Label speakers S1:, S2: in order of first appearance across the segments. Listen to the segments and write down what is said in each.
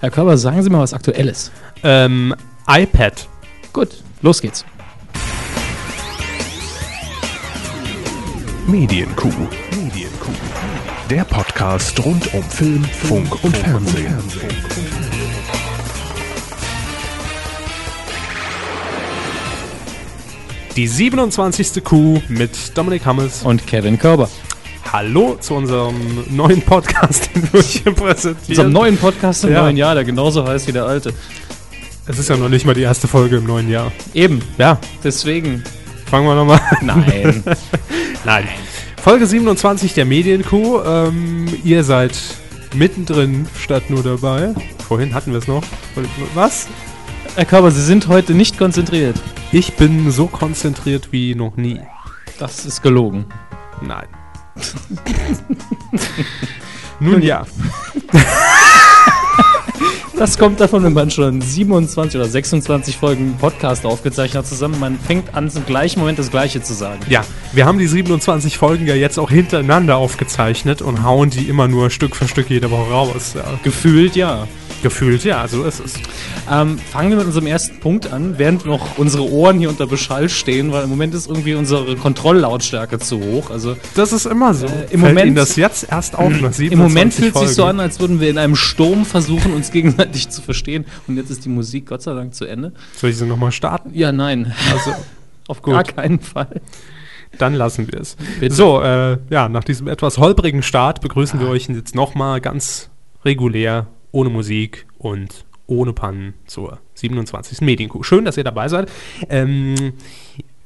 S1: Herr Körber, sagen Sie mal was Aktuelles.
S2: Ähm, iPad.
S1: Gut, los geht's.
S3: Medienkuh. Medienkuh. Der Podcast rund um Film, Funk und Fernsehen.
S2: Die 27. Kuh mit Dominik Hammes.
S1: Und Kevin Körber.
S2: Hallo zu unserem neuen Podcast, den wir euch hier präsentieren.
S1: Unserem neuen Podcast im
S2: Ja.
S1: neuen Jahr, der genauso heißt wie der alte.
S2: es ist ja noch nicht mal die erste Folge im neuen Jahr.
S1: Eben,
S2: Ja,
S1: deswegen.
S2: fangen wir nochmal an.
S1: Nein.
S2: Nein. Folge 27 der Medienkuh. Ähm, ihr seid mittendrin statt nur dabei. Vorhin hatten wir es noch. Was?
S1: Herr Körber, Sie sind heute nicht konzentriert.
S2: Ich bin so konzentriert wie noch nie.
S1: Das ist gelogen.
S2: Nein. Nun ja.
S1: Das kommt davon, wenn man schon 27 oder 26 Folgen Podcast aufgezeichnet hat zusammen. Man fängt an, zum gleichen Moment das Gleiche zu sagen.
S2: Ja, wir haben die 27 Folgen ja jetzt auch hintereinander aufgezeichnet und hauen die immer nur Stück für Stück jede Woche raus. Ja.
S1: Gefühlt ja.
S2: Gefühlt, ja, so ist es.
S1: Ähm, fangen wir mit unserem ersten Punkt an, während noch unsere Ohren hier unter Beschall stehen, weil im Moment ist irgendwie unsere Kontrolllautstärke zu hoch. Also
S2: Das ist immer so.
S1: Äh, im
S2: Fällt
S1: Moment-
S2: Ihnen das jetzt erst auf nach 27
S1: im Moment fühlt es
S2: Folgen.
S1: sich so an, als würden wir in einem Sturm versuchen, uns gegenseitig zu verstehen. Und jetzt ist die Musik Gott sei Dank zu Ende.
S2: Soll ich sie nochmal starten?
S1: Ja, nein,
S2: Also,
S1: auf
S2: Gut.
S1: gar keinen Fall.
S2: dann lassen wir es.
S1: Bitte. Ah.
S2: So, äh, ja, nach diesem etwas holprigen Start begrüßen wir euch jetzt nochmal ganz regulär, ohne Musik und ohne Pannen zur 27. Medienkuh. Schön, dass ihr dabei seid. Ähm,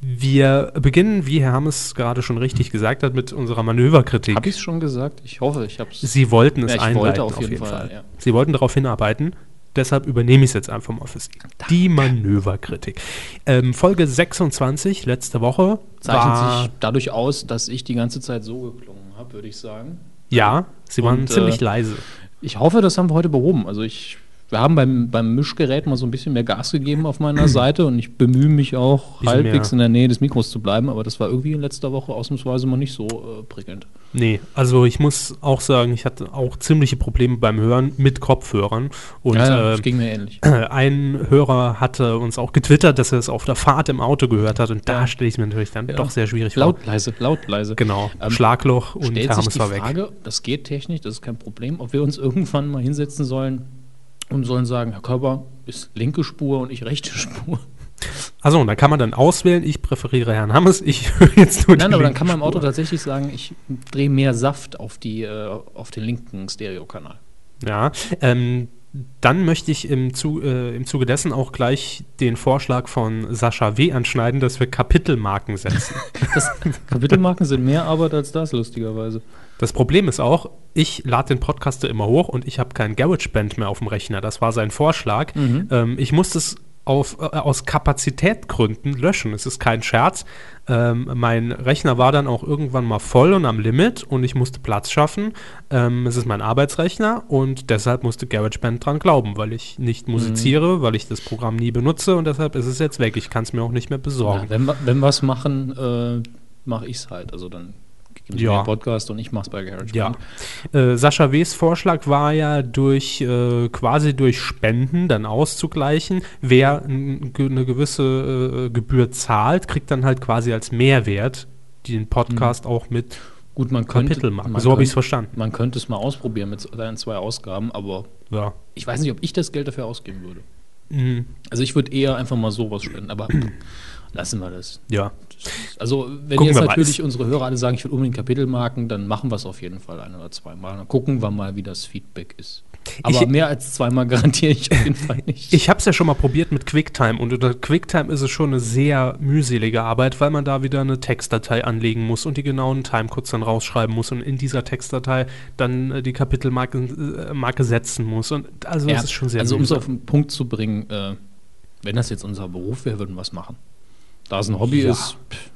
S2: wir beginnen, wie Herr Hammes gerade schon richtig gesagt hat, mit unserer Manöverkritik.
S1: Hab ich schon gesagt? Ich hoffe, ich hab's.
S2: Sie wollten es
S1: Ja, ich
S2: einleiten,
S1: wollte auf jeden Fall, ja.
S2: Sie wollten darauf hinarbeiten. Deshalb übernehme ich es jetzt einfach mal für Sie. Die Manöverkritik. Ähm, Folge 26, letzte Woche.
S1: Zeichnet
S2: war-
S1: sich dadurch aus, dass ich die ganze Zeit so geklungen habe, würde ich sagen.
S2: Ja, sie waren
S1: Ähm, Und,
S2: ziemlich
S1: äh,
S2: leise.
S1: Ich hoffe, das haben wir heute behoben. Also ich, wir haben beim, beim Mischgerät mal so ein bisschen mehr Gas gegeben auf meiner Seite und ich bemühe mich auch
S2: Bisschen
S1: halbwegs
S2: mehr.
S1: in der Nähe des Mikros zu bleiben, aber das war irgendwie in letzter Woche ausnahmsweise mal nicht so äh, prickelnd.
S2: Nee, also ich muss auch sagen, ich hatte auch ziemliche Probleme beim Hören mit Kopfhörern. Und
S1: ja, ja,
S2: äh,
S1: das ging mir ähnlich.
S2: ein Hörer hatte uns auch getwittert, dass er es auf der Fahrt im Auto gehört hat. Und da stelle ich es mir natürlich dann
S1: Ja.
S2: doch sehr schwierig
S1: Laut, leise, laut, leise.
S2: Genau,
S1: Ähm,
S2: Schlagloch und
S1: stellt sich
S2: Hermes
S1: die
S2: war weg.
S1: Frage, das geht technisch, das ist kein Problem, ob wir uns irgendwann mal hinsetzen sollen und sollen sagen, Herr Körber, ist linke Spur und ich rechte Spur.
S2: Also und da kann man dann auswählen, ich präferiere Herrn Hammes, ich höre jetzt nur
S1: Nein,
S2: die
S1: aber dann
S2: linke
S1: kann man im Auto
S2: Spur.
S1: tatsächlich sagen, ich drehe mehr Saft auf, die, äh, auf den linken Stereokanal.
S2: Ja, ähm, dann möchte ich im, Zu äh, im Zuge dessen auch gleich den Vorschlag von Sascha W. anschneiden, dass wir Kapitelmarken setzen.
S1: Das, Kapitelmarken sind mehr Arbeit als das, lustigerweise.
S2: Das Problem ist auch, ich lade den Podcast immer hoch und ich habe kein GarageBand mehr auf dem Rechner. Das war sein Vorschlag. Ähm, ich musste es auf, äh, aus Kapazitätgründen löschen. Es ist kein Scherz. Ähm, mein Rechner war dann auch irgendwann mal voll und am Limit und ich musste Platz schaffen. Ähm, es ist mein Arbeitsrechner und deshalb musste GarageBand dran glauben, weil ich nicht musiziere, weil ich das Programm nie benutze und deshalb ist es jetzt weg. Ich kann es mir auch nicht mehr besorgen.
S1: Ja, wenn wir wenn was machen, äh, mache ich es halt. Also dann geben Sie
S2: Ja.
S1: mir einen Podcast und ich mache es bei GarageBand.
S2: Ja. Äh, Sascha W.'s Vorschlag war ja, durch äh, quasi durch Spenden dann auszugleichen. Wer n- ge- eine gewisse äh, Gebühr zahlt, kriegt dann halt quasi als Mehrwert den Podcast auch mit
S1: Gut, man könnte,
S2: Kapitelmarken.
S1: man
S2: So habe ich es
S1: könnte-
S2: verstanden.
S1: Man könnte es mal ausprobieren mit seinen zwei Ausgaben, aber
S2: Ja.
S1: ich weiß nicht, ob ich das Geld dafür ausgeben würde.
S2: Mhm.
S1: Also ich würde eher einfach mal sowas spenden, aber lassen wir das.
S2: ja.
S1: Also wenn
S2: Gucken
S1: jetzt
S2: wir mal.
S1: natürlich unsere Hörer alle sagen, ich will unbedingt Kapitelmarken, dann machen wir es auf jeden Fall ein oder zweimal. Dann gucken wir mal, wie das Feedback ist. Aber
S2: Ich-
S1: mehr als zweimal garantiere ich auf jeden Fall nicht.
S2: Ich habe es ja schon mal probiert mit QuickTime und unter QuickTime ist es schon eine sehr mühselige Arbeit, weil man da wieder eine Textdatei anlegen muss und die genauen Timecodes dann rausschreiben muss und in dieser Textdatei dann äh, die Kapitelmarke äh, Marke setzen muss. Und also
S1: Ja,
S2: es ist schon sehr
S1: also um es
S2: mühsam.
S1: auf den Punkt zu bringen, äh, wenn das jetzt unser Beruf wäre, würden wir es machen. Da es ein Hobby
S2: Ja.
S1: ist, pff,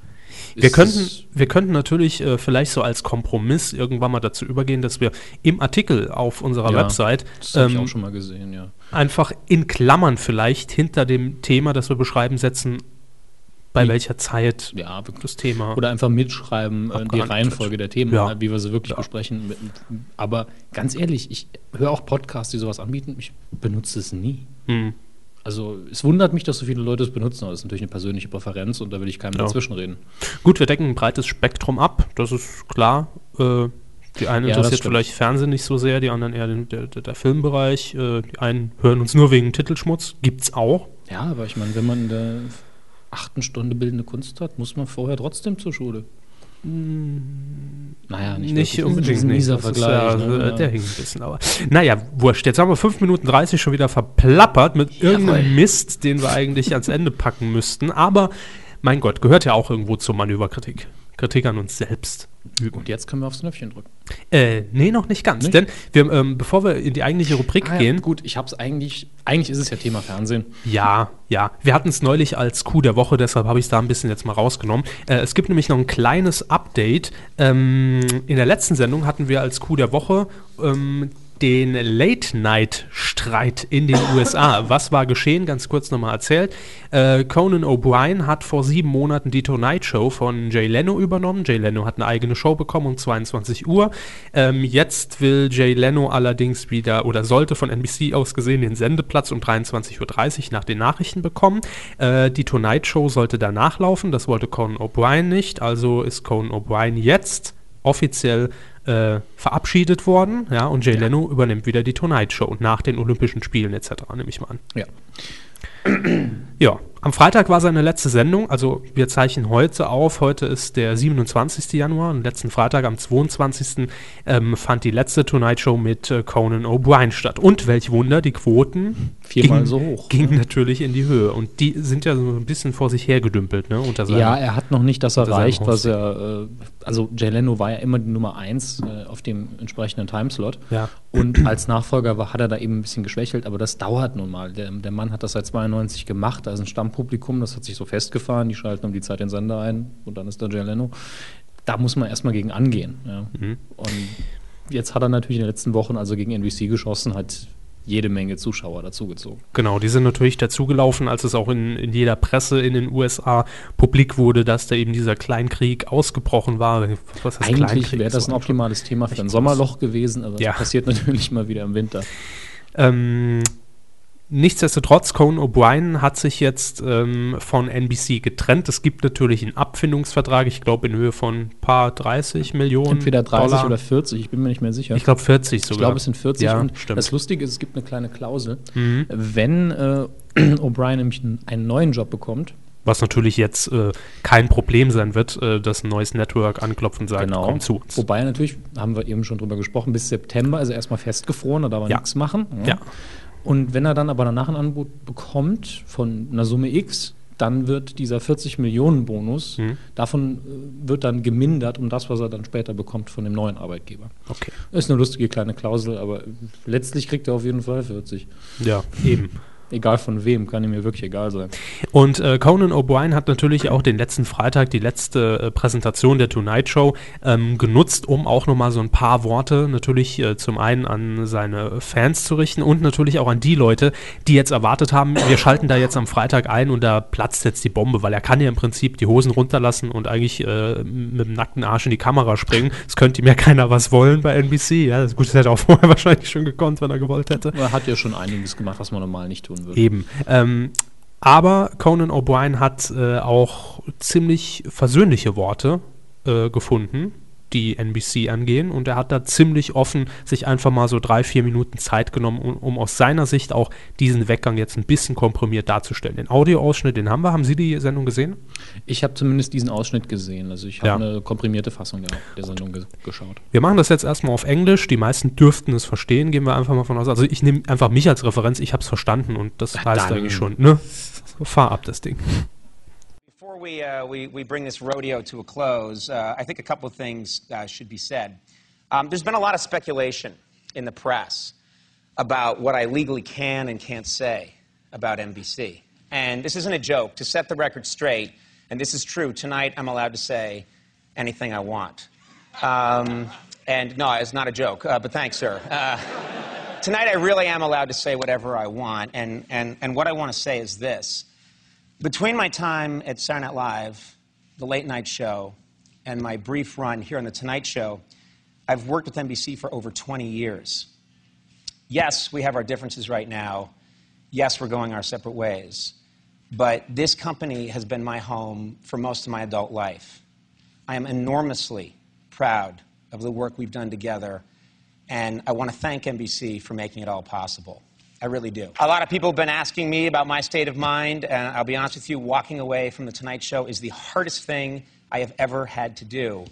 S1: ist
S2: Wir könnten,
S1: es-
S2: wir könnten natürlich äh, vielleicht so als Kompromiss irgendwann mal dazu übergehen, dass wir im Artikel auf unserer
S1: Ja,
S2: Website
S1: Das habe ich
S2: ähm,
S1: auch schon mal gesehen, ja.
S2: einfach in Klammern vielleicht hinter dem Thema, das wir beschreiben, setzen bei welcher Zeit
S1: Ja, wir-
S2: das Thema.
S1: Hm. Oder einfach mitschreiben, äh, die
S2: Abgehandelt.
S1: Reihenfolge der Themen,
S2: Ja.
S1: äh, wie wir sie wirklich besprechen. Mit- Aber ganz ehrlich, ich höre auch Podcasts, die sowas anbieten. Ich benutze es nie.
S2: Hm.
S1: Also es wundert mich, dass so viele Leute es benutzen, aber das ist natürlich eine persönliche Präferenz und da will ich keinem
S2: Ja.
S1: dazwischenreden.
S2: Gut, wir decken ein breites Spektrum ab, das ist klar. Äh, die einen
S1: Ja, das
S2: interessiert
S1: stimmt.
S2: vielleicht Fernsehen nicht so sehr, die anderen eher den, der, der, der Filmbereich. Äh, die einen hören uns nur wegen Titelschmutz, gibt's auch.
S1: Ja, aber ich meine, wenn man in der achten Stunde bildende Kunst hat, muss man vorher trotzdem zur Schule. Naja, nicht, wirklich. Das ist ein
S2: Hm. nee,
S1: mieser
S2: das ist
S1: Vergleich.
S2: ja,
S1: ne?
S2: äh,
S1: Ja.
S2: Der hing ein bisschen, aber. Naja, wurscht. Jetzt haben wir 5 Minuten 30 schon wieder verplappert mit irgendeinem Mist, den wir eigentlich ans Ende packen müssten. Aber mein Gott, gehört ja auch irgendwo zur Manöverkritik. Kritik an uns selbst.
S1: Und jetzt können wir aufs Knöpfchen drücken.
S2: Äh, nee, noch nicht ganz.
S1: Nicht?
S2: Denn wir, ähm, bevor wir in die eigentliche Rubrik
S1: Ah, ja,
S2: gehen,
S1: gut, ich hab's eigentlich, eigentlich ist es ja Thema Fernsehen.
S2: Ja, ja. Wir hatten es neulich als Coup der Woche, deshalb habe ich es da ein bisschen jetzt mal rausgenommen. Äh, es gibt nämlich noch ein kleines Update. Ähm, in der letzten Sendung hatten wir als Coup der Woche ähm, den Late-Night-Streit in den USA. Was war geschehen? Ganz kurz nochmal erzählt. Äh, Conan O'Brien hat vor sieben Monaten die Tonight Show von Jay Leno übernommen. Jay Leno hat eine eigene Show bekommen um 22 Uhr. Ähm, jetzt will Jay Leno allerdings wieder oder sollte von NBC aus gesehen den Sendeplatz um 23.30 Uhr nach den Nachrichten bekommen. Äh, die Tonight Show sollte danach laufen. Das wollte Conan O'Brien nicht. Also ist Conan O'Brien jetzt offiziell äh, verabschiedet worden. Ja, und Jay Leno übernimmt wieder die Tonight Show nach den Olympischen Spielen etc. Nehme ich mal an.
S1: Ja.
S2: Ja, am Freitag war seine letzte Sendung. Also wir zeichnen heute auf. Heute ist der 27. Januar und letzten Freitag am 22. Ähm, fand die letzte Tonight Show mit äh, Conan O'Brien statt. Und welch Wunder, die Quoten
S1: Viermal
S2: gingen-
S1: so hoch,
S2: gingen natürlich in die Höhe. Und die sind ja so ein bisschen vor sich hergedümpelt, ne? Unter seiner-
S1: Ja, er hat noch nicht das
S2: seinem
S1: erreicht,
S2: Host.
S1: was er. Äh, also Jay Leno war ja immer die Nummer eins äh, auf dem entsprechenden Timeslot.
S2: Ja.
S1: Und als Nachfolger war, hat er da eben ein bisschen geschwächelt, aber das dauert nun mal. Der, der Mann hat das seit 92 gemacht, da ist ein Stammpublikum, das hat sich so festgefahren, die schalten um die Zeit den Sender ein und dann ist da Jay Leno. Da muss man erstmal gegen angehen. Ja.
S2: Mhm.
S1: Und jetzt hat er natürlich in den letzten Wochen also gegen NBC geschossen, hat jede Menge Zuschauer dazugezogen.
S2: Genau, die sind natürlich dazugelaufen, als es auch in, in jeder Presse in den USA publik wurde, dass da eben dieser Kleinkrieg ausgebrochen war. Was heißt
S1: Eigentlich
S2: Kleinkrieg?
S1: wäre das ein
S2: So.
S1: optimales Thema für ein
S2: groß.
S1: Sommerloch gewesen, aber
S2: Ja.
S1: das passiert natürlich mal wieder im Winter.
S2: Ähm, nichtsdestotrotz, Conan O'Brien hat sich jetzt ähm, von NBC getrennt. Es gibt natürlich einen Abfindungsvertrag, ich glaube in Höhe von ein paar 30 Millionen.
S1: Entweder 30
S2: Dollar.
S1: oder 40, ich bin mir nicht mehr sicher.
S2: Ich glaube 40 sogar.
S1: Ich glaube, es sind 40.
S2: Ja,
S1: und
S2: stimmt.
S1: Das Lustige ist, es gibt eine kleine Klausel.
S2: mhm.
S1: Wenn äh, O'Brien nämlich n- einen neuen Job bekommt,
S2: Was natürlich jetzt äh, kein Problem sein wird, äh, dass ein neues Network anklopft und sagt,
S1: Genau.
S2: komm zu uns.
S1: wobei natürlich, haben wir eben schon drüber gesprochen, bis September ist er erstmal festgefroren, da darf er
S2: Ja.
S1: nichts machen. ne?
S2: Ja.
S1: Und wenn er dann aber danach ein Angebot bekommt von einer Summe X, dann wird dieser 40 Millionen Bonus,
S2: Mhm.
S1: davon äh, wird dann gemindert um das, was er dann später bekommt von dem neuen Arbeitgeber.
S2: Okay.
S1: Ist eine lustige kleine Klausel, aber letztlich kriegt er auf jeden Fall 40.
S2: Ja, eben.
S1: Egal von wem, kann ihm mir wirklich egal sein.
S2: Und äh, Conan O'Brien hat natürlich auch den letzten Freitag, die letzte äh, Präsentation der Tonight Show ähm, genutzt, um auch nochmal so ein paar Worte natürlich äh, zum einen an seine Fans zu richten und natürlich auch an die Leute, die jetzt erwartet haben, wir schalten da jetzt am Freitag ein und da platzt jetzt die Bombe, weil er kann ja im Prinzip die Hosen runterlassen und eigentlich äh, mit dem nackten Arsch in die Kamera springen. Es könnte ihm ja keiner was wollen bei NBC. Ja, das, gut, das hätte er auch vorher wahrscheinlich schon gekonnt, wenn er gewollt hätte.
S1: Er hat ja schon einiges gemacht, was man normal nicht tun würde.
S2: Eben. Ähm, aber Conan O'Brien hat äh, auch ziemlich versöhnliche Worte äh, gefunden, die NBC angehen. Und er hat da ziemlich offen sich einfach mal so drei, vier Minuten Zeit genommen, um, um aus seiner Sicht auch diesen Weggang jetzt ein bisschen komprimiert darzustellen. Den Audioausschnitt, den haben wir. Haben Sie die Sendung gesehen?
S1: Ich habe zumindest diesen Ausschnitt gesehen. Also ich habe
S2: Ja.
S1: eine komprimierte Fassung der, der Sendung ge geschaut.
S2: Wir machen das jetzt erstmal auf Englisch. Die meisten dürften es verstehen, gehen wir einfach mal von aus. Also ich nehme einfach mich als Referenz. Ich habe es verstanden und das heißt
S1: dann.
S2: eigentlich schon, ne? Fahr ab, das Ding.
S4: Before we, uh, we, we bring this rodeo to a close, uh, I think a couple of things uh, should be said. Um, there's been a lot of speculation in the press about what I legally can and can't say about NBC. And this isn't a joke. To set the record straight, and this is true, tonight I'm allowed to say anything I want. Um, and no, it's not a joke, uh, but thanks, sir. Uh, Tonight, I really am allowed to say whatever I want, and, and, and what I want to say is this Between my time at Saturday Night Live, the late night show, and my brief run here on The Tonight Show, I've worked with NBC for over 20 years. Yes, we have our differences right now. Yes, we're going our separate ways. But this company has been my home for most of my adult life. I am enormously proud of the work we've done together, and I want to thank NBC for making it all possible. I really do. A lot of people have been asking me about my state of mind, and I'll be honest with you, walking away from The Tonight Show is the hardest thing I have ever had to do.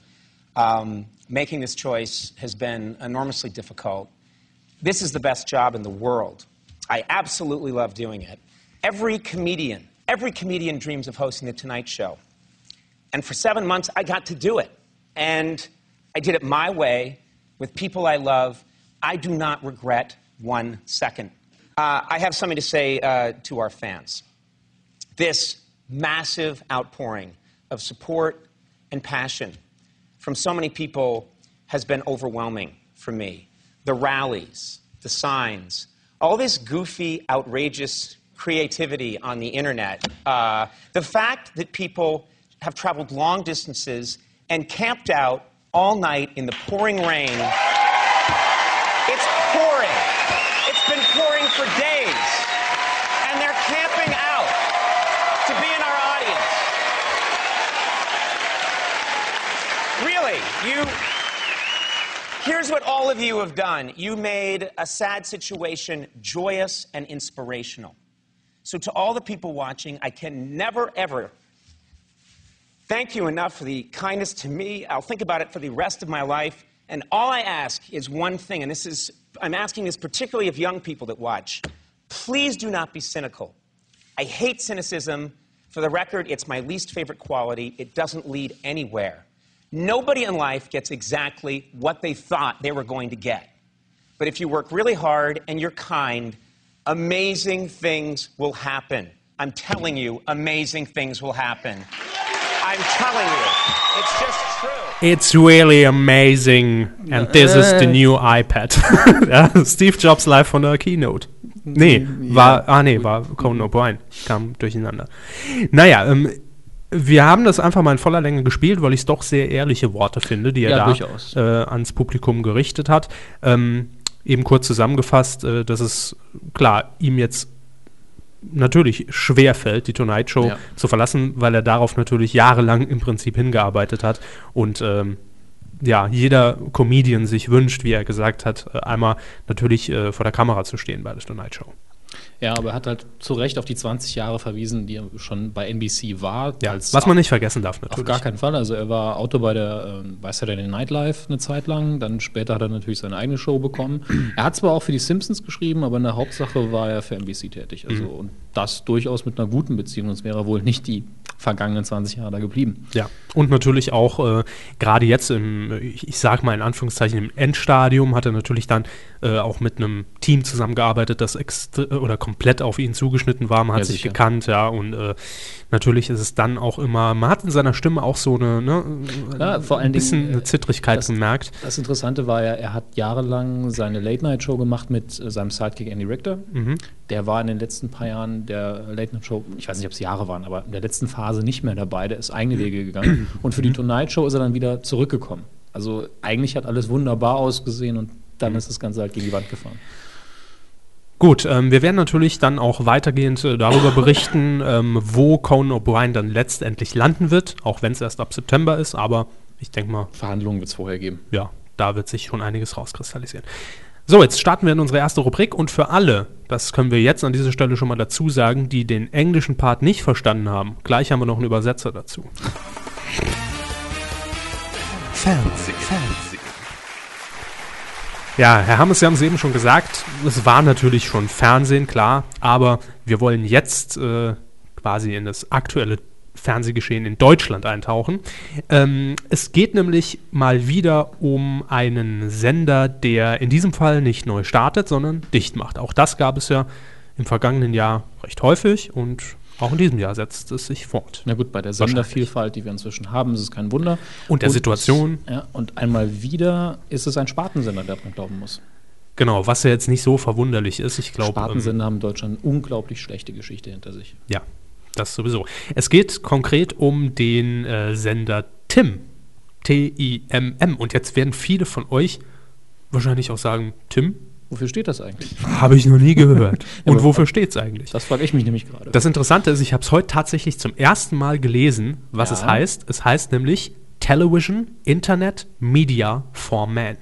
S4: Um, making this choice has been enormously difficult. This is the best job in the world. I absolutely love doing it. Every comedian, every comedian dreams of hosting The Tonight Show. And for seven months, I got to do it. And I did it my way with people I love. I do not regret one second. Uh, I have something to say uh, to our fans. This massive outpouring of support and passion from so many people has been overwhelming for me. The rallies, the signs, all this goofy, outrageous creativity on the internet, uh, the fact that people have traveled long distances and camped out all night in the pouring rain. It's pouring. It's been pouring for days. And they're camping out to be in our audience. Really, you. Here's what all of you have done. You made a sad situation joyous and inspirational. So, to all the people watching, I can never, ever thank you enough for the kindness to me. I'll think about it for the rest of my life. And all I ask is one thing, and this is, I'm asking this particularly of young people that watch. Please do not be cynical. I hate cynicism. For the record, it's my least favorite quality. It doesn't lead anywhere. Nobody in life gets exactly what they thought they were going to get. But if you work really hard and you're kind, amazing things will happen. I'm telling you, amazing things will happen. I'm telling you, it's just true.
S2: It's really amazing. And this is
S1: Äh.
S2: the new iPad. ja, Steve Jobs live von der Keynote. Nee, war, ah nee, war Conan O'Brien. Kam durcheinander. Naja, ähm, wir haben das einfach mal in voller Länge gespielt, weil ich es doch sehr ehrliche Worte finde, die
S1: Ja,
S2: er
S1: durchaus.
S2: da äh, ans Publikum gerichtet hat. Ähm, eben kurz zusammengefasst, äh, dass es klar ihm jetzt natürlich schwer fällt, die Tonight Show
S1: Ja.
S2: zu verlassen, weil er darauf natürlich jahrelang im Prinzip hingearbeitet hat und ähm, ja, jeder Comedian sich wünscht, wie er gesagt hat, äh, einmal natürlich äh, vor der Kamera zu stehen bei der Tonight Show.
S1: Ja, aber er hat halt zu Recht auf die 20 Jahre verwiesen, die er schon bei NBC war.
S2: Ja,
S1: als
S2: was man nicht vergessen darf
S1: Auf
S2: natürlich.
S1: gar keinen Fall. Also er war Autor bei der ähm, bei Saturday Night Live eine Zeit lang. Dann später hat er natürlich seine eigene Show bekommen. Er hat zwar auch für die Simpsons geschrieben, aber in der Hauptsache war er für NBC tätig.
S2: Mhm.
S1: Also und das durchaus mit einer guten Beziehung, sonst wäre er wohl nicht die vergangenen 20 Jahre da geblieben.
S2: Ja, und natürlich auch äh, gerade jetzt im, äh, ich, ich sag mal in Anführungszeichen, im Endstadium hat er natürlich dann äh, auch mit einem Team zusammengearbeitet, das extre- oder komplett auf ihn zugeschnitten war. Man hat
S1: Ja,
S2: sich
S1: sicher.
S2: gekannt, ja, und äh, natürlich ist es dann auch immer, man hat in seiner Stimme auch so eine, ne, äh,
S1: Ja, vor allen
S2: ein bisschen
S1: Dingen, äh,
S2: eine Zittrigkeit
S1: das-
S2: gemerkt.
S1: Das Interessante war ja, er hat jahrelang seine Late-Night-Show gemacht mit äh, seinem Sidekick Andy Richter. Der war in den letzten paar Jahren der Late-Night-Show, ich weiß nicht, ob es Jahre waren, aber in der letzten Phase nicht mehr dabei. Der ist eigene Wege gegangen. Und für die Tonight-Show ist er dann wieder zurückgekommen. Also eigentlich hat alles wunderbar ausgesehen und dann ist das Ganze halt gegen die Wand gefahren.
S2: Gut, ähm, wir werden natürlich dann auch weitergehend äh, darüber berichten, ähm, wo Conan O'Brien dann letztendlich landen wird, auch wenn es erst ab September ist, aber ich denke mal,
S1: Verhandlungen wird es vorher geben.
S2: ja, da wird sich schon einiges rauskristallisieren. So, jetzt starten wir in unsere erste Rubrik und für alle, das können wir jetzt an dieser Stelle schon mal dazu sagen, die den englischen Part nicht verstanden haben, gleich haben wir noch einen Übersetzer dazu.
S3: Fernsehen. Fernsehen.
S2: Ja, Herr Hammes, Sie haben es eben schon gesagt, es war natürlich schon Fernsehen, klar, aber wir wollen jetzt äh, quasi in das aktuelle Fernsehgeschehen in Deutschland eintauchen. Ähm, es geht nämlich mal wieder um einen Sender, der in diesem Fall nicht neu startet, sondern dicht macht. Auch das gab es ja im vergangenen Jahr recht häufig und auch in diesem Jahr setzt es sich fort.
S1: Na gut, bei der Sondervielfalt, die wir inzwischen haben, ist es kein Wunder.
S2: Und der Situation.
S1: Ja, und einmal wieder ist es ein Spartensender, der dran glauben muss.
S2: Genau, was ja jetzt nicht so verwunderlich ist, ich glaube. ähm,
S1: Spartensender haben in Deutschland unglaublich schlechte Geschichte hinter sich.
S2: Ja, Das sowieso. Es geht konkret um den äh, Sender Tim. T-I-M-M. Und jetzt werden viele von euch wahrscheinlich auch sagen, Tim?
S1: Wofür steht das eigentlich?
S2: Habe ich noch nie gehört. Und wofür steht es eigentlich?
S1: Das frage ich mich nämlich gerade.
S2: Das Interessante ist, ich habe es heute tatsächlich zum ersten Mal gelesen, was
S1: Ja.
S2: es heißt. Es heißt nämlich Television Internet Media for Man.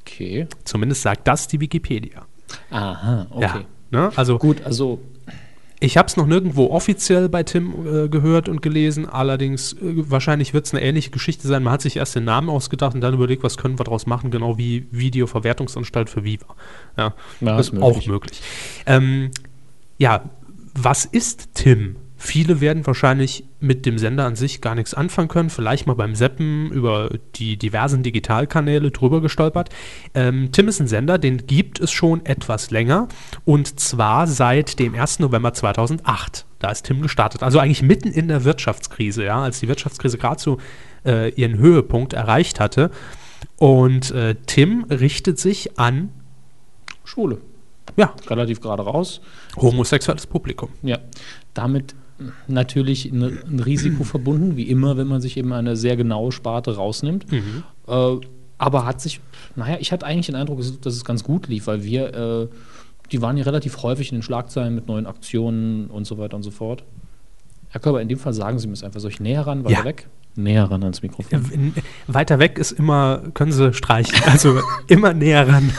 S1: Okay.
S2: Zumindest sagt das die Wikipedia.
S1: Aha, okay.
S2: Ja, ne? Also
S1: Gut, also
S2: ich habe es noch nirgendwo offiziell bei Tim äh, gehört und gelesen, allerdings äh, wahrscheinlich wird es eine ähnliche Geschichte sein. Man hat sich erst den Namen ausgedacht und dann überlegt, was können wir daraus machen, genau wie Videoverwertungsanstalt für Viva. Ja,
S1: Ja,
S2: das
S1: ist
S2: ist
S1: möglich.
S2: auch möglich. Ähm, ja, was ist Tim? Viele werden wahrscheinlich mit dem Sender an sich gar nichts anfangen können, vielleicht mal beim Seppen über die diversen Digitalkanäle drüber gestolpert. Ähm, Tim ist ein Sender, den gibt es schon etwas länger und zwar seit dem 1. November 2008. Da ist Tim gestartet. Also eigentlich mitten in der Wirtschaftskrise, ja, als die Wirtschaftskrise gerade so äh, ihren Höhepunkt erreicht hatte. Und äh, Tim richtet sich an,
S1: Schwule.
S2: ja,
S1: Relativ gerade raus.
S2: homosexuelles Publikum.
S1: Ja. Damit natürlich ein, ein Risiko verbunden, wie immer, wenn man sich eben eine sehr genaue Sparte rausnimmt.
S2: Mhm.
S1: Äh, aber hat sich, naja, ich hatte eigentlich den Eindruck, dass dass es ganz gut lief, weil wir, äh, die waren ja relativ häufig in den Schlagzeilen mit neuen Aktionen und so weiter und so fort. Herr Körber, in dem Fall sagen Sie mir es einfach. Soll ich näher ran, weiter
S2: Ja.
S1: weg? Näher ran ans Mikrofon.
S2: N- Weiter weg ist immer, können sie streichen. Also immer näher ran.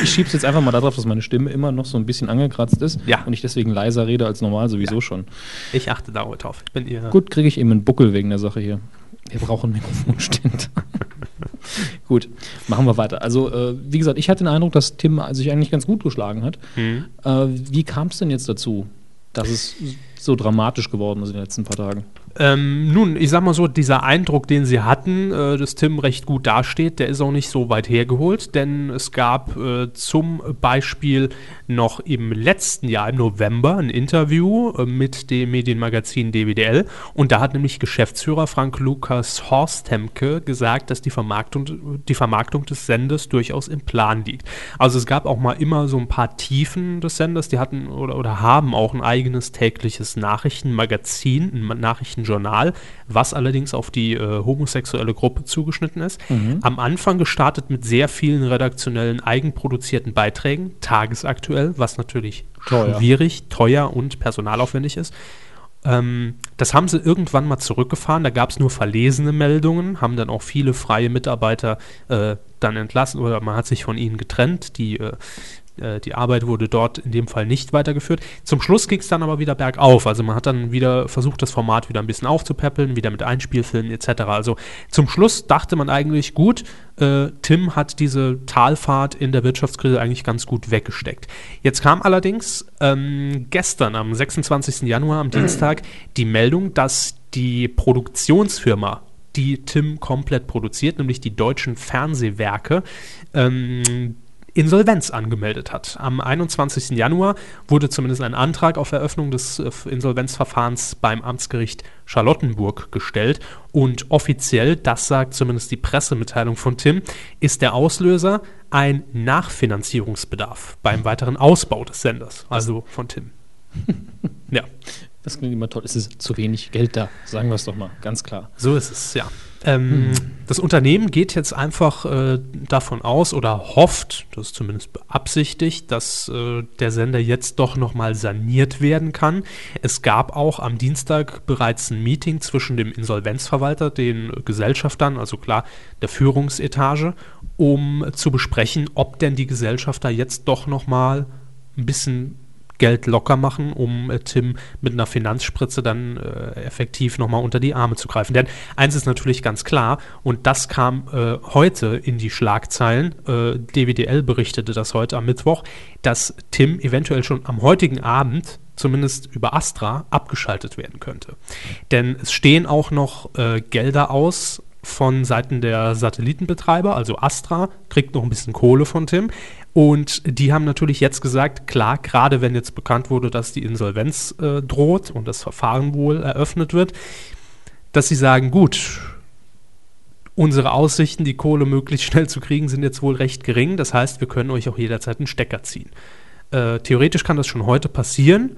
S1: Ich schieb's jetzt einfach mal darauf, dass meine Stimme immer noch so ein bisschen angekratzt ist
S2: Ja.
S1: und ich deswegen leiser rede als normal sowieso schon.
S2: Ich achte da heute drauf. Ich bin ihr.
S1: Gut, kriege ich eben einen Buckel wegen der Sache hier. Wir brauchen einen Mikrofonständer. gut, machen wir weiter. Also, äh, wie gesagt, ich hatte den Eindruck, dass Tim sich eigentlich ganz gut geschlagen hat. Äh, wie kam es denn jetzt dazu, dass es so dramatisch geworden ist in den letzten paar Tagen?
S2: Ähm, nun, ich sag mal so, dieser Eindruck, den sie hatten, äh, dass Tim recht gut dasteht, der ist auch nicht so weit hergeholt, denn es gab äh, zum Beispiel noch im letzten Jahr, im November, ein Interview äh, mit dem Medienmagazin DWDL und da hat nämlich Geschäftsführer Frank Lukas Horstemke gesagt, dass die Vermarktung, die Vermarktung des Senders durchaus im Plan liegt. Also es gab auch mal immer so ein paar Tiefen des Senders, die hatten oder, oder haben auch ein eigenes tägliches Nachrichtenmagazin, ein Ma- Nachrichtenjournal, was allerdings auf die äh, homosexuelle Gruppe zugeschnitten ist. Am Anfang gestartet mit sehr vielen redaktionellen eigenproduzierten Beiträgen, tagesaktuell, was natürlich
S1: Teuer.
S2: schwierig, teuer und personalaufwendig ist. Ähm, das haben sie irgendwann mal zurückgefahren. Da gab es nur verlesene Meldungen, haben dann auch viele freie Mitarbeiter äh, dann entlassen oder man hat sich von ihnen getrennt. Die, äh, äh, die Arbeit wurde dort in dem Fall nicht weitergeführt. Zum Schluss ging es dann aber wieder bergauf. Also man hat dann wieder versucht, das Format wieder ein bisschen aufzupäppeln, wieder mit Einspielfilmen etc. Also zum Schluss dachte man eigentlich, gut, äh, Tim hat diese Talfahrt in der Wirtschaftskrise eigentlich ganz gut weggesteckt. Jetzt kam allerdings ähm, gestern am 26. Januar, am Dienstag, die Meldung, dass die Produktionsfirma, die Tim komplett produziert, nämlich die deutschen Fernsehwerke, ähm, Insolvenz angemeldet hat. Am 21. Januar wurde zumindest ein Antrag auf Eröffnung des äh, Insolvenzverfahrens beim Amtsgericht Charlottenburg gestellt und offiziell, das sagt zumindest die Pressemitteilung von Tim, ist der Auslöser ein Nachfinanzierungsbedarf beim weiteren Ausbau des Senders, also von Tim. ja,
S1: Das klingt immer toll. Es ist zu wenig Geld da. Sagen wir es doch mal, ganz klar.
S2: so ist es, ja. Ähm, Das Unternehmen geht jetzt einfach äh, davon aus oder hofft, das ist zumindest beabsichtigt, dass äh, der Sender jetzt doch nochmal saniert werden kann. Es gab auch am Dienstag bereits ein Meeting zwischen dem Insolvenzverwalter, den Gesellschaftern, also klar der Führungsetage, um zu besprechen, ob denn die Gesellschafter jetzt doch nochmal ein bisschen Geld locker machen, um äh, Tim mit einer Finanzspritze dann äh, effektiv nochmal unter die Arme zu greifen. Denn eins ist natürlich ganz klar, und das kam äh, heute in die Schlagzeilen, äh, DWDL berichtete das heute am Mittwoch, dass Tim eventuell schon am heutigen Abend zumindest über Astra abgeschaltet werden könnte. Denn es stehen auch noch äh, Gelder aus von Seiten der Satellitenbetreiber, also Astra, kriegt noch ein bisschen Kohle von Tim. Und die haben natürlich jetzt gesagt, klar, gerade wenn jetzt bekannt wurde, dass die Insolvenz äh, droht und das Verfahren wohl eröffnet wird, dass sie sagen, gut, unsere Aussichten, die Kohle möglichst schnell zu kriegen, sind jetzt wohl recht gering. Das heißt, wir können euch auch jederzeit einen Stecker ziehen. Äh, theoretisch kann das schon heute passieren.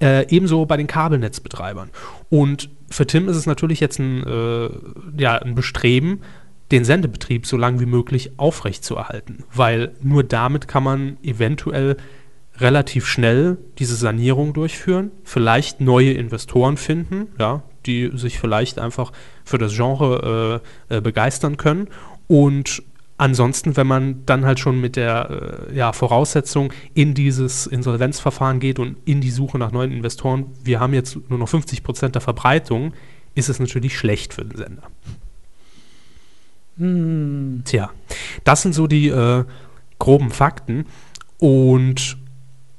S2: Äh, ebenso bei den Kabelnetzbetreibern. Und für Tim ist es natürlich jetzt ein, äh, ja, ein Bestreben, den Sendebetrieb so lange wie möglich aufrechtzuerhalten, weil nur damit kann man eventuell relativ schnell diese Sanierung durchführen, vielleicht neue Investoren finden, ja, die sich vielleicht einfach für das Genre äh, äh, begeistern können und Ansonsten, wenn man dann halt schon mit der äh, ja, Voraussetzung in dieses Insolvenzverfahren geht und in die Suche nach neuen Investoren, wir haben jetzt nur noch 50 Prozent der Verbreitung, ist es natürlich schlecht für den Sender.
S1: Hm.
S2: Tja, das sind so die äh, groben Fakten. Und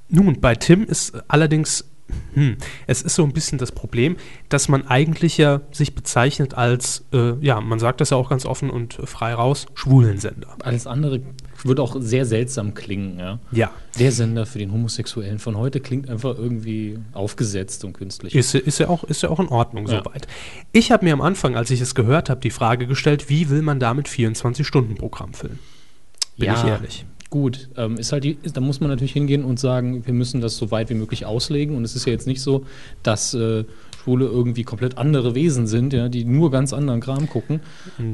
S2: nun, bei Tim ist allerdings, hm, es ist so ein bisschen das Problem, dass man eigentlich ja sich bezeichnet als, äh, ja, man sagt das ja auch ganz offen und frei raus, Schwulensender.
S1: Alles andere wird auch sehr seltsam klingen. Ja?
S2: Ja,
S1: Der Sender für den Homosexuellen von heute klingt einfach irgendwie aufgesetzt und künstlich.
S2: ist, ja- ist, ja, auch, ist ja auch in Ordnung
S1: Ja.
S2: soweit. Ich habe mir am Anfang, als ich es gehört habe, die Frage gestellt, wie will man damit 24-Stunden-Programm füllen? Bin ich ehrlich.
S1: Gut, ähm, ist halt die, ist, da muss man natürlich hingehen und sagen, wir müssen das so weit wie möglich auslegen. Und es ist ja jetzt nicht so, dass äh, Schwule irgendwie komplett andere Wesen sind, ja, die nur ganz anderen Kram gucken.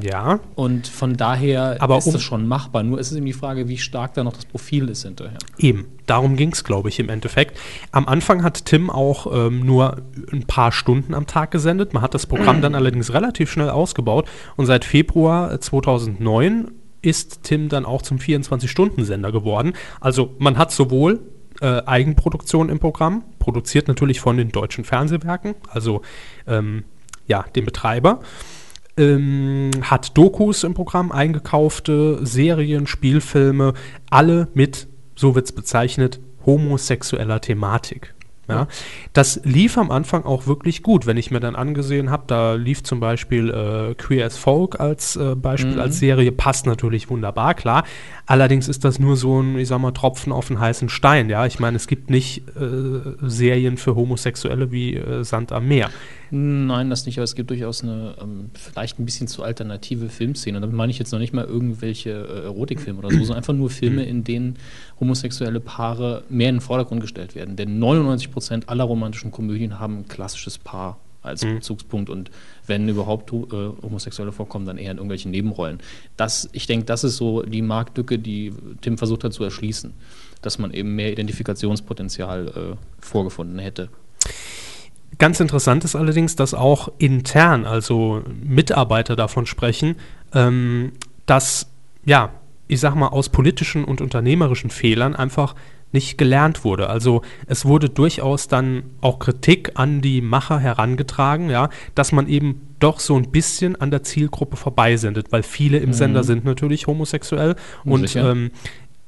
S2: Ja,
S1: Und von daher
S2: Aber
S1: ist
S2: um-
S1: das schon machbar. Nur ist es eben die Frage, wie stark da noch das Profil ist hinterher.
S2: Eben, darum ging es, glaube ich, im Endeffekt. Am Anfang hat Tim auch ähm, nur ein paar Stunden am Tag gesendet. Man hat das Programm dann allerdings relativ schnell ausgebaut und seit Februar 2009 ist Tim dann auch zum 24-Stunden-Sender geworden. Also man hat sowohl äh, Eigenproduktion im Programm, produziert natürlich von den deutschen Fernsehwerken, also ähm, ja, dem Betreiber ähm, hat Dokus im Programm, eingekaufte Serien, Spielfilme, alle mit, so wird es bezeichnet, homosexueller Thematik. Ja, das lief am Anfang auch wirklich gut, wenn ich mir dann angesehen habe. Da lief zum Beispiel äh, Queer as Folk als äh, Beispiel, als Serie, passt natürlich wunderbar, klar. Allerdings ist das nur so ein, ich sag mal, Tropfen auf den heißen Stein. Ja, ich meine, es gibt nicht äh, Serien für Homosexuelle wie äh, Sand am Meer.
S1: Nein, das nicht, aber es gibt durchaus eine ähm, vielleicht ein bisschen zu alternative Filmszene. Damit meine ich jetzt noch nicht mal irgendwelche äh, Erotikfilme oder so, sondern einfach nur Filme, in denen homosexuelle Paare mehr in den Vordergrund gestellt werden. Denn 99 Prozent aller romantischen Komödien haben ein klassisches Paar als Bezugspunkt und wenn überhaupt ho- äh, Homosexuelle vorkommen, dann eher in irgendwelchen Nebenrollen. Das, ich denke, das ist so die Marktlücke, die Tim versucht hat zu erschließen, dass man eben mehr Identifikationspotenzial äh, vorgefunden hätte.
S2: Ganz interessant ist allerdings, dass auch intern, also Mitarbeiter davon sprechen, ähm, dass, ja, ich sag mal, aus politischen und unternehmerischen Fehlern einfach nicht gelernt wurde. Also es wurde durchaus dann auch Kritik an die Macher herangetragen, ja, dass man eben doch so ein bisschen an der Zielgruppe vorbeisendet, weil viele im Sender sind natürlich homosexuell und
S1: Sicher.
S2: ähm,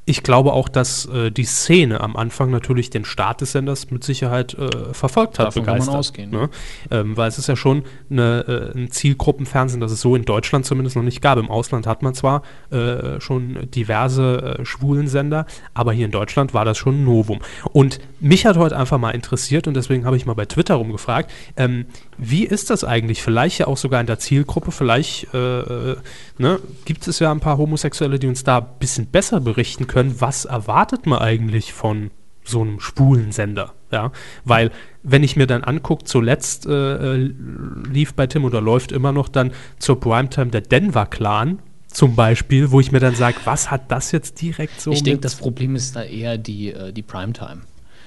S2: ich glaube auch, dass äh, die Szene am Anfang natürlich den Start des Senders mit Sicherheit äh, verfolgt hat.
S1: Davon kann man
S2: begeistert,
S1: ausgehen.
S2: Ne? Ähm, weil es ist ja schon eine, äh, ein Zielgruppenfernsehen, das es so in Deutschland zumindest noch nicht gab. Im Ausland hat man zwar äh, schon diverse äh, Schwulensender, aber hier in Deutschland war das schon ein Novum. Und mich hat heute einfach mal interessiert und deswegen habe ich mal bei Twitter rumgefragt, ähm, wie ist das eigentlich? Vielleicht ja auch sogar in der Zielgruppe, vielleicht äh, äh, ne, gibt es ja ein paar Homosexuelle, die uns da ein bisschen besser berichten können. Was erwartet man eigentlich von so einem schwulen Sender. Ja? Weil, wenn ich mir dann angucke, zuletzt äh, äh, lief bei Tim oder läuft immer noch dann zur Primetime der Denver Clan zum Beispiel, wo ich mir dann sage, was hat das jetzt direkt so
S1: Ich denke,
S2: mit-
S1: das Problem ist da eher die, äh, die Primetime.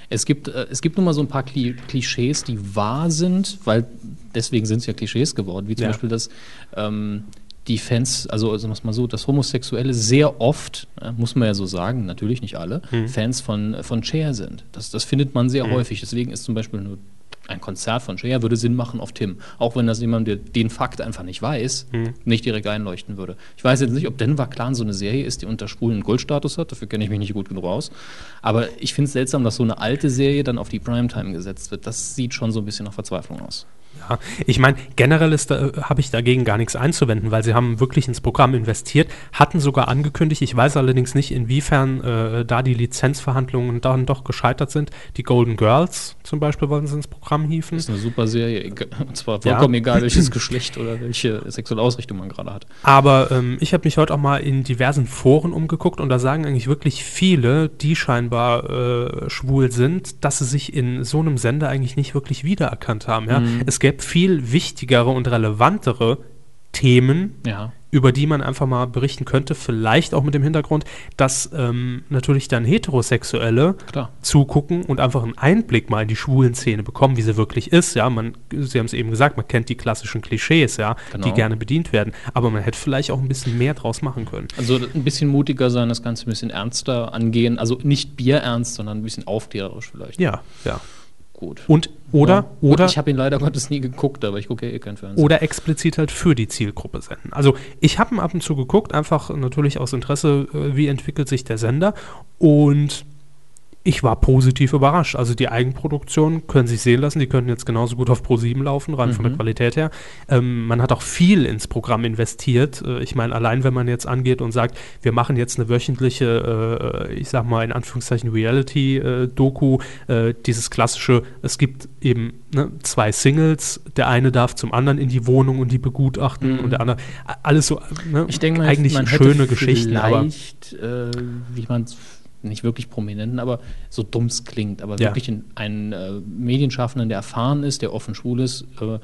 S1: Es gibt, äh, es gibt nun mal so ein paar Kli Klischees, die wahr sind, weil deswegen sind es ja Klischees geworden, wie zum
S2: Ja.
S1: Beispiel, dass ähm, die Fans, also sagen wir es mal so, dass Homosexuelle sehr oft, äh, muss man ja so sagen, natürlich nicht alle, Fans von, äh, von Cher sind. Das, das findet man sehr häufig. Deswegen ist zum Beispiel eine, ein Konzert von Cher würde Sinn machen auf Tim. Auch wenn das jemand, der den Fakt einfach nicht weiß, nicht direkt einleuchten würde. Ich weiß jetzt nicht, ob Denver Clan so eine Serie ist, die unter Schwulen einen Goldstatus hat. Dafür kenne ich mich nicht gut genug aus. Aber ich finde es seltsam, dass so eine alte Serie dann auf die Primetime gesetzt wird. Das sieht schon so ein bisschen nach Verzweiflung aus.
S2: Ja, ich meine, generell ist da, habe ich dagegen gar nichts einzuwenden, weil sie haben wirklich ins Programm investiert, hatten sogar angekündigt, ich weiß allerdings nicht, inwiefern äh, da die Lizenzverhandlungen dann doch gescheitert sind, die Golden Girls zum Beispiel wollen sie ins Programm hieven.
S1: Das ist eine super Serie. eg- Und zwar vollkommen egal, welches Geschlecht oder welche sexuelle Ausrichtung man gerade hat.
S2: Aber ähm, ich habe mich heute auch mal in diversen Foren umgeguckt und da sagen eigentlich wirklich viele, die scheinbar äh, schwul sind, dass sie sich in so einem Sender eigentlich nicht wirklich wiedererkannt haben. Ja? Es gäbe viel wichtigere und relevantere Themen,
S1: Ja.
S2: über die man einfach mal berichten könnte, vielleicht auch mit dem Hintergrund, dass ähm, natürlich dann Heterosexuelle
S1: Klar.
S2: zugucken und einfach einen Einblick mal in die schwulen Szene bekommen, wie sie wirklich ist. Ja, man, Sie haben es eben gesagt, man kennt die klassischen Klischees, ja, die
S1: Genau.
S2: gerne bedient werden, aber man hätte vielleicht auch ein bisschen mehr draus machen können.
S1: Also ein bisschen mutiger sein, das Ganze ein bisschen ernster angehen. Also nicht bierernst, sondern ein bisschen aufklärerisch vielleicht.
S2: Ja, ja.
S1: Gut.
S2: Und oder
S1: Ja. Gut,
S2: oder
S1: Ich habe ihn leider Gottes nie geguckt, aber ich gucke ja eh kein Fernsehen.
S2: Oder explizit halt für die Zielgruppe senden. Also ich habe ab und zu geguckt, einfach natürlich aus Interesse, äh, wie entwickelt sich der Sender. Und ich war positiv überrascht. Also die Eigenproduktionen können sich sehen lassen, die könnten jetzt genauso gut auf Pro7 laufen, rein
S1: Mhm.
S2: von der Qualität her. Ähm, man hat auch viel ins Programm investiert. Äh, ich meine, allein wenn man jetzt angeht und sagt, wir machen jetzt eine wöchentliche, äh, ich sag mal in Anführungszeichen Reality-Doku, äh, dieses klassische, es gibt eben ne, zwei Singles, der eine darf zum anderen in die Wohnung und die begutachten und der andere, a- alles so, ne,
S1: Mhm. Ich denke mal,
S2: eigentlich
S1: man hätte
S2: schöne Geschichten, aber
S1: vielleicht, äh, wie man es nicht wirklich prominenten, aber so dumm es klingt, aber
S2: Ja.
S1: wirklich einen, einen äh, Medienschaffenden, der erfahren ist, der offen schwul ist, äh,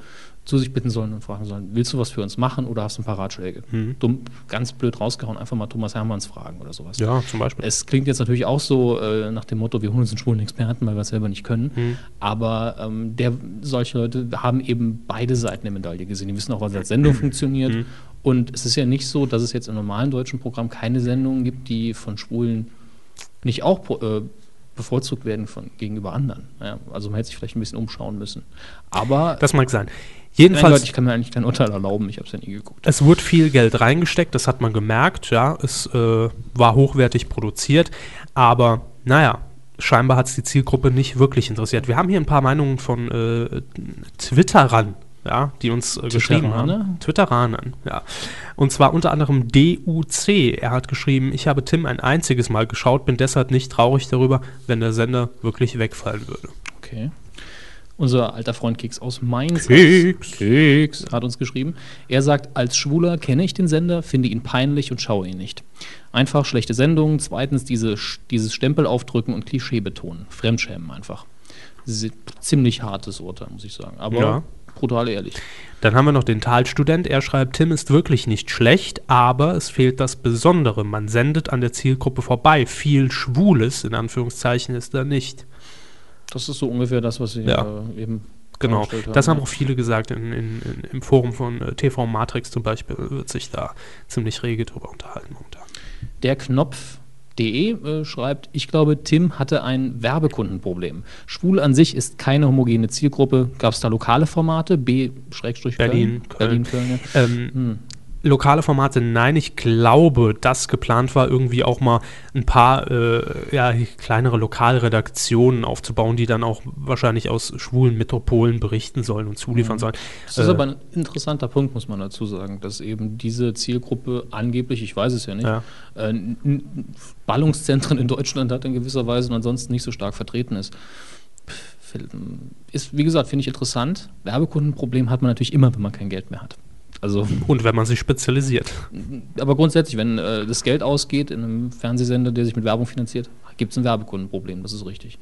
S1: zu sich bitten sollen und fragen sollen, willst du was für uns machen oder hast du ein paar Ratschläge?
S2: Hm.
S1: Dumm, ganz blöd rausgehauen, einfach mal Thomas Hermanns fragen oder sowas.
S2: ja, zum Beispiel.
S1: Es klingt jetzt natürlich auch so äh, nach dem Motto, wir holen uns einen schwulen Experten, weil wir es selber nicht können. Aber ähm, der, solche Leute haben eben beide Seiten der Medaille gesehen. Die wissen auch, was als Sendung funktioniert. Und es ist ja nicht so, dass es jetzt im normalen deutschen Programm keine Sendungen gibt, die von Schwulen nicht auch pro- äh, bevorzugt werden von, gegenüber anderen. Ja, also man hätte sich vielleicht ein bisschen umschauen müssen. Aber
S2: Das mag sein.
S1: mein
S2: Jedenfalls,
S1: Gott, ich kann mir eigentlich kein Urteil erlauben. Ich habe es ja nie geguckt.
S2: es wurde viel Geld reingesteckt, das hat man gemerkt, ja, es äh, war hochwertig produziert, aber naja, scheinbar hat es die Zielgruppe nicht wirklich interessiert. Wir haben hier ein paar Meinungen von äh, Twitterern, ja, die uns äh, geschrieben
S1: Twitterane?
S2: haben. Twitteranern, ja. Und zwar unter anderem DUC. Er hat geschrieben, ich habe Tim ein einziges Mal geschaut, bin deshalb nicht traurig darüber, wenn der Sender wirklich wegfallen würde.
S1: Okay. Unser alter Freund Keks aus Mainz
S2: Keks.
S1: Keks hat uns geschrieben. Er sagt, als Schwuler kenne ich den Sender, finde ihn peinlich und schaue ihn nicht. Einfach schlechte Sendungen. Zweitens diese, Sch- dieses Stempel aufdrücken und Klischee betonen. Fremdschämen einfach. Sie- Ziemlich hartes Urteil, muss ich sagen. Aber
S2: Ja.
S1: brutal ehrlich.
S2: Dann haben wir noch den Talstudent. Er schreibt, Tim ist wirklich nicht schlecht, aber es fehlt das Besondere. Man sendet an der Zielgruppe vorbei. Viel Schwules, in Anführungszeichen, ist da nicht.
S1: Das ist so ungefähr das, was wir
S2: Ja.
S1: äh, eben
S2: Genau.
S1: dargestellt
S2: Das haben
S1: ja.
S2: auch viele gesagt. In, in, in, Im Forum von äh, TV Matrix zum Beispiel wird sich da ziemlich rege drüber unterhalten. momentan.
S1: Der Knopf.de äh, schreibt, ich glaube, Tim hatte ein Werbekundenproblem. Schwul an sich ist keine homogene Zielgruppe. Gab es da lokale Formate? B, Schrägstrich
S2: Berlin,
S1: Berlin,
S2: Köln.
S1: Köln, ja.
S2: Ähm, Lokale Formate, nein, ich glaube, dass geplant war, irgendwie auch mal ein paar äh, ja, kleinere Lokalredaktionen aufzubauen, die dann auch wahrscheinlich aus schwulen Metropolen berichten sollen und zuliefern sollen.
S1: Mhm. Das
S2: Äh.
S1: ist aber ein interessanter Punkt, muss man dazu sagen, dass eben diese Zielgruppe angeblich, ich weiß es ja nicht,
S2: Ja.
S1: äh, n- n- Ballungszentren in Deutschland hat in gewisser Weise und ansonsten nicht so stark vertreten ist. Pff, Ist, wie gesagt, finde ich interessant. Werbekundenproblem hat man natürlich immer, wenn man kein Geld mehr hat. Also
S2: Und wenn man sich spezialisiert.
S1: Aber grundsätzlich, wenn äh, das Geld ausgeht in einem Fernsehsender, der sich mit Werbung finanziert, gibt es ein Werbekundenproblem, das ist richtig.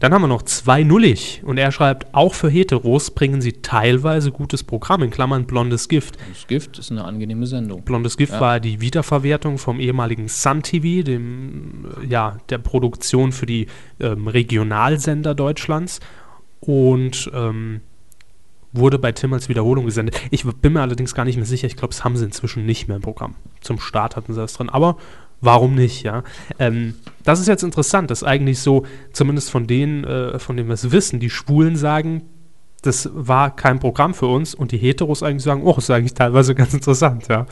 S2: Dann haben wir noch 2-0-ig und er schreibt, auch für Heteros bringen sie teilweise gutes Programm, in Klammern blondes Gift.
S1: Das Gift ist eine angenehme Sendung.
S2: Blondes Gift
S1: Ja.
S2: war die Wiederverwertung vom ehemaligen Sun TV, dem, äh, ja, der Produktion für die ähm, Regionalsender Deutschlands und ähm, wurde bei Tim als Wiederholung gesendet. Ich bin mir allerdings gar nicht mehr sicher, ich glaube, es haben sie inzwischen nicht mehr im Programm. Zum Start hatten sie das drin, aber warum nicht, ja? Ähm, das ist jetzt interessant, dass eigentlich so, zumindest von denen, äh, von denen wir es wissen, die Schwulen sagen, das war kein Programm für uns und die Heteros eigentlich sagen, oh, ist eigentlich teilweise ganz interessant, ja.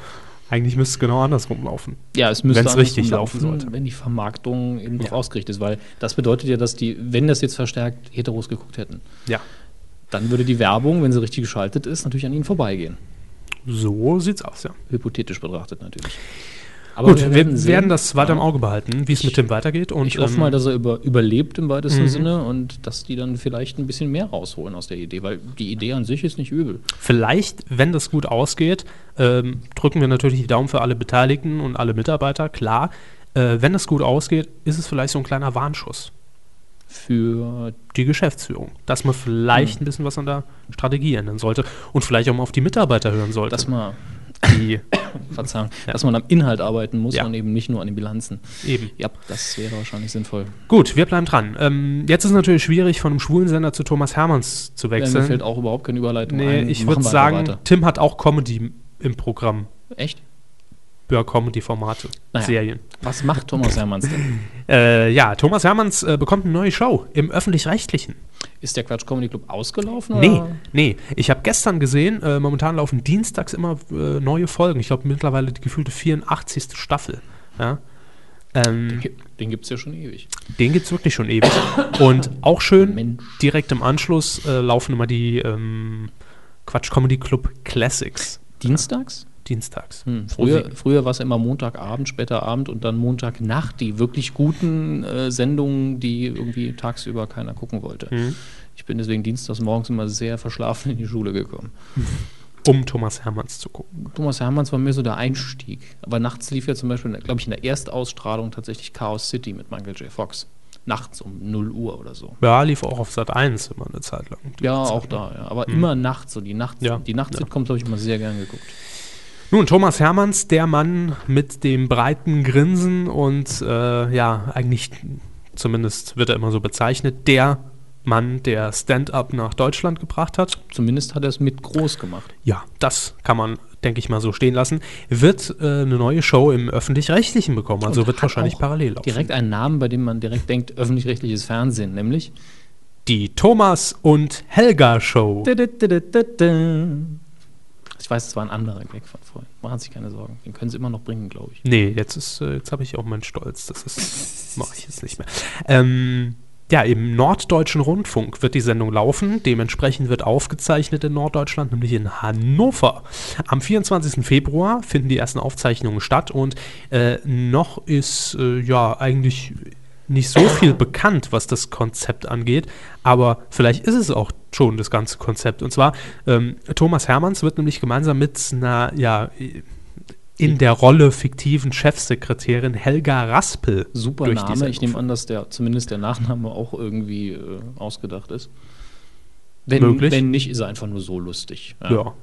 S2: Eigentlich müsste es genau andersrum laufen.
S1: Ja, es müsste
S2: Wenn's
S1: andersrum
S2: richtig laufen sollte.
S1: Wenn die Vermarktung eben darauf ausgerichtet ist, weil das bedeutet ja, dass die, wenn das jetzt verstärkt Heteros geguckt hätten,
S2: Ja.
S1: dann würde die Werbung, wenn sie richtig geschaltet ist, natürlich an ihnen vorbeigehen.
S2: So sieht's aus, ja.
S1: Hypothetisch betrachtet natürlich. Aber
S2: Gut,
S1: wir
S2: wir
S1: werden
S2: werden,
S1: sehen.
S2: das weiter im Auge behalten, wie es mit dem weitergeht. Und,
S1: Ich hoffe
S2: ähm, Mhm.
S1: mal, dass er über, überlebt im weitesten Sinne und dass die dann vielleicht ein bisschen mehr rausholen aus der Idee, weil die Idee an sich ist nicht übel.
S2: Vielleicht, wenn das gut ausgeht, ähm, drücken wir natürlich die Daumen für alle Beteiligten und alle Mitarbeiter, klar. Äh, wenn das gut ausgeht, ist es vielleicht so ein kleiner Warnschuss.
S1: Für
S2: Die Geschäftsführung. Dass man
S1: Hm.
S2: vielleicht ein bisschen was an der Strategie ändern sollte und vielleicht auch mal auf die Mitarbeiter hören sollte.
S1: das mal,
S2: die
S1: verzeihung, dass man am Inhalt arbeiten muss
S2: Ja.
S1: und eben nicht nur an den Bilanzen.
S2: eben.
S1: Ja, das wäre wahrscheinlich sinnvoll. Äh,
S2: Gut, wir bleiben dran. Ähm, jetzt ist es natürlich schwierig, von einem schwulen Sender zu Thomas Hermanns zu
S1: Ja, Mir fällt
S2: wechseln.
S1: auch überhaupt keine Überleitung
S2: Nee,
S1: ein.
S2: ich
S1: Machen
S2: würde
S1: wir einfach
S2: sagen,
S1: weiter.
S2: Tim hat auch Comedy im Programm.
S1: Echt?
S2: Ja, Comedy-Formate,
S1: Naja.
S2: Serien.
S1: Was macht Thomas Hermanns denn?
S2: Äh, ja, Thomas Hermanns äh, bekommt eine neue Show im Öffentlich-Rechtlichen.
S1: Ist der Quatsch Comedy Club ausgelaufen?
S2: Nee,
S1: Oder?
S2: nee. Ich habe gestern gesehen, äh, momentan laufen dienstags immer äh, neue Folgen. Ich glaube mittlerweile die gefühlte 84. Staffel. Ja. Ähm,
S1: Den gibt es ja schon ewig.
S2: den gibt's wirklich schon ewig. Und auch schön,
S1: Mensch.
S2: direkt im Anschluss äh, laufen immer die ähm, Quatsch Comedy Club Classics
S1: Dienstags?
S2: dienstags.
S1: Hm, Früher,
S2: Pro
S1: früher war es immer Montagabend, später Abend und dann Montagnacht die wirklich guten äh, Sendungen, die irgendwie tagsüber keiner gucken wollte.
S2: Mhm.
S1: Ich bin deswegen dienstags morgens immer sehr verschlafen in die Schule gekommen.
S2: sieben, um Thomas Hermanns zu gucken.
S1: Thomas Hermanns war mir so der Einstieg. Aber nachts lief ja zum Beispiel, glaube ich, in der Erstausstrahlung tatsächlich Chaos City mit Michael J. Fox. Nachts um 0 Uhr oder so.
S2: Ja, lief auch auf Sat 1 immer eine Zeit lang.
S1: Ja, auch da, ja. Aber immer nachts, so die Nachts,
S2: Mhm. Ja,
S1: die Nachts-Sitcoms habe ich immer sehr gern geguckt.
S2: Nun, Thomas Hermanns, der Mann mit dem breiten Grinsen und äh, ja, eigentlich zumindest wird er immer so bezeichnet, der Mann, der Stand-up nach Deutschland gebracht hat.
S1: Zumindest hat er es mit groß gemacht.
S2: Ja, das kann man, denke ich mal, so stehen lassen. Wird äh, eine neue Show im Öffentlich-Rechtlichen bekommen, also
S1: Und
S2: wird
S1: hat
S2: wahrscheinlich
S1: auch
S2: parallel laufen.
S1: Direkt einen Namen, bei dem man direkt denkt, öffentlich-rechtliches Fernsehen, nämlich.
S2: Die Thomas und Helga Show.
S1: Ich weiß, es war ein anderer Gag von vorhin. Machen Sie sich keine Sorgen. Den können Sie immer noch bringen, glaube ich.
S2: Nee, jetzt ist, äh, jetzt habe ich auch meinen Stolz. Das ist, mache ich jetzt nicht mehr. Ähm, ja, im Norddeutschen Rundfunk wird die Sendung laufen. Dementsprechend wird aufgezeichnet in Norddeutschland, nämlich in Hannover. Am 24. Februar finden die ersten Aufzeichnungen statt und äh, noch ist äh, ja eigentlich nicht so viel bekannt, was das Konzept angeht, aber vielleicht ist es auch schon das ganze Konzept. Und zwar, ähm, Thomas Hermanns wird nämlich gemeinsam mit einer, ja, in der Rolle fiktiven Chefsekretärin Helga Raspel.
S1: Super
S2: durch die
S1: Name. Ich
S2: Sendung
S1: nehme an, dass der zumindest der Nachname auch irgendwie äh, ausgedacht ist. Wenn,
S2: Möglich.
S1: wenn nicht, ist er einfach nur so lustig.
S2: Ja.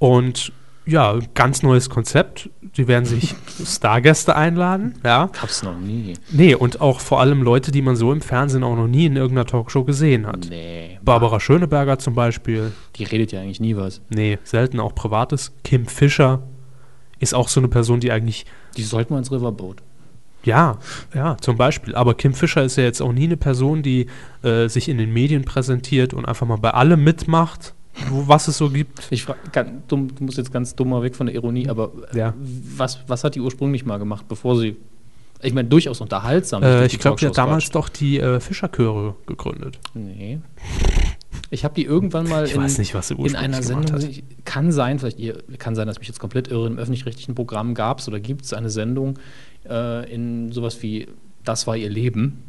S2: Und ja, ganz neues Konzept. Die werden sich Stargäste einladen, ja.
S1: Hab's noch nie.
S2: Nee, und auch vor allem Leute, die man so im Fernsehen auch noch nie in irgendeiner Talkshow gesehen hat.
S1: Nee.
S2: Barbara Schöneberger zum Beispiel.
S1: Die redet ja eigentlich nie was.
S2: Nee, selten auch Privates. Kim Fischer ist auch so eine Person, die eigentlich
S1: Die sollten wir ins Riverboat.
S2: Ja, ja, zum Beispiel. Aber Kim Fischer ist ja jetzt auch nie eine Person, die äh, sich in den Medien präsentiert und einfach mal bei allem mitmacht, wo, was es so gibt.
S1: Ich frage, du musst jetzt ganz dumm mal weg von der Ironie, aber äh,
S2: Ja.
S1: was, was hat die ursprünglich mal gemacht, bevor sie. Ich meine, durchaus unterhaltsam. nicht
S2: Äh,
S1: durch
S2: ich
S1: die
S2: glaube, die hat
S1: Talkshows
S2: damals doch die äh, Fischerchöre gegründet.
S1: war. Nee. Ich habe die irgendwann mal
S2: Ich
S1: in,
S2: weiß nicht, was sie
S1: in
S2: ursprünglich
S1: einer
S2: gemacht
S1: Sendung.
S2: hat.
S1: Ich, kann sein, vielleicht ihr, kann sein, dass ich mich jetzt komplett irre. Im öffentlich-rechtlichen Programm gab es oder gibt es eine Sendung äh, in sowas wie Das war ihr Leben,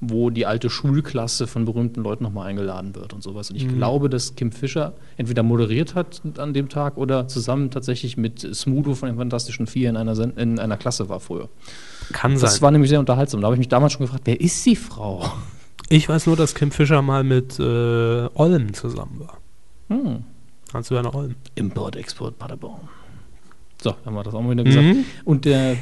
S1: wo die alte Schulklasse von berühmten Leuten nochmal eingeladen wird und sowas. Und ich
S2: Mhm.
S1: glaube, dass Kim Fischer entweder moderiert hat an dem Tag oder zusammen tatsächlich mit Smudo von den Fantastischen Vier in einer, Sen in einer Klasse war früher.
S2: Kann sein.
S1: Das war nämlich sehr unterhaltsam. Da habe ich mich damals schon gefragt, wer ist die Frau?
S2: ich weiß nur, dass Kim Fischer mal mit äh, Olm zusammen war.
S1: Hm.
S2: Hans-Werner Olm.
S1: Import, Export, Paderborn. So, haben wir das auch mal wieder gesagt.
S2: Mhm.
S1: Und der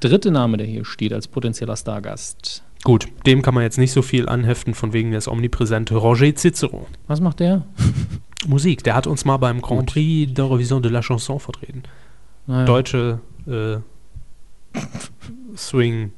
S1: dritte Name, der hier steht als potenzieller Stargast,
S2: Gut, dem kann man jetzt nicht so viel anheften, von wegen des omnipräsente Roger Cicero.
S1: was macht der?
S2: Musik, der hat uns mal beim Grand
S1: Gut.
S2: Prix d'Eurovision de la Chanson vertreten.
S1: Naja.
S2: deutsche äh, Swing.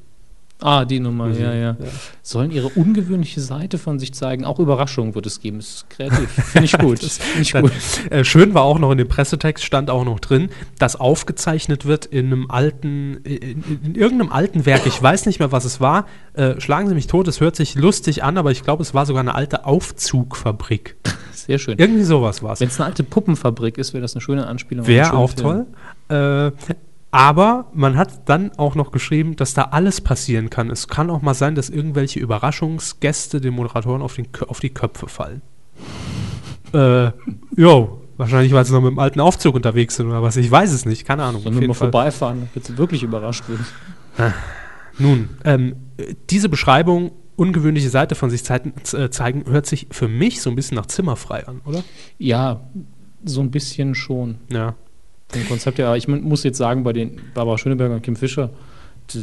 S1: Ah, die Nummer,
S2: Mhm.
S1: ja, ja.
S2: Ja.
S1: Sollen ihre ungewöhnliche Seite von sich zeigen? Auch Überraschungen wird es geben. Ist kreativ. Finde ich gut. Finde ich gut.
S2: Äh, schön war auch noch in dem Pressetext stand auch noch drin, dass aufgezeichnet wird in einem alten, äh, in, in, in irgendeinem alten Werk. Ich weiß nicht mehr, was es war. Äh, schlagen Sie mich tot. Es hört sich lustig an, aber ich glaube, es war sogar eine alte Aufzugfabrik.
S1: Sehr schön.
S2: Irgendwie sowas war es.
S1: Wenn es eine alte Puppenfabrik ist, wäre das eine schöne Anspielung. auf einen
S2: Wäre
S1: schönen
S2: auch
S1: Film.
S2: toll. Äh, Aber man hat dann auch noch geschrieben, dass da alles passieren kann. Es kann auch mal sein, dass irgendwelche Überraschungsgäste den Moderatoren auf, den, Kö- auf die Köpfe fallen. äh, jo, wahrscheinlich, weil sie noch mit dem alten Aufzug unterwegs sind oder was. Ich weiß es nicht, keine Ahnung. auf
S1: Sollen wir
S2: jeden
S1: mal
S2: Fall.
S1: vorbeifahren, damit sie wirklich überrascht werden.
S2: Nun, ähm, diese Beschreibung, ungewöhnliche Seite von sich zeiten- z- äh, zeigen, hört sich für mich so ein bisschen nach zimmerfrei an, oder?
S1: Ja, so ein bisschen schon.
S2: Ja.
S1: Vom Konzept her. Aber Ich muss jetzt sagen, bei den Barbara Schöneberger und Kim Fischer, d-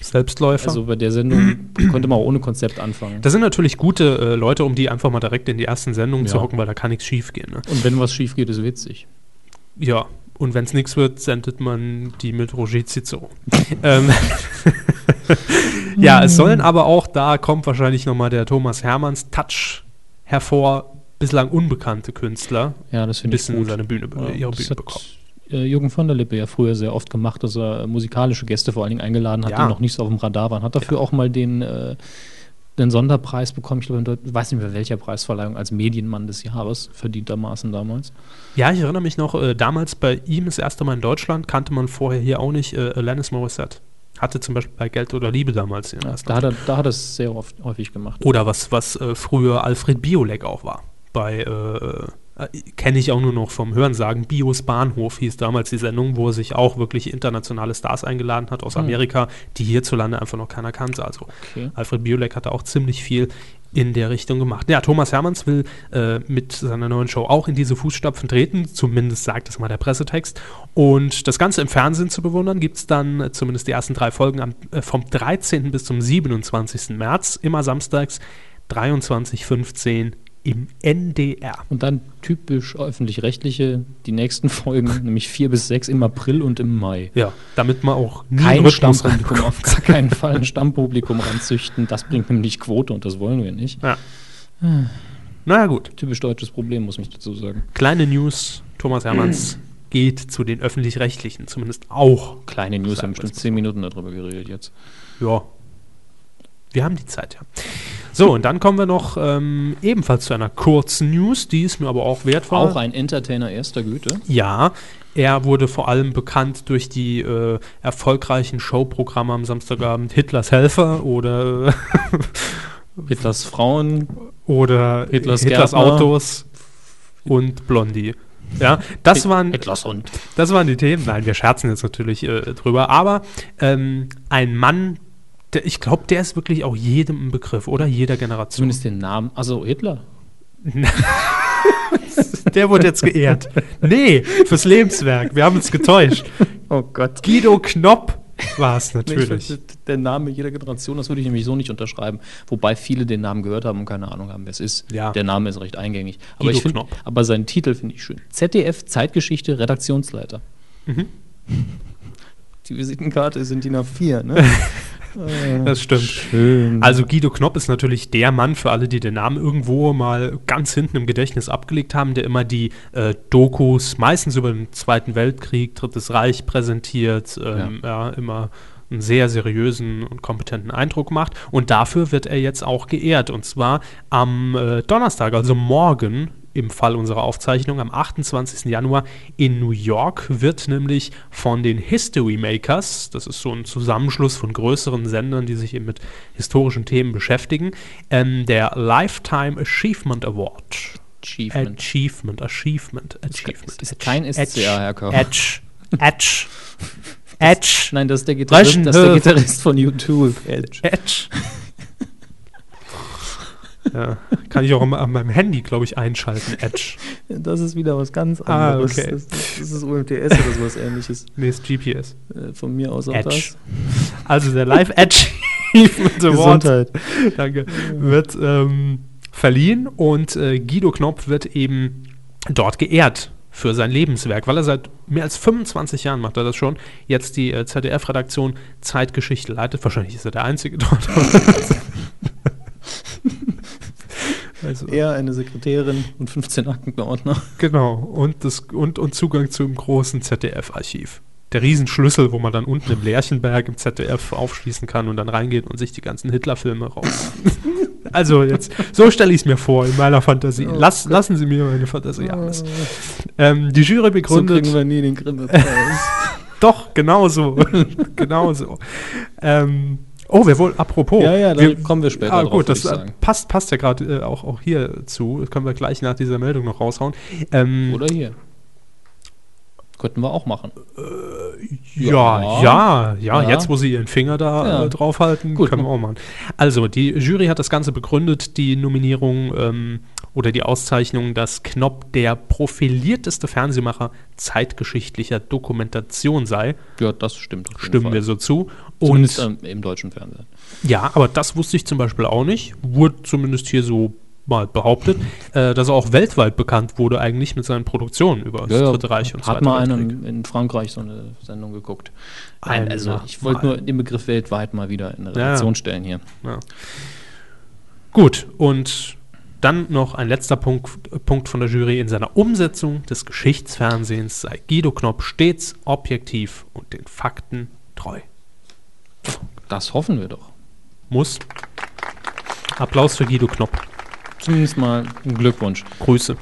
S2: Selbstläufer.
S1: also bei der Sendung könnte man auch ohne Konzept anfangen.
S2: das sind natürlich gute äh, Leute, um die einfach mal direkt in die ersten Sendungen zu
S1: Ja.
S2: hocken, weil da kann nichts schief gehen. Ne?
S1: Und wenn was schief geht, ist witzig.
S2: Ja, und wenn es nichts wird, sendet man die mit Roger Cicero. ähm, ja, es sollen aber auch, da kommt wahrscheinlich nochmal der Thomas Hermanns Touch hervor, bislang unbekannte Künstler
S1: Ja, das
S2: ein
S1: finde ich
S2: bisschen
S1: gut.
S2: seine Bühne,
S1: Ja,
S2: ihre
S1: das
S2: Bühne
S1: hat,
S2: bekommen.
S1: Äh, Jürgen von der Lippe ja früher sehr oft gemacht, dass er äh, musikalische Gäste vor allen Dingen eingeladen hat,
S2: Ja.
S1: die noch nicht so auf dem Radar waren. Hat dafür auch mal den, äh, den Sonderpreis bekommen, ich glaube, in Deut- ich weiß nicht mehr welcher Preisverleihung, als Medienmann des Jahres, verdientermaßen damals.
S2: Ja, ich erinnere mich noch, äh, damals bei ihm das erste Mal in Deutschland, kannte man vorher hier auch nicht äh, Alanis Morissette. Hatte zum Beispiel bei Geld oder Liebe damals ihren ersten
S1: da, hat er, da hat er es sehr oft, häufig gemacht.
S2: Oder was, was äh, früher Alfred Biolek auch war. Bei, äh, äh, kenne ich auch nur noch vom Hörensagen, Bios Bahnhof hieß damals die Sendung, wo er sich auch wirklich internationale Stars eingeladen hat aus Amerika, die hierzulande einfach noch keiner kannte. Also
S1: Okay.
S2: Alfred Biolek hatte auch ziemlich viel in der Richtung gemacht. Ja, Thomas Hermanns will äh, mit seiner neuen Show auch in diese Fußstapfen treten, zumindest sagt es mal der Pressetext. Und das Ganze im Fernsehen zu bewundern, gibt es dann äh, zumindest die ersten drei Folgen am, äh, vom 13. bis zum 27. März, immer samstags 23.15 im NDR.
S1: Und dann typisch öffentlich-rechtliche, die nächsten Folgen, nämlich vier bis sechs im April und im Mai.
S2: Ja, damit man auch nie einen
S1: Kein
S2: Rhythmus
S1: Stammpublikum,
S2: reinbekommt.
S1: auf gar keinen Fall ein Stammpublikum ranzüchten. Das bringt nämlich Quote und das wollen wir nicht.
S2: Ja. Naja gut,
S1: Typisch deutsches Problem, muss ich dazu sagen.
S2: kleine News, Thomas Hermanns geht zu den Öffentlich-Rechtlichen, zumindest auch
S1: Kleine News, wir
S2: Sagen
S1: haben
S2: wir's
S1: bestimmt zehn Minuten darüber geredet jetzt.
S2: Ja. Wir haben die Zeit, ja. So, und dann kommen wir noch ähm, ebenfalls zu einer kurzen News, die ist mir aber auch wertvoll.
S1: Auch ein Entertainer erster Güte.
S2: ja, er wurde vor allem bekannt durch die äh, erfolgreichen Showprogramme am Samstagabend Hitlers Helfer oder,
S1: Hitlers Frauen,
S2: oder
S1: Hitlers
S2: Hitlers
S1: Gärtner.
S2: Autos und Blondie. Ja, das waren
S1: Hitlers Hund.
S2: Das waren die Themen. Nein, wir scherzen jetzt natürlich äh, drüber. Aber ähm, ein Mann, der, ich glaube, der ist wirklich auch jedem ein Begriff, oder? Jeder Generation.
S1: Zumindest den Namen. Also Hitler.
S2: der wurde jetzt geehrt. Nee, fürs Lebenswerk. Wir haben uns getäuscht.
S1: Oh Gott.
S2: Guido Knopp war es
S1: Natürlich.
S2: natürlich.
S1: Der Name jeder Generation, das würde ich nämlich so nicht unterschreiben. Wobei viele den Namen gehört haben und keine Ahnung haben, wer es ist.
S2: Ja.
S1: Der Name ist recht eingängig. Aber,
S2: Guido
S1: ich find,
S2: Knopp.
S1: aber seinen Titel finde ich schön. ZDF Zeitgeschichte Redaktionsleiter.
S2: Mhm.
S1: Die Visitenkarte sind DIN A4, ne?
S2: Das stimmt.
S1: Schön.
S2: Also Guido Knopp ist natürlich der Mann für alle, die den Namen irgendwo mal ganz hinten im Gedächtnis abgelegt haben, der immer die äh, Dokus meistens über den Zweiten Weltkrieg, Drittes Reich präsentiert, ähm, ja. immer einen sehr seriösen und kompetenten Eindruck macht. Und dafür wird er jetzt auch geehrt. Und zwar am äh, Donnerstag, also morgen, im Fall unserer Aufzeichnung am 28. Januar in New York wird nämlich von den History Makers, das ist so ein Zusammenschluss von größeren Sendern, die sich eben mit historischen Themen beschäftigen, ähm, der Lifetime Achievement Award.
S1: Achievement.
S2: Achievement, Achievement, Achievement.
S1: ist kein
S2: Edge,
S1: SCA, Herr Körber.
S2: Edge, Edge, Edge,
S1: Nein, das ist der
S2: Reichen-
S1: Gitarrist, das ist der
S2: Äh,
S1: Gitarrist von YouTube. Edge.
S2: Edge. Ja, kann ich auch am- an meinem Handy, glaube ich, einschalten. Edge.
S1: Das ist wieder was ganz
S2: Ah,
S1: anderes.
S2: okay.
S1: das, das das ist UMTS oder sowas ähnliches.
S2: Nee, ist GPS.
S1: Äh, Von mir aus auch
S2: Edge. Also der Live Edge Achievement
S1: das.
S2: Award
S1: Gesundheit.
S2: danke, wird ähm, verliehen und äh, Guido Knopp wird eben dort geehrt für sein Lebenswerk, weil er seit mehr als 25 Jahren macht er das schon, jetzt die äh, ZDF-Redaktion Zeitgeschichte leitet. Wahrscheinlich ist er der Einzige dort. also,
S1: Er, eine Sekretärin und 15 Aktenordner.
S2: Genau, und, das, und, und Zugang zum großen ZDF-Archiv. Der Riesenschlüssel, wo man dann unten im Lerchenberg im ZDF aufschließen kann und dann reingeht und sich die ganzen Hitler-Filme raus. also jetzt, so stelle ich es mir vor in meiner Fantasie.
S1: Oh
S2: Lass, lassen Sie mir meine Fantasie alles. Ähm, die Jury
S1: So
S2: begründet.
S1: kriegen wir nie den Grimme raus.
S2: Doch, genau so. genau so. Ähm, oh, wir wohl, apropos.
S1: Ja, ja, da kommen wir später
S2: Ah,
S1: drauf,
S2: gut,
S1: würd ich
S2: das äh,
S1: sagen.
S2: passt, passt ja gerade äh, auch, auch hier zu. Das können wir gleich nach dieser Meldung noch raushauen. Ähm,
S1: Oder hier. Könnten wir auch machen.
S2: Ja, ja, ja,
S1: Ja.
S2: jetzt wo sie ihren Finger da
S1: Ja.
S2: äh, draufhalten,
S1: Gut.
S2: können wir auch machen. Also, die Jury hat das Ganze begründet, die Nominierung ähm, oder die Auszeichnung, dass Knopp der profilierteste Fernsehmacher zeitgeschichtlicher Dokumentation sei.
S1: Ja, das stimmt. auf jeden
S2: Stimmen
S1: Fall.
S2: wir so zu.
S1: Zumindest
S2: Und
S1: ähm, im deutschen Fernsehen.
S2: ja, aber das wusste ich zum Beispiel auch nicht. Wurde zumindest hier so mal behauptet, äh, dass er auch weltweit bekannt wurde, eigentlich mit seinen Produktionen über das Dritte Reich und
S1: Hat
S2: Zweite
S1: mal
S2: Weltkrieg.
S1: einen in Frankreich so eine Sendung geguckt. Nein,
S2: Einer
S1: also ich wollte nur den Begriff weltweit mal wieder in eine
S2: Ja.
S1: Relation stellen hier.
S2: Gut, und dann noch ein letzter Punkt, Punkt von der Jury. In seiner Umsetzung des Geschichtsfernsehens sei Guido Knopp stets objektiv und den Fakten treu.
S1: Das hoffen wir doch.
S2: Muss. Applaus für Guido Knopp.
S1: Zumindest mal einen Glückwunsch.
S2: Grüße.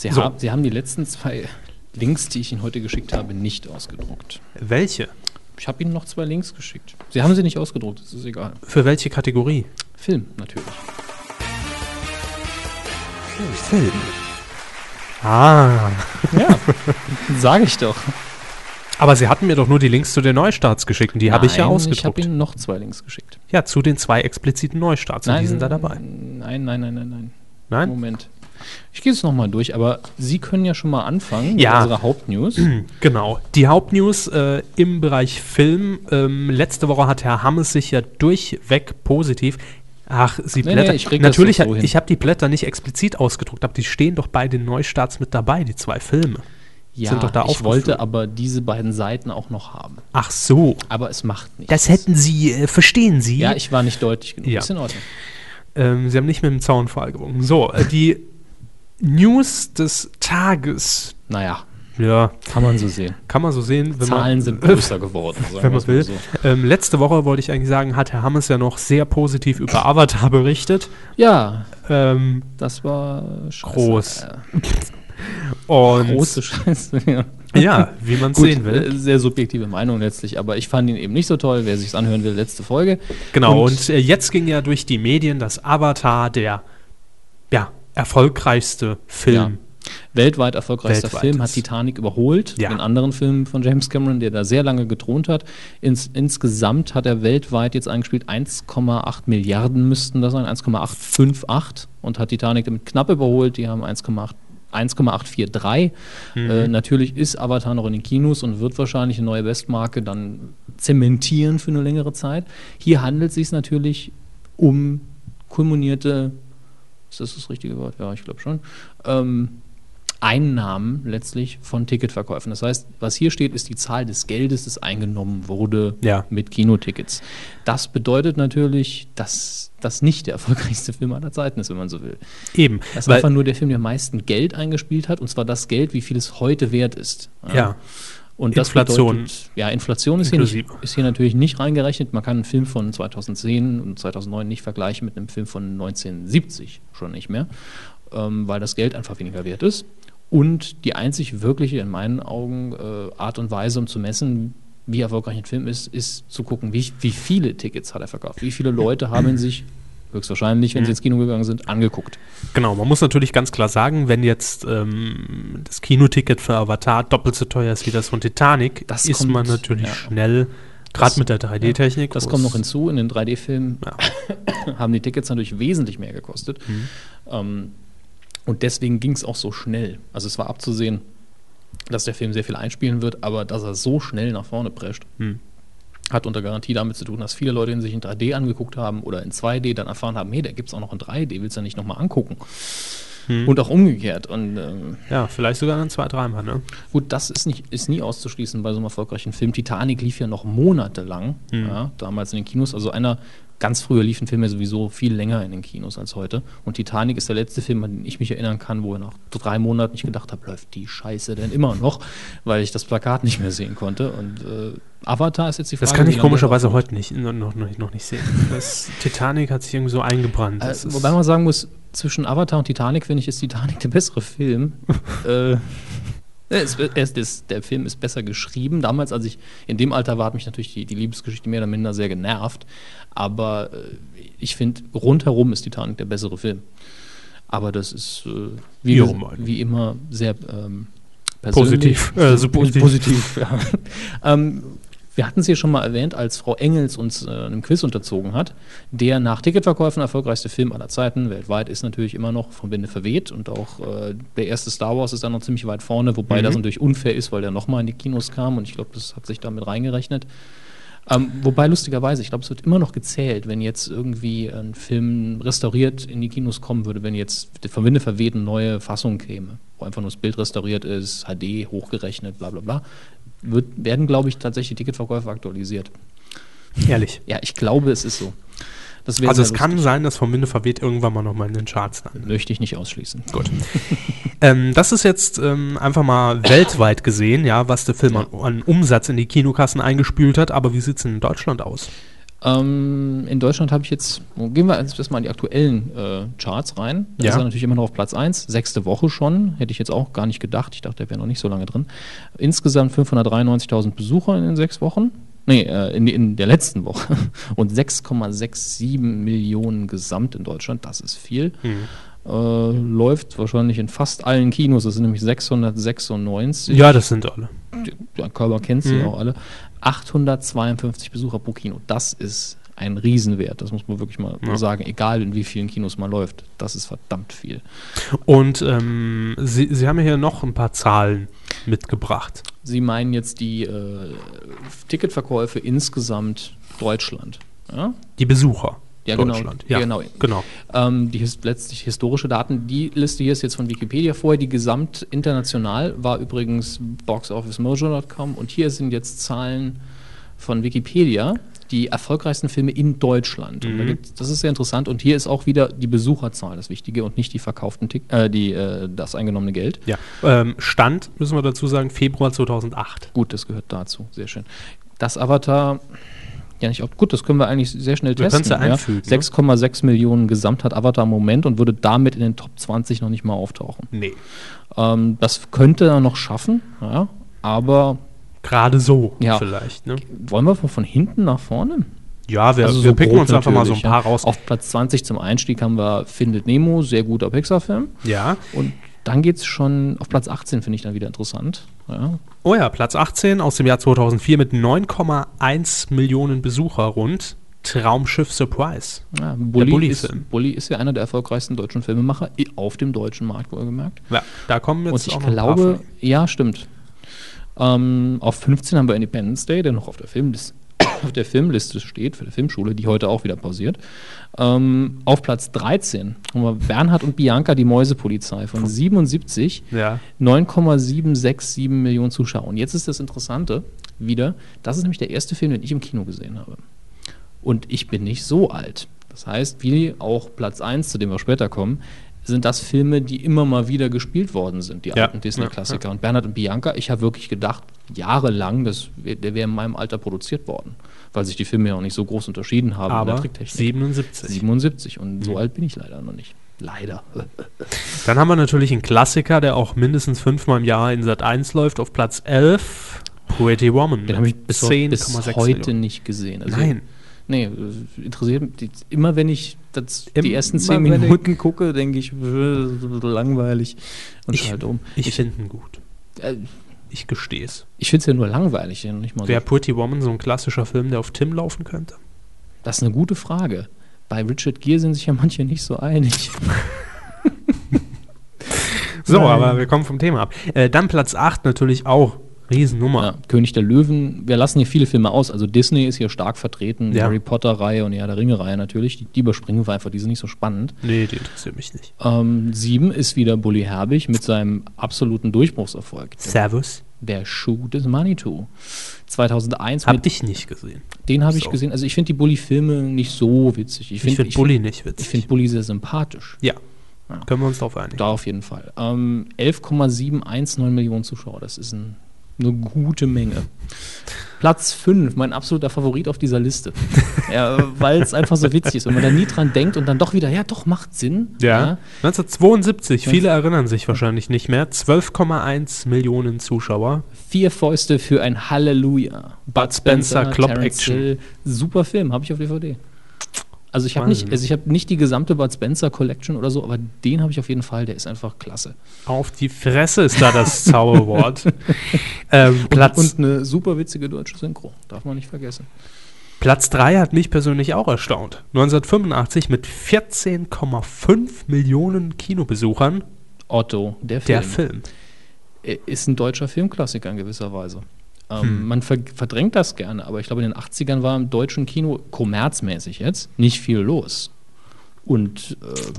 S1: Sie,
S2: So.
S1: haben, Sie haben die letzten zwei Links, die ich Ihnen heute geschickt habe, nicht ausgedruckt.
S2: Welche?
S1: Ich habe Ihnen noch zwei Links geschickt. Sie haben sie nicht ausgedruckt, das ist egal.
S2: Für welche Kategorie?
S1: Film natürlich.
S3: Film.
S2: Ah.
S1: Ja, sage ich doch.
S2: Aber Sie hatten mir doch nur die Links zu den Neustarts geschickt und die habe ich ja
S1: Nein, Ich
S2: ausgedruckt.
S1: habe Ihnen noch zwei Links geschickt.
S2: ja, zu den zwei expliziten Neustarts und die sind da dabei.
S1: Nein, nein, nein, nein, nein.
S2: Nein?
S1: Moment. Ich gehe es nochmal durch, aber Sie können ja schon mal anfangen
S2: Ja.
S1: mit unserer Hauptnews.
S2: Genau. Die Hauptnews äh, im Bereich Film. Ähm, letzte Woche hat Herr Hammes sich ja durchweg positiv. Ach, sie
S1: Nee,
S2: Blätter.
S1: nee, ich krieg das
S2: Natürlich,
S1: doch so
S2: hat-
S1: hin.
S2: ich habe die Blätter nicht explizit ausgedruckt, aber die stehen doch bei den Neustarts mit dabei, die zwei Filme.
S1: Ja,
S2: Sind doch da
S1: ich wollte
S2: aufgeführt.
S1: aber diese beiden Seiten auch noch haben.
S2: Ach so.
S1: Aber es macht nichts.
S2: Das hätten Sie, äh, verstehen Sie?
S1: ja, ich war nicht deutlich genug.
S2: Ja.
S1: Ist in Ordnung.
S2: ähm, Sie haben nicht mit dem Zaunfall gewunken. So, äh, die News des Tages.
S1: Naja,
S2: Ja,
S1: kann man so sehen.
S2: kann man so sehen. Wenn man,
S1: Zahlen sind größer geworden. Sagen
S2: wenn
S1: wir
S2: man
S1: es mal
S2: will.
S1: so.
S2: Ähm, letzte Woche wollte ich eigentlich sagen, hat Herr Hammes ja noch sehr positiv über Avatar berichtet.
S1: Ja,
S2: Ähm,
S1: das war scheiße.
S2: Groß.
S1: Äh,
S2: und
S1: Große Scheiße, ja.
S2: ja, wie man
S1: Gut,
S2: sehen will.
S1: äh, sehr subjektive Meinung letztlich, aber ich fand ihn eben nicht so toll. Wer sich's anhören will, letzte Folge.
S2: Genau, und, äh, jetzt ging ja durch die Medien, dass Avatar der ja, erfolgreichste Film
S1: weltweit erfolgreichster
S2: Weltweit
S1: Film, hat
S2: ist-
S1: Titanic überholt,
S2: Ja.
S1: den anderen Film von James Cameron, der da sehr lange gedroht hat. Ins, insgesamt hat er weltweit jetzt eingespielt 1,8 Milliarden müssten das sein, 1,858 und hat Titanic damit knapp überholt, die haben 1,8 1,843.
S2: Mhm.
S1: Äh, natürlich ist Avatar noch in den Kinos und wird wahrscheinlich eine neue Bestmarke dann zementieren für eine längere Zeit. Hier handelt es sich natürlich um kumulierte ist das das richtige Wort? Ja, ich glaube schon. Ähm, Einnahmen letztlich von Ticketverkäufen. Das heißt, was hier steht, ist die Zahl des Geldes, das eingenommen wurde
S2: Ja.
S1: mit Kinotickets. Das bedeutet natürlich, dass das nicht der erfolgreichste Film aller Zeiten ist, wenn man so will.
S2: eben.
S1: Das ist
S2: Weil,
S1: einfach nur der Film, der am meisten Geld eingespielt hat, und zwar das Geld, wie viel es heute wert ist.
S2: ja,
S1: Und
S2: Inflation.
S1: Das bedeutet, ja, Inflation ist hier, nicht,
S2: Inklusive.
S1: ist hier natürlich nicht reingerechnet. Man kann einen Film von 2010 und 2009 nicht vergleichen mit einem Film von 1970 schon nicht mehr, ähm, weil das Geld einfach weniger wert ist. Und die einzig wirkliche, in meinen Augen, äh, Art und Weise, um zu messen, wie erfolgreich ein Film ist, ist zu gucken, wie, wie viele Tickets hat er verkauft, wie viele Leute haben ihn sich höchstwahrscheinlich, wenn sie ins Kino gegangen sind, angeguckt.
S2: genau. Man muss natürlich ganz klar sagen, wenn jetzt ähm, das Kinoticket für Avatar doppelt so teuer ist wie das von Titanic,
S1: Das
S2: ist
S1: kommt-
S2: man natürlich
S1: ja.
S2: schnell, gerade
S1: Das-
S2: mit der 3D-Technik.
S1: Das
S2: wo
S1: kommt
S2: es-
S1: noch hinzu. In den 3D-Filmen haben die Tickets natürlich wesentlich mehr gekostet.
S2: Mhm.
S1: Ähm, und deswegen ging es auch so schnell. Also es war abzusehen, dass der Film sehr viel einspielen wird, aber dass er so schnell nach vorne prescht,
S2: Mhm.
S1: hat unter Garantie damit zu tun, dass viele Leute ihn sich in 3D angeguckt haben oder in 2D dann erfahren haben, hey, da gibt es auch noch in 3D, willst du ja nicht nochmal angucken.
S2: Mhm.
S1: Und auch umgekehrt. Und ähm,
S2: Ja, vielleicht sogar dann zwei, dreimal, ne?
S1: Gut, das ist, nicht, ist nie auszuschließen bei so einem erfolgreichen Film. Titanic lief ja noch monatelang,
S2: Hm.
S1: ja, damals in den Kinos. Also einer, ganz früher liefen Filme sowieso viel länger in den Kinos als heute. Und Titanic ist der letzte Film, an den ich mich erinnern kann, wo nach drei Monaten ich gedacht habe, läuft die Scheiße denn immer noch, weil ich das Plakat nicht mehr sehen konnte. Und äh, Avatar ist jetzt die Frage.
S2: Das kann
S1: wie
S2: ich
S1: lange
S2: komischerweise heute nicht, noch, noch, noch noch nicht sehen. Das Titanic hat sich irgendwie so eingebrannt.
S1: Äh,
S2: Das ist-
S1: wobei man sagen muss, zwischen Avatar und Titanic, finde ich, ist Titanic der bessere Film. äh, Es, es, es, der Film ist besser geschrieben. Damals, als ich in dem Alter war, hat mich natürlich die, die Liebesgeschichte mehr oder minder sehr genervt. Aber äh, ich finde, rundherum ist Titanic der bessere Film. Aber das ist, äh, wie,
S2: Ihre
S1: ges-
S2: Meinung.
S1: wie immer, sehr ähm,
S2: Positiv. Äh, so
S1: positiv.
S2: positiv.
S1: positiv ja. ähm, wir hatten es hier schon mal erwähnt, als Frau Engels uns äh, einem Quiz unterzogen hat. Der nach Ticketverkäufen erfolgreichste Film aller Zeiten weltweit ist natürlich immer noch von Winde verweht und auch äh, der erste Star Wars ist da noch ziemlich weit vorne, wobei das natürlich unfair ist, weil der nochmal in die Kinos kam und ich glaube, das hat sich damit reingerechnet. Ähm, wobei lustigerweise, ich glaube, es wird immer noch gezählt, wenn jetzt irgendwie ein Film restauriert in die Kinos kommen würde, wenn jetzt von Winde verweht eine neue Fassung käme, wo einfach nur das Bild restauriert ist, HD hochgerechnet, bla bla bla, wird, werden, glaube ich, tatsächlich Ticketverkäufe aktualisiert.
S2: Ehrlich.
S1: Ja, ich glaube, es ist so. Das wäre
S2: Also es
S1: sehr
S2: kann sein, dass vom Winde verweht irgendwann mal nochmal in den Charts landet.
S1: lustig. Möchte ich nicht ausschließen.
S2: Gut. ähm, das ist jetzt ähm, einfach mal weltweit gesehen, ja, was der Film an, an Umsatz in die Kinokassen eingespült hat. Aber wie sieht es in Deutschland aus?
S1: Ähm, in Deutschland habe ich jetzt, gehen wir jetzt erstmal in die aktuellen äh, Charts rein. Da
S2: Ja.
S1: ist er natürlich immer noch auf Platz 1, sechste Woche schon, hätte ich jetzt auch gar nicht gedacht. Ich dachte, der wäre noch nicht so lange drin. Insgesamt 593.000 Besucher in den sechs Wochen. Nee, äh, in, in der letzten Woche. Und 6,67 Millionen gesamt in Deutschland, das ist viel. Äh, läuft wahrscheinlich in fast allen Kinos, das sind nämlich 696.
S2: Ja, das sind alle.
S1: Der Körper kennt sie ja auch alle. 852 Besucher pro Kino. Das ist ein Riesenwert. Das muss man wirklich mal sagen. Egal in wie vielen Kinos man läuft. Das ist verdammt viel.
S2: Und ähm, Sie, Sie haben mir hier noch ein paar Zahlen mitgebracht.
S1: Sie meinen jetzt die äh, Ticketverkäufe insgesamt Deutschland. Ja?
S2: Die Besucher.
S1: Ja, genau.
S2: Deutschland.
S1: Ja,
S2: Ja,
S1: genau.
S2: genau.
S1: Ähm, die his letztlich historische Daten. Die Liste hier ist jetzt von Wikipedia vorher. Die gesamt international war übrigens boxofficemojo.com und hier sind jetzt Zahlen von Wikipedia. Die erfolgreichsten Filme in Deutschland.
S2: Mhm.
S1: Und da gibt's, das ist sehr interessant. Und hier ist auch wieder die Besucherzahl das Wichtige und nicht die verkauften Tick äh, die, äh, das eingenommene Geld.
S2: Ja. Ähm, Stand, müssen wir dazu sagen, Februar 2008.
S1: Gut, das gehört dazu. Sehr schön. Das Avatar, ja nicht ob gut, das können wir eigentlich sehr schnell
S2: Wir
S1: testen.
S2: können's ja einfügen, ne?
S1: 6,6 Millionen gesamt hat Avatar im Moment und würde damit in den Top 20 noch nicht mal auftauchen.
S2: Nee.
S1: Ähm, das könnte er noch schaffen, ja, aber
S2: Gerade so
S1: Ja.
S2: vielleicht. Ne?
S1: wollen wir von hinten nach vorne?
S2: Ja, wir,
S1: Also
S2: wir
S1: so
S2: picken
S1: grob
S2: uns einfach mal so ein
S1: natürlich,
S2: paar
S1: ja.
S2: raus.
S1: Auf Platz 20 zum Einstieg haben wir Findet Nemo, sehr guter Pixar-Film.
S2: Ja.
S1: Und dann geht es schon auf Platz 18, finde ich dann wieder interessant. Ja,
S2: Oh ja, Platz 18 aus dem Jahr 2004 mit 9,1 Millionen Besucher rund. Traumschiff Surprise.
S1: Ja, Bulli,
S2: Bulli-Film.
S1: ist, Bulli ist ja einer der erfolgreichsten deutschen Filmemacher i- auf dem deutschen Markt, wohlgemerkt.
S2: Ja, da kommen jetzt
S1: Und ich
S2: auch noch ein paar
S1: glaube,
S2: von-
S1: ja, stimmt. Ähm, auf 15 haben wir Independence Day, der noch auf der, Filmlis auf der Filmliste steht, für die Filmschule, die heute auch wieder pausiert. Ähm, auf Platz 13 haben wir Bernhard und Bianca, die Mäusepolizei von 77.
S2: Ja.
S1: 9,767 Millionen Zuschauer. Und jetzt ist das Interessante wieder, das ist nämlich der erste Film, den ich im Kino gesehen habe. Und ich bin nicht so alt. Das heißt, wie auch Platz 1, zu dem wir später kommen, sind das Filme, die immer mal wieder gespielt worden sind, die
S2: Ja,
S1: alten Disney-Klassiker.
S2: ja,
S1: Und Bernhard und Bianca, ich habe wirklich gedacht, jahrelang, das, wär- der wäre in meinem Alter produziert worden, weil sich die Filme ja auch nicht so groß unterschieden haben in
S2: Aber
S1: der Tricktechnik.
S2: 77.
S1: 77. Und so alt bin ich leider noch nicht. Leider.
S2: Dann haben wir natürlich einen Klassiker, der auch mindestens fünfmal im Jahr in Sat 1 läuft, auf Platz 11. Pretty Woman.
S1: Den habe ich bis, ho-
S2: 10,6
S1: bis heute
S2: Millionen.
S1: nicht gesehen. Also,
S2: Nein.
S1: Nee, äh, interessiert mich. die- Immer wenn ich das, die
S2: Immer
S1: ersten zehn
S2: wenn ich-
S1: Minuten gucke, denke ich, äh, langweilig und
S2: Ich,
S1: schalte um.
S2: ich finde ihn gut.
S1: Äh,
S2: Ich gestehe es.
S1: ich finde es ja nur langweilig, ja, nicht mal so.
S2: Wäre Pretty Woman so ein klassischer Film, der auf Tim laufen könnte?
S1: Das ist eine gute Frage. Bei Richard Gere sind sich ja manche nicht so einig.
S2: So,
S1: Nein.
S2: aber wir kommen vom Thema ab. Äh, dann Platz 8 natürlich auch. Riesennummer.
S1: Ja, König der Löwen, wir lassen hier viele Filme aus. Also Disney ist hier stark vertreten,
S2: Ja.
S1: Harry Potter-Reihe und die Herr der Ringe-Reihe natürlich. Die, die überspringen wir einfach, die sind nicht so spannend.
S2: Nee, die interessiert mich nicht.
S1: Ähm, sieben ist wieder Bully Herbig mit seinem absoluten Durchbruchserfolg.
S2: Servus.
S1: Der Schuh des Manitou. 2001
S2: Hab ich nicht gesehen.
S1: Den habe ich
S2: So.
S1: gesehen. Also ich finde die Bully-Filme nicht so witzig. Ich
S2: Ich
S1: finde
S2: finde Bully nicht witzig.
S1: Ich finde Bully sehr sympathisch.
S2: ja. können wir uns darauf einigen.
S1: Da auf jeden Fall. Ähm, 11,719 Millionen Zuschauer. Das ist ein Eine gute Menge. Platz 5, mein absoluter Favorit auf dieser Liste. ja, Weil es einfach so witzig ist. Wenn man da nie dran denkt und dann doch wieder, ja, doch, macht Sinn.
S2: Ja. 1972, viele erinnern sich wahrscheinlich nicht mehr. 12,1 Millionen Zuschauer.
S1: Vier Fäuste für ein Halleluja. Bud
S2: Spencer, Klopp
S1: Terence
S2: Action.
S1: Hill. Super Film, habe ich auf DVD. Also ich habe nicht,
S2: Wahnsinn.
S1: also ich habe nicht die gesamte Bud Spencer Collection oder so, aber den habe ich auf jeden Fall. Der ist einfach klasse.
S2: Auf die Fresse ist da das Zauberwort. ähm, Platz,
S1: Und eine super witzige deutsche Synchro, darf man nicht vergessen.
S2: Platz 3 hat mich persönlich auch erstaunt. 1985 mit 14,5 Millionen Kinobesuchern.
S1: Otto, der Film,
S2: Der Film.
S1: äh, ist ein deutscher Filmklassiker in gewisser Weise. Ähm,
S2: Hm.
S1: Man ver verdrängt das gerne, aber ich glaube, in den 80ern war im deutschen Kino kommerzmäßig jetzt nicht viel los. Und äh,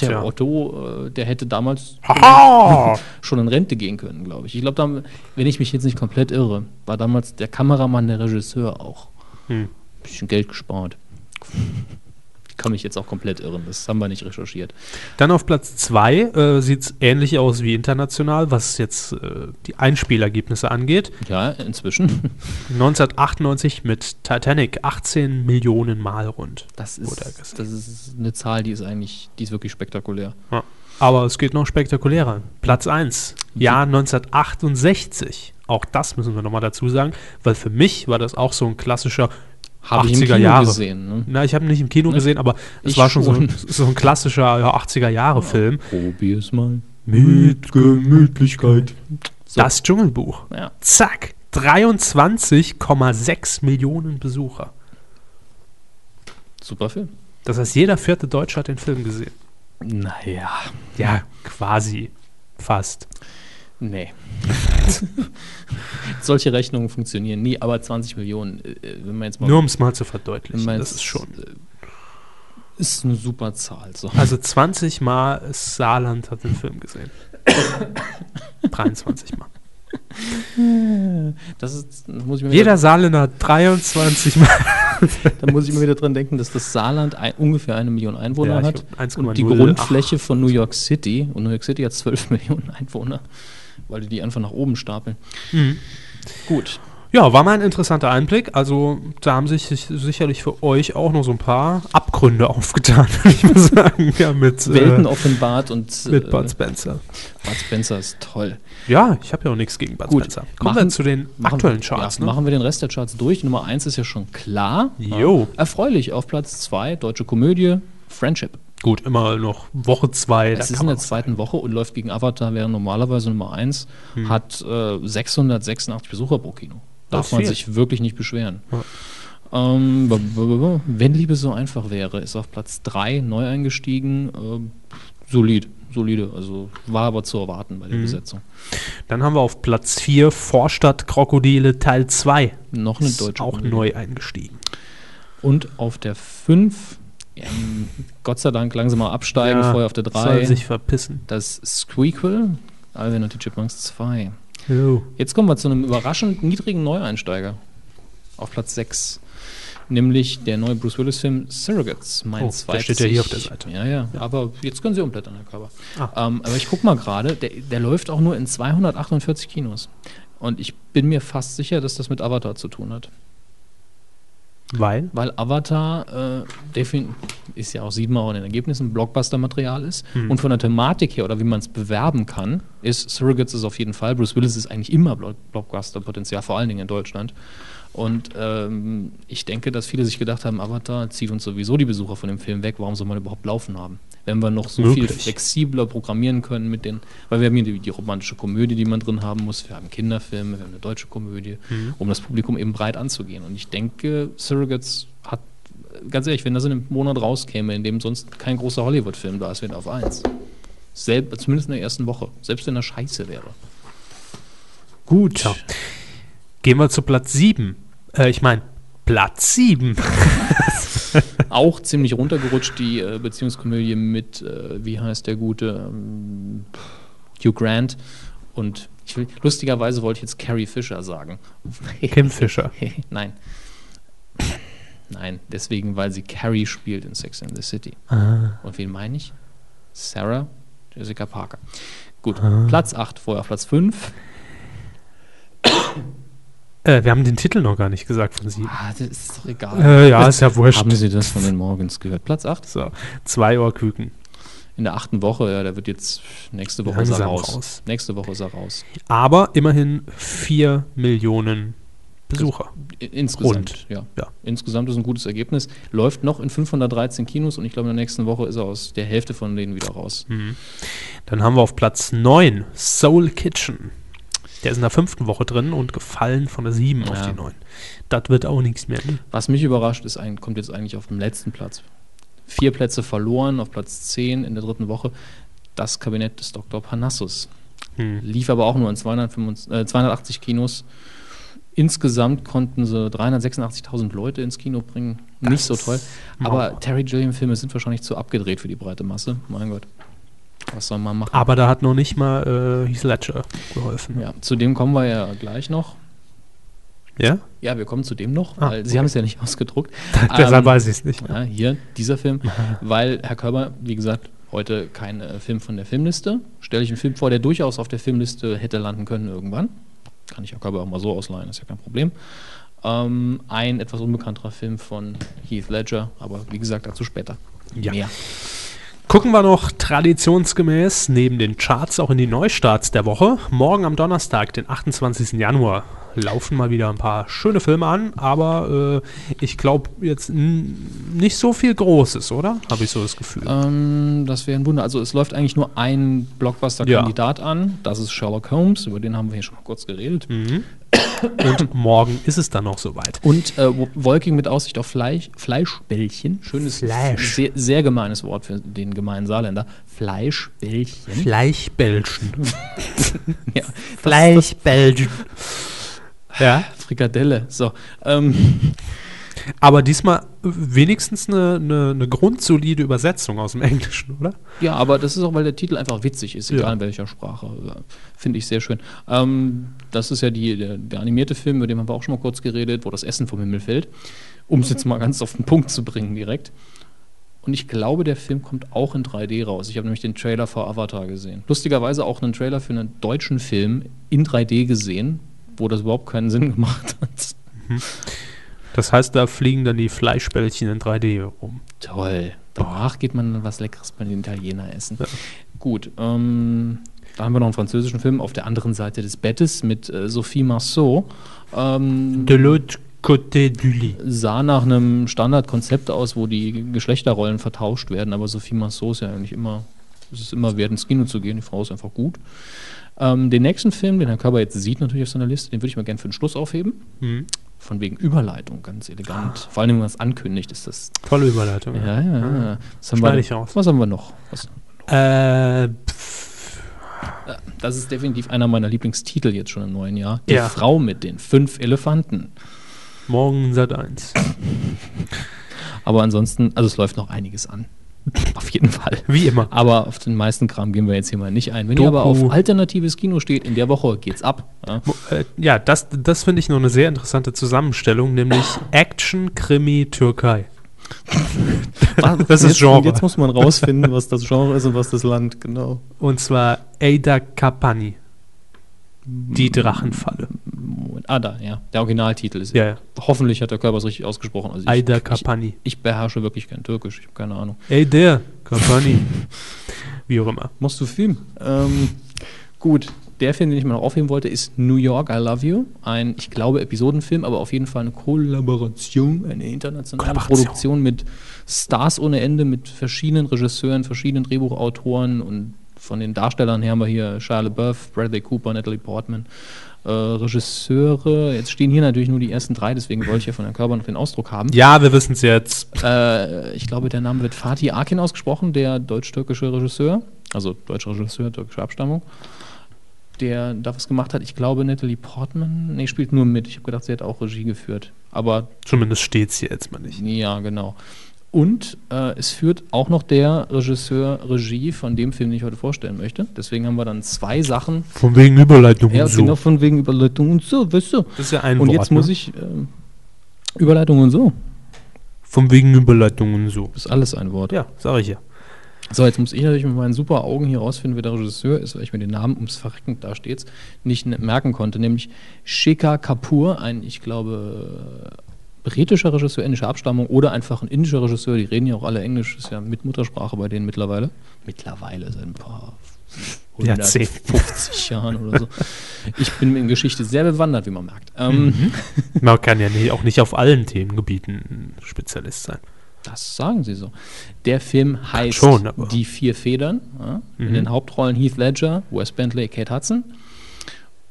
S1: der
S2: Tja.
S1: Otto, äh, der hätte damals
S2: Haha!
S1: schon in Rente gehen können, glaube ich. Ich glaube, da- wenn ich mich jetzt nicht komplett irre, war damals der Kameramann der Regisseur auch.
S2: Hm.
S1: Bisschen Geld gespart. Ich kann mich jetzt auch komplett irren, das haben wir nicht recherchiert.
S2: Dann auf Platz 2 äh, sieht es ähnlich aus wie international, was jetzt äh, die Einspielergebnisse angeht.
S1: Ja, inzwischen.
S2: 1998 mit Titanic 18 Millionen Mal rund.
S1: Das
S2: Wurde er
S1: ist, das ist eine Zahl, die ist eigentlich, die ist wirklich spektakulär.
S2: Ja. Aber es geht noch spektakulärer. Platz 1, Jahr
S1: Mhm.
S2: 1968. Auch das müssen wir nochmal dazu sagen, weil für mich war das auch so ein klassischer
S1: Hab ich im
S2: 80er
S1: Kino
S2: Jahre.
S1: gesehen, ne?
S2: Na, ich habe nicht im Kino gesehen, aber es
S1: Ich
S2: war schon,
S1: schon.
S2: So, ein, so ein klassischer ja, 80er Jahre Film.
S1: Probier's mal.
S2: Mit Gemütlichkeit. Das Dschungelbuch.
S1: Ja.
S2: Zack. 23,6 Millionen Besucher.
S1: Super Film.
S2: Das heißt, jeder vierte Deutsche hat den Film gesehen.
S1: Naja,
S2: Ja, quasi. Fast.
S1: nee. Solche Rechnungen funktionieren nie, aber 20 Millionen, äh, wenn man jetzt mal.
S2: Nur um es mal zu verdeutlichen.
S1: wenn man
S2: Das
S1: jetzt,
S2: ist schon.
S1: äh, Ist eine super Zahl. So.
S2: Also 20 Mal Saarland hat den Film gesehen. 23 Mal.
S1: Das ist, da muss ich mir
S2: Äh. Jeder Saarländer hat 23 Mal.
S1: wieder, da muss ich immer wieder dran denken, dass das Saarland ein, ungefähr eine Million Einwohner
S2: Ja, ich
S1: hat.
S2: glaub, 1,08.
S1: und die Grundfläche von New York City. Und New York City hat 12 Millionen Einwohner, weil die die einfach nach oben stapeln.
S2: Mhm.
S1: Gut.
S2: Ja, war mal ein interessanter Einblick. Also da haben sich sich sicherlich für euch auch noch so ein paar Abgründe aufgetan, würde ich mal sagen. Ja, mit, äh,
S1: Welten offenbart und
S2: mit
S1: Bud
S2: Bud Spencer.
S1: Spencer ist toll.
S2: Ja, ich habe ja auch nichts gegen Bud
S1: Gut,
S2: Spencer. Kommen wir
S1: machen-
S2: zu den
S1: Machen-
S2: aktuellen Charts.
S1: ja,
S2: ne?
S1: Machen wir den Rest der Charts durch. Nummer 1 ist ja schon klar.
S2: Jo.
S1: Ja. Erfreulich auf Platz 2, deutsche Komödie, Friendship.
S2: Gut, immer noch Woche zwei.
S1: Es
S2: da
S1: ist
S2: kann
S1: in
S2: man
S1: der
S2: was-
S1: zweiten Woche und läuft gegen Avatar, wäre normalerweise Nummer 1,
S2: Hm.
S1: hat äh, 686 Besucher pro Kino.
S2: Das
S1: Darf man
S2: viel.
S1: sich wirklich nicht beschweren. Ähm, b- b- b- wenn Liebe so einfach wäre, ist auf Platz 3 neu eingestiegen. ähm, solid, solide. Also war aber zu erwarten
S2: Mhm.
S1: bei der Besetzung.
S2: Dann haben wir auf Platz 4 Vorstadt Krokodile Teil 2.
S1: Noch eine deutsche
S2: auch
S1: Komödie.
S2: neu eingestiegen.
S1: Und auf der 5, ähm, Gott sei Dank langsamer absteigen, vorher auf der
S2: Soll
S1: 3,
S2: sich verpissen.
S1: das Squeakquel, Alvin und die Chipmunks 2. Jetzt kommen wir zu einem überraschend niedrigen Neueinsteiger auf Platz 6. Nämlich der neue Bruce Willis-Film Surrogates, mein
S2: Oh,
S1: oh,
S2: der steht ja hier auf der Seite.
S1: Ja, ja, aber jetzt können sie umblättern, Herr Körber.
S2: Ah.
S1: Ähm, aber ich guck mal gerade, der, der läuft auch nur in 248 Kinos. Und ich bin mir fast sicher, dass das mit Avatar zu tun hat.
S2: Weil?
S1: Weil Avatar äh, defin- ist ja auch, sieht man auch in den Ergebnissen, Blockbuster-Material ist. Und von der Thematik her oder wie man es bewerben kann, ist Surrogates ist auf jeden Fall. Bruce Willis ist eigentlich immer Blo- Blockbuster-Potenzial, vor allen Dingen in Deutschland. Und ähm, ich denke, dass viele sich gedacht haben, Avatar zieht uns sowieso die Besucher von dem Film weg, warum soll man überhaupt laufen haben? Wenn wir noch so viel
S2: Möglich.
S1: flexibler programmieren können mit den, weil wir haben hier die, die romantische Komödie, die man drin haben muss, wir haben Kinderfilme, wir haben eine deutsche Komödie, um das Publikum eben breit anzugehen. Und ich denke, Surrogates hat, ganz ehrlich, wenn das in einem Monat rauskäme, in dem sonst kein großer Hollywood-Film da ist, wäre auf eins. Selb, zumindest in der ersten Woche, selbst wenn er scheiße wäre.
S2: Gut. Gehen wir zu Platz 7. Äh, ich meine, Platz 7.
S1: Auch ziemlich runtergerutscht, die äh, Beziehungskomödie mit, äh, wie heißt der gute, ähm, Hugh Grant. Und ich will, lustigerweise wollte ich jetzt Carrie Fisher sagen.
S2: Kim Fischer.
S1: Nein. Nein, deswegen, weil sie Carrie spielt in Sex and the City.
S2: Ah.
S1: Und wen meine ich?
S2: Ah.
S1: Sarah Jessica Parker. Gut, Platz 8, vorher auf Platz 5.
S2: Äh, wir haben den Titel noch gar nicht gesagt von sieben.
S1: Ah, das ist doch egal.
S2: Äh, ja, ist ja wurscht.
S1: Haben Sie das von den Morgens gehört? Platz 8
S2: So, zwei Ohrküken.
S1: in der achten Woche, ja, der wird jetzt nächste Woche ist er
S2: Langsam
S1: raus.
S2: raus.
S1: Nächste Woche ist er raus.
S2: Aber immerhin vier Millionen Besucher.
S1: I- Insgesamt,
S2: Rund.
S1: ja.
S2: Ja.
S1: Insgesamt ist ein gutes Ergebnis. Läuft noch in 513 Kinos und ich glaube, in der nächsten Woche ist er aus der Hälfte von denen wieder raus.
S2: Dann haben wir auf Platz 9 Soul Kitchen. Der ist in der fünften Woche drin und gefallen von der 7 auf
S1: Ja.
S2: die 9. Das wird auch nichts mehr. Ne?
S1: Was mich überrascht, ist ein, kommt jetzt eigentlich auf dem letzten Platz. Vier Plätze verloren, auf Platz 10 in der dritten Woche. Das Kabinett des Dr. Parnassus.
S2: Hm.
S1: Lief aber auch nur in 285, äh, 280 Kinos. Insgesamt konnten sie 386.000 Leute ins Kino bringen. Nicht so toll. Aber Terry Gilliam-Filme sind wahrscheinlich zu abgedreht für die breite Masse. Mein Gott. Was soll man machen?
S2: Aber da hat noch nicht mal äh, Heath Ledger geholfen.
S1: Ja, zu dem kommen wir ja gleich noch.
S2: Ja?
S1: Ja, wir kommen zu dem noch,
S2: Ah,
S1: weil Sie
S2: okay.
S1: haben es ja nicht ausgedruckt.
S2: Deshalb
S1: Ähm,
S2: weiß ich es nicht.
S1: Ja, hier, dieser Film. Weil Herr Körber, wie gesagt, heute kein äh, Film von der Filmliste. Stelle ich einen Film vor, der durchaus auf der Filmliste hätte landen können irgendwann. Kann ich Herr Körber auch mal so ausleihen, ist ja kein Problem. Ähm, ein etwas unbekannterer Film von Heath Ledger, aber wie gesagt, dazu später.
S2: Ja.
S1: Mehr.
S2: Gucken wir noch traditionsgemäß neben den Charts auch in die Neustarts der Woche. Morgen am Donnerstag, den 28. Januar, laufen mal wieder ein paar schöne Filme an, aber äh, ich glaube jetzt n- nicht so viel Großes, oder? Habe ich so das Gefühl.
S1: Ähm, das wäre ein Wunder. Also es läuft eigentlich nur ein Blockbuster-Kandidat an. Das ist Sherlock Holmes, über den haben wir hier schon mal kurz geredet.
S2: Und morgen ist es dann noch soweit.
S1: Und äh, Wo- Wolking mit Aussicht auf Fleisch, Fleischbällchen. Schönes,
S2: Fleisch.
S1: Sehr, sehr gemeines Wort für den gemeinen Saarländer. Fleischbällchen.
S2: Fleischbällchen.
S1: Ja,
S2: Fleischbällchen. Ja,
S1: Frikadelle. So, ähm,
S2: aber diesmal wenigstens eine, eine, eine grundsolide Übersetzung aus dem Englischen, oder?
S1: ja, aber das ist auch, weil der Titel einfach witzig ist, egal
S2: Ja.
S1: in welcher Sprache. Äh, Finde ich sehr schön. Ähm, das ist ja die, der, der animierte Film, über den haben wir auch schon mal kurz geredet, wo das Essen vom Himmel fällt. Um es jetzt mal ganz auf den Punkt zu bringen direkt. Und ich glaube, der Film kommt auch in 3D raus. Ich habe nämlich den Trailer vor Avatar gesehen. Lustigerweise auch einen Trailer für einen deutschen Film in 3D gesehen, wo das überhaupt keinen Sinn gemacht hat.
S2: Das heißt, da fliegen dann die Fleischbällchen in 3D rum.
S1: Toll. Danach geht man dann was Leckeres bei den Italiener essen. Gut, ähm, da haben wir noch einen französischen Film auf der anderen Seite des Bettes mit äh, Sophie Marceau. Ähm,
S2: De l'autre côté du lit.
S1: sah nach einem Standardkonzept aus, wo die Geschlechterrollen vertauscht werden, aber Sophie Marceau ist ja eigentlich immer, es ist immer wert, ins Kino zu gehen, die Frau ist einfach gut. Ähm, den nächsten Film, den Herr Körber jetzt sieht natürlich auf seiner Liste, den würde ich mal gerne für den Schluss aufheben. Von wegen Überleitung, ganz elegant. Vor allem, wenn man es ankündigt, ist das
S2: Tolle Überleitung.
S1: ja, ja, ja. Was haben,
S2: Schneide
S1: wir,
S2: Ah, ich raus.
S1: was haben wir noch? Was, äh,
S2: Äh, pff,
S1: das ist definitiv einer meiner Lieblingstitel jetzt schon im neuen Jahr. Die
S2: Ja.
S1: Frau mit den fünf Elefanten.
S2: morgen Sat 1.
S1: Aber ansonsten, also es läuft noch einiges an. Auf jeden Fall.
S2: Wie immer.
S1: Aber auf den meisten Kram gehen wir jetzt hier mal nicht ein. Wenn ihr aber
S2: Doku.
S1: auf alternatives Kino steht, in der Woche geht's ab. Ja.
S2: Mo- äh, Ja, das, das finde ich noch eine sehr interessante Zusammenstellung, nämlich Action, Krimi, Türkei. Das ist
S1: jetzt,
S2: Genre.
S1: Jetzt muss man rausfinden, was das Genre ist und was das Land, genau.
S2: Und zwar Ada Kapani. Die Drachenfalle.
S1: Moment. Ah, da, ja. Der Originaltitel ist.
S2: Ja, ja.
S1: Hoffentlich hat der Körper es richtig ausgesprochen. Also ich,
S2: Ada
S1: ich,
S2: Kapani.
S1: ich beherrsche wirklich kein Türkisch, ich habe keine Ahnung.
S2: Ada Kapani. Wie auch immer.
S1: Machst du viel. Ähm, gut, der Film, den ich mal noch aufheben wollte, ist New York, I Love You. Ein, ich glaube, Episodenfilm, aber auf jeden Fall eine Kollaboration, eine internationale
S2: Kollaboration.
S1: Produktion mit Stars ohne Ende, mit verschiedenen Regisseuren, verschiedenen Drehbuchautoren und von den Darstellern her haben wir hier Shia LaBeouf, Bradley Cooper, Natalie Portman, äh, Regisseure. Jetzt stehen hier natürlich nur die ersten drei, deswegen wollte ich ja von Herrn Körber noch den Ausdruck haben.
S2: Ja, wir wissen es jetzt.
S1: Äh, ich glaube, der Name wird Fatih Akin ausgesprochen, der deutsch-türkische Regisseur, also deutscher Regisseur, türkische Abstammung, der da was gemacht hat. Ich glaube, Natalie Portman, nee, spielt nur mit. Ich habe gedacht, sie hat auch Regie geführt. Aber
S2: Zumindest steht es hier jetzt mal nicht.
S1: ja, genau. Und äh, es führt auch noch der Regisseur Regie von dem Film, den ich heute vorstellen möchte. Deswegen haben wir dann zwei Sachen.
S2: Von wegen Überleitung
S1: Ja,
S2: und so.
S1: genau von wegen Überleitung und so, weißt du.
S2: Das ist ja ein
S1: Und
S2: Wort,
S1: jetzt muss
S2: ne?
S1: ich ähm, Überleitung und so.
S2: Von wegen Überleitung und so.
S1: Ist alles ein Wort.
S2: Ja, sag ich ja.
S1: So, jetzt muss ich natürlich mit meinen super Augen hier rausfinden, wer der Regisseur ist, weil ich mir den Namen ums Verrecken, da steht's, nicht ne- merken konnte. Nämlich Shekhar Kapoor, ein, ich glaube, britischer Regisseur indischer Abstammung oder einfach ein indischer Regisseur. Die reden ja auch alle Englisch, ist ja mit Muttersprache bei denen mittlerweile. Mittlerweile seit ein paar
S2: Jahrzehnten.
S1: 150 Jahren oder so. Ich bin in Geschichte sehr bewandert, wie man merkt. Ähm,
S2: Man kann ja nie- auch nicht auf allen Themengebieten Spezialist sein.
S1: Das sagen sie so. Der Film heißt
S2: schon, aber- Mhm.
S1: Die vier Federn. Ja? In den Hauptrollen Heath Ledger, Wes Bentley, Kate Hudson.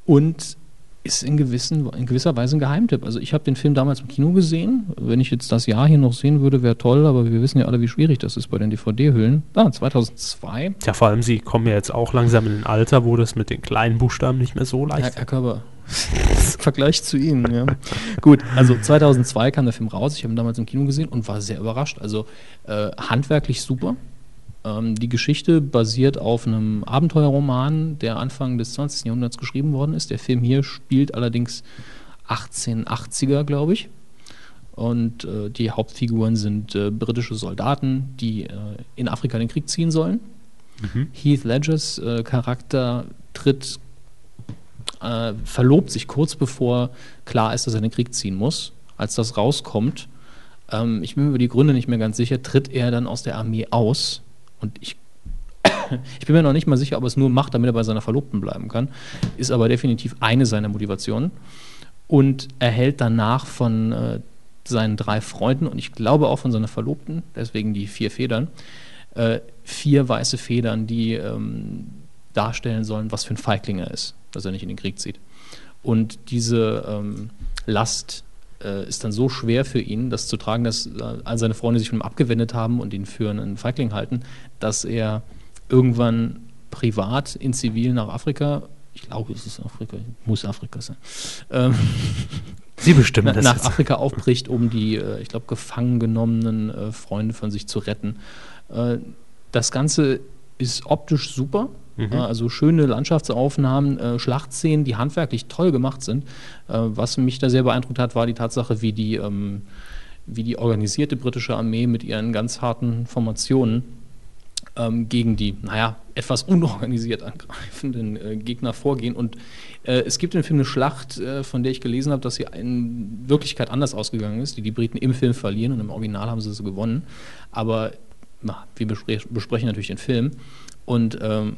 S1: Und ist in, gewissen, in gewisser Weise ein Geheimtipp. Also ich habe den Film damals im Kino gesehen. Wenn ich jetzt das Jahr hier noch sehen würde, wäre toll. Aber wir wissen ja alle, wie schwierig das ist bei den DVD-Hüllen. Ah, 2002.
S2: Tja, vor allem, sie kommen ja jetzt auch langsam in ein Alter, wo das mit den kleinen Buchstaben nicht mehr so
S1: Herr,
S2: leicht ist.
S1: Herr Körber. Vergleich zu Ihnen, ja. Gut, also 2002 kam der Film raus. Ich habe ihn damals im Kino gesehen und war sehr überrascht. Also äh, handwerklich super. Ähm, die Geschichte basiert auf einem Abenteuerroman, der Anfang des 20. Jahrhunderts geschrieben worden ist. Der Film hier spielt allerdings 1880er, glaube ich. Und äh, die Hauptfiguren sind äh, britische Soldaten, die äh, in Afrika den Krieg ziehen sollen. Heath Ledgers äh, Charakter tritt äh, verlobt sich kurz bevor klar ist, dass er in den Krieg ziehen muss. Als das rauskommt, ähm, ich bin mir über die Gründe nicht mehr ganz sicher, tritt er dann aus der Armee aus. Und ich, ich bin mir noch nicht mal sicher, ob er es nur macht, damit er bei seiner Verlobten bleiben kann. Ist aber definitiv eine seiner Motivationen. Und erhält danach von äh, seinen drei Freunden und ich glaube auch von seiner Verlobten, deswegen die vier Federn, äh, vier weiße Federn, die ähm, darstellen sollen, was für ein Feigling er ist, dass er nicht in den Krieg zieht. Und diese ähm, Last äh, ist dann so schwer für ihn, das zu tragen, dass äh, all seine Freunde sich von ihm abgewendet haben und ihn für einen Feigling halten, dass er irgendwann privat in Zivil nach Afrika, ich glaube, es ist Afrika, muss Afrika sein, ähm,
S2: Sie bestimmen
S1: na, nach Afrika aufbricht, um die, äh, ich glaube, gefangen genommenen äh, Freunde von sich zu retten. Äh, das Ganze ist optisch super. äh, Also schöne Landschaftsaufnahmen, äh, Schlachtszenen, die handwerklich toll gemacht sind. Äh, was mich da sehr beeindruckt hat, war die Tatsache, wie die, ähm, wie die organisierte britische Armee mit ihren ganz harten Formationen ähm, gegen die, naja, etwas unorganisiert angreifenden äh, Gegner vorgehen. Und äh, es gibt im Film eine Schlacht, äh, von der ich gelesen habe, dass sie in Wirklichkeit anders ausgegangen ist, die die Briten im Film verlieren und im Original haben sie so gewonnen. Aber na, wir bespre besprechen natürlich den Film. Und ähm,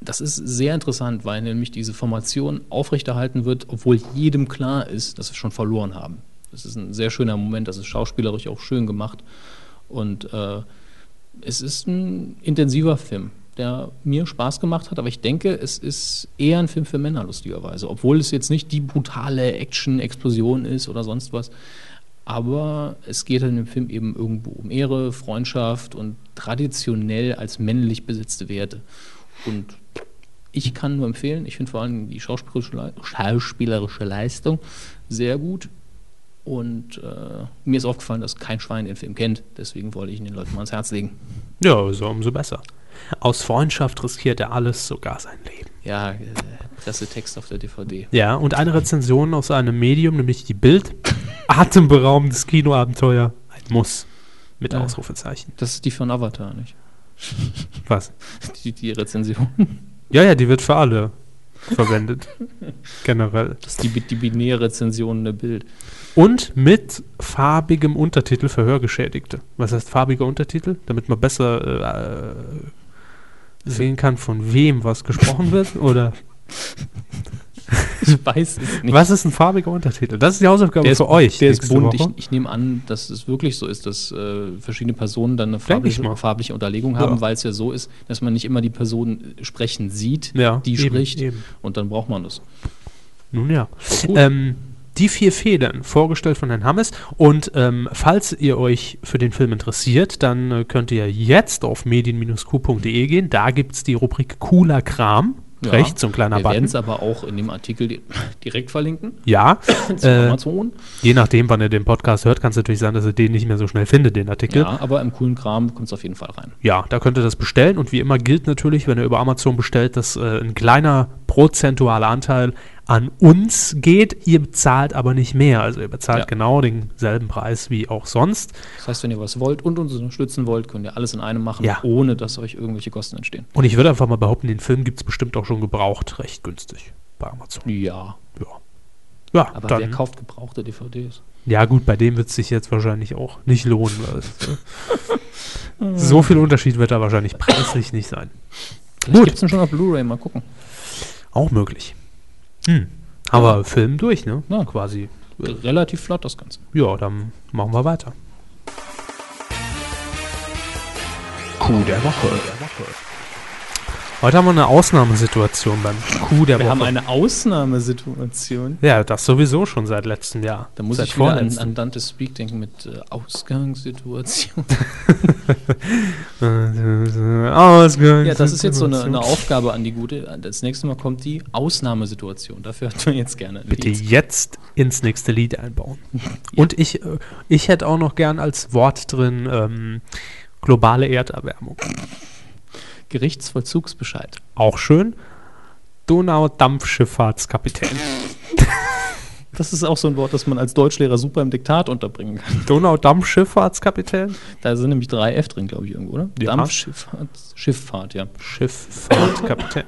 S1: das ist sehr interessant, weil nämlich diese Formation aufrechterhalten wird, obwohl jedem klar ist, dass wir schon verloren haben. Das ist ein sehr schöner Moment, das ist schauspielerisch auch schön gemacht. Und äh, es ist ein intensiver Film, der mir Spaß gemacht hat, aber ich denke, es ist eher ein Film für Männer, lustigerweise. Obwohl es jetzt nicht die brutale Action-Explosion ist oder sonst was. Aber es geht halt in dem Film eben irgendwo um Ehre, Freundschaft und traditionell als männlich besetzte Werte. Und ich kann nur empfehlen, ich finde vor allem die schauspielerische, Lei- schauspielerische Leistung sehr gut. Und äh, mir ist aufgefallen, dass kein Schwein den Film kennt. Deswegen wollte ich ihn den Leuten mal ans Herz legen.
S2: Ja, also umso besser. Aus Freundschaft riskiert er alles, sogar sein Leben.
S1: Ja, äh, Pressetext auf der DVD.
S2: Ja, und eine Rezension aus einem Medium, nämlich die Bild. Atemberaubendes Kinoabenteuer. Ein Muss. Mit
S1: Ja.
S2: Ausrufezeichen.
S1: Das ist die von Avatar, nicht?
S2: Was?
S1: Die, die Rezension.
S2: Ja, ja, die wird für alle verwendet. Generell.
S1: Das ist die, die binäre Rezension der Bild.
S2: Und mit farbigem Untertitel für Hörgeschädigte. Was heißt farbiger Untertitel? Damit man besser äh, sehen kann, von wem was gesprochen wird? Oder
S1: Ich weiß es nicht.
S2: was ist ein farbiger Untertitel? Das ist die Hausaufgabe
S1: Der ist,
S2: für euch.
S1: der ist
S2: nächste
S1: bunt. Ich,
S2: Woche.
S1: ich nehme an, dass es wirklich so ist, dass äh, verschiedene Personen dann eine
S2: Denk ich
S1: farbliche,
S2: mal.
S1: farbliche Unterlegung haben,
S2: Ja.
S1: weil es ja so ist, dass man nicht immer die Person sprechen sieht,
S2: Ja,
S1: die
S2: eben,
S1: spricht.
S2: eben.
S1: Und dann braucht man das.
S2: Nun ja.
S1: gut.
S2: Ähm, die vier Federn, vorgestellt von Herrn Hammes. Und ähm, falls ihr euch für den Film interessiert, dann äh, könnt ihr jetzt auf medien-q.de gehen. Da gibt es die Rubrik Cooler Kram. Rechts, so ein kleiner
S1: Wir werden
S2: Button.
S1: es aber auch in dem Artikel di direkt verlinken.
S2: Ja.
S1: Zu
S2: äh,
S1: Amazon.
S2: je nachdem, wann ihr den Podcast hört, kann es natürlich sein, dass ihr den nicht mehr so schnell findet, den Artikel.
S1: Ja, aber im coolen Kram kommt es auf jeden Fall rein.
S2: ja, da könnt ihr das bestellen. Und wie immer gilt natürlich, wenn ihr über Amazon bestellt, dass äh, ein kleiner prozentualer Anteil an uns geht. Ihr bezahlt aber nicht mehr. Also ihr bezahlt
S1: Ja.
S2: genau denselben Preis wie auch sonst.
S1: Das heißt, wenn ihr was wollt und uns unterstützen wollt, könnt ihr alles in einem machen,
S2: Ja.
S1: ohne dass euch irgendwelche Kosten entstehen.
S2: Und ich würde einfach mal behaupten, den Film gibt es bestimmt auch schon gebraucht, recht günstig bei Amazon.
S1: Ja,
S2: Ja, ja
S1: aber wer
S2: dann.
S1: kauft gebrauchte DVDs?
S2: Ja gut, bei dem wird es sich jetzt wahrscheinlich auch nicht lohnen. Weil es, äh, so viel Unterschied wird da wahrscheinlich preislich nicht sein.
S1: Vielleicht
S2: Gut.
S1: gibt es schon auf Blu-ray, mal gucken.
S2: Auch möglich. Hm. Aber Film durch, ne?
S1: Ja.
S2: Quasi. Äh,
S1: Relativ flott das Ganze.
S2: Ja, dann machen wir weiter.
S3: Coup der Woche.
S2: Heute haben wir eine Ausnahmesituation beim Coup der
S1: Wir
S2: Woche.
S1: haben eine Ausnahmesituation.
S2: ja, das sowieso schon seit letztem Jahr.
S1: Da muss
S2: seit
S1: ich wieder an,
S2: vorletztem.
S1: an Dante Speak denken mit äh, Ausgangssituation.
S2: Äh, äh, Ausgangs-
S1: Ja, das ist jetzt so eine, eine Aufgabe an die gute. Das nächste Mal kommt die Ausnahmesituation. Dafür hat man jetzt gerne. ein
S2: Bitte
S1: Lied.
S2: jetzt ins nächste Lied einbauen. Und ich, äh, ich hätte auch noch gern als Wort drin ähm, globale Erderwärmung.
S1: Gerichtsvollzugsbescheid.
S2: Auch schön. Donau-Dampfschifffahrtskapitän.
S1: Das ist auch so ein Wort, das man als Deutschlehrer super im Diktat unterbringen kann.
S2: Donau-Dampfschifffahrtskapitän?
S1: Da sind nämlich drei F drin, glaube ich, irgendwo, oder?
S2: Ja.
S1: Dampfschifffahrt, Schifffahrt, ja.
S2: Schifffahrtskapitän.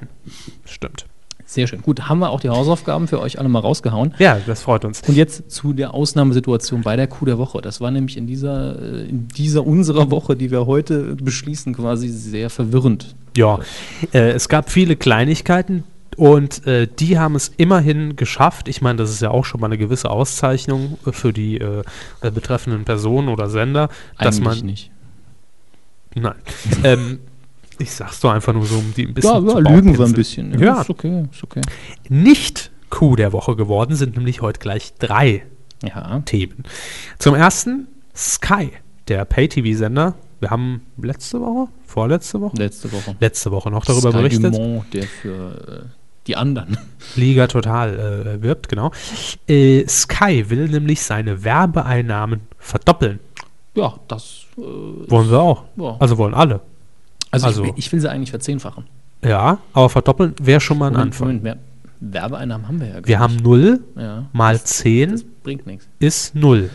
S2: Stimmt.
S1: Sehr schön. Gut, haben wir auch die Hausaufgaben für euch alle mal rausgehauen.
S2: Ja, das freut uns.
S1: Und jetzt zu der Ausnahmesituation bei der Kuh der Woche. Das war nämlich in dieser, äh, in dieser unserer Woche, die wir heute beschließen, quasi sehr verwirrend.
S2: Ja, äh, es gab viele Kleinigkeiten und äh, die haben es immerhin geschafft. Ich meine, das ist ja auch schon mal eine gewisse Auszeichnung äh, für die äh, äh, betreffenden Personen oder Sender, dass man.
S1: nicht.
S2: Nein. ähm, ich sag's doch einfach nur so, um die ein bisschen.
S1: Ja, ja
S2: zu
S1: lügen wir ein
S2: baupinseln.
S1: bisschen. ne?
S2: Ja.
S1: Ist okay, ist okay.
S2: Nicht Coup der Woche geworden sind nämlich heute gleich drei
S1: Ja.
S2: Themen. Zum ersten Sky, der Pay-TV-Sender. Wir haben letzte Woche, vorletzte Woche,
S1: Letzte Woche.
S2: letzte Woche noch darüber
S1: Sky
S2: berichtet.
S1: Dumont, der für äh, die anderen.
S2: Liga Total äh, wirbt, genau. Äh, Sky will nämlich seine Werbeeinnahmen verdoppeln.
S1: Ja, das. Äh,
S2: Wollen wir auch.
S1: Ja.
S2: Also wollen alle.
S1: also,
S2: Also-
S1: ich, ich will sie eigentlich verzehnfachen.
S2: Ja, aber verdoppeln wäre schon mal ein
S1: Moment,
S2: Anfang.
S1: Moment, mehr Werbeeinnahmen haben wir ja. gar
S2: Wir haben
S1: nicht.
S2: 0
S1: Ja.
S2: mal 10
S1: Bringt nichts.
S2: ist 0.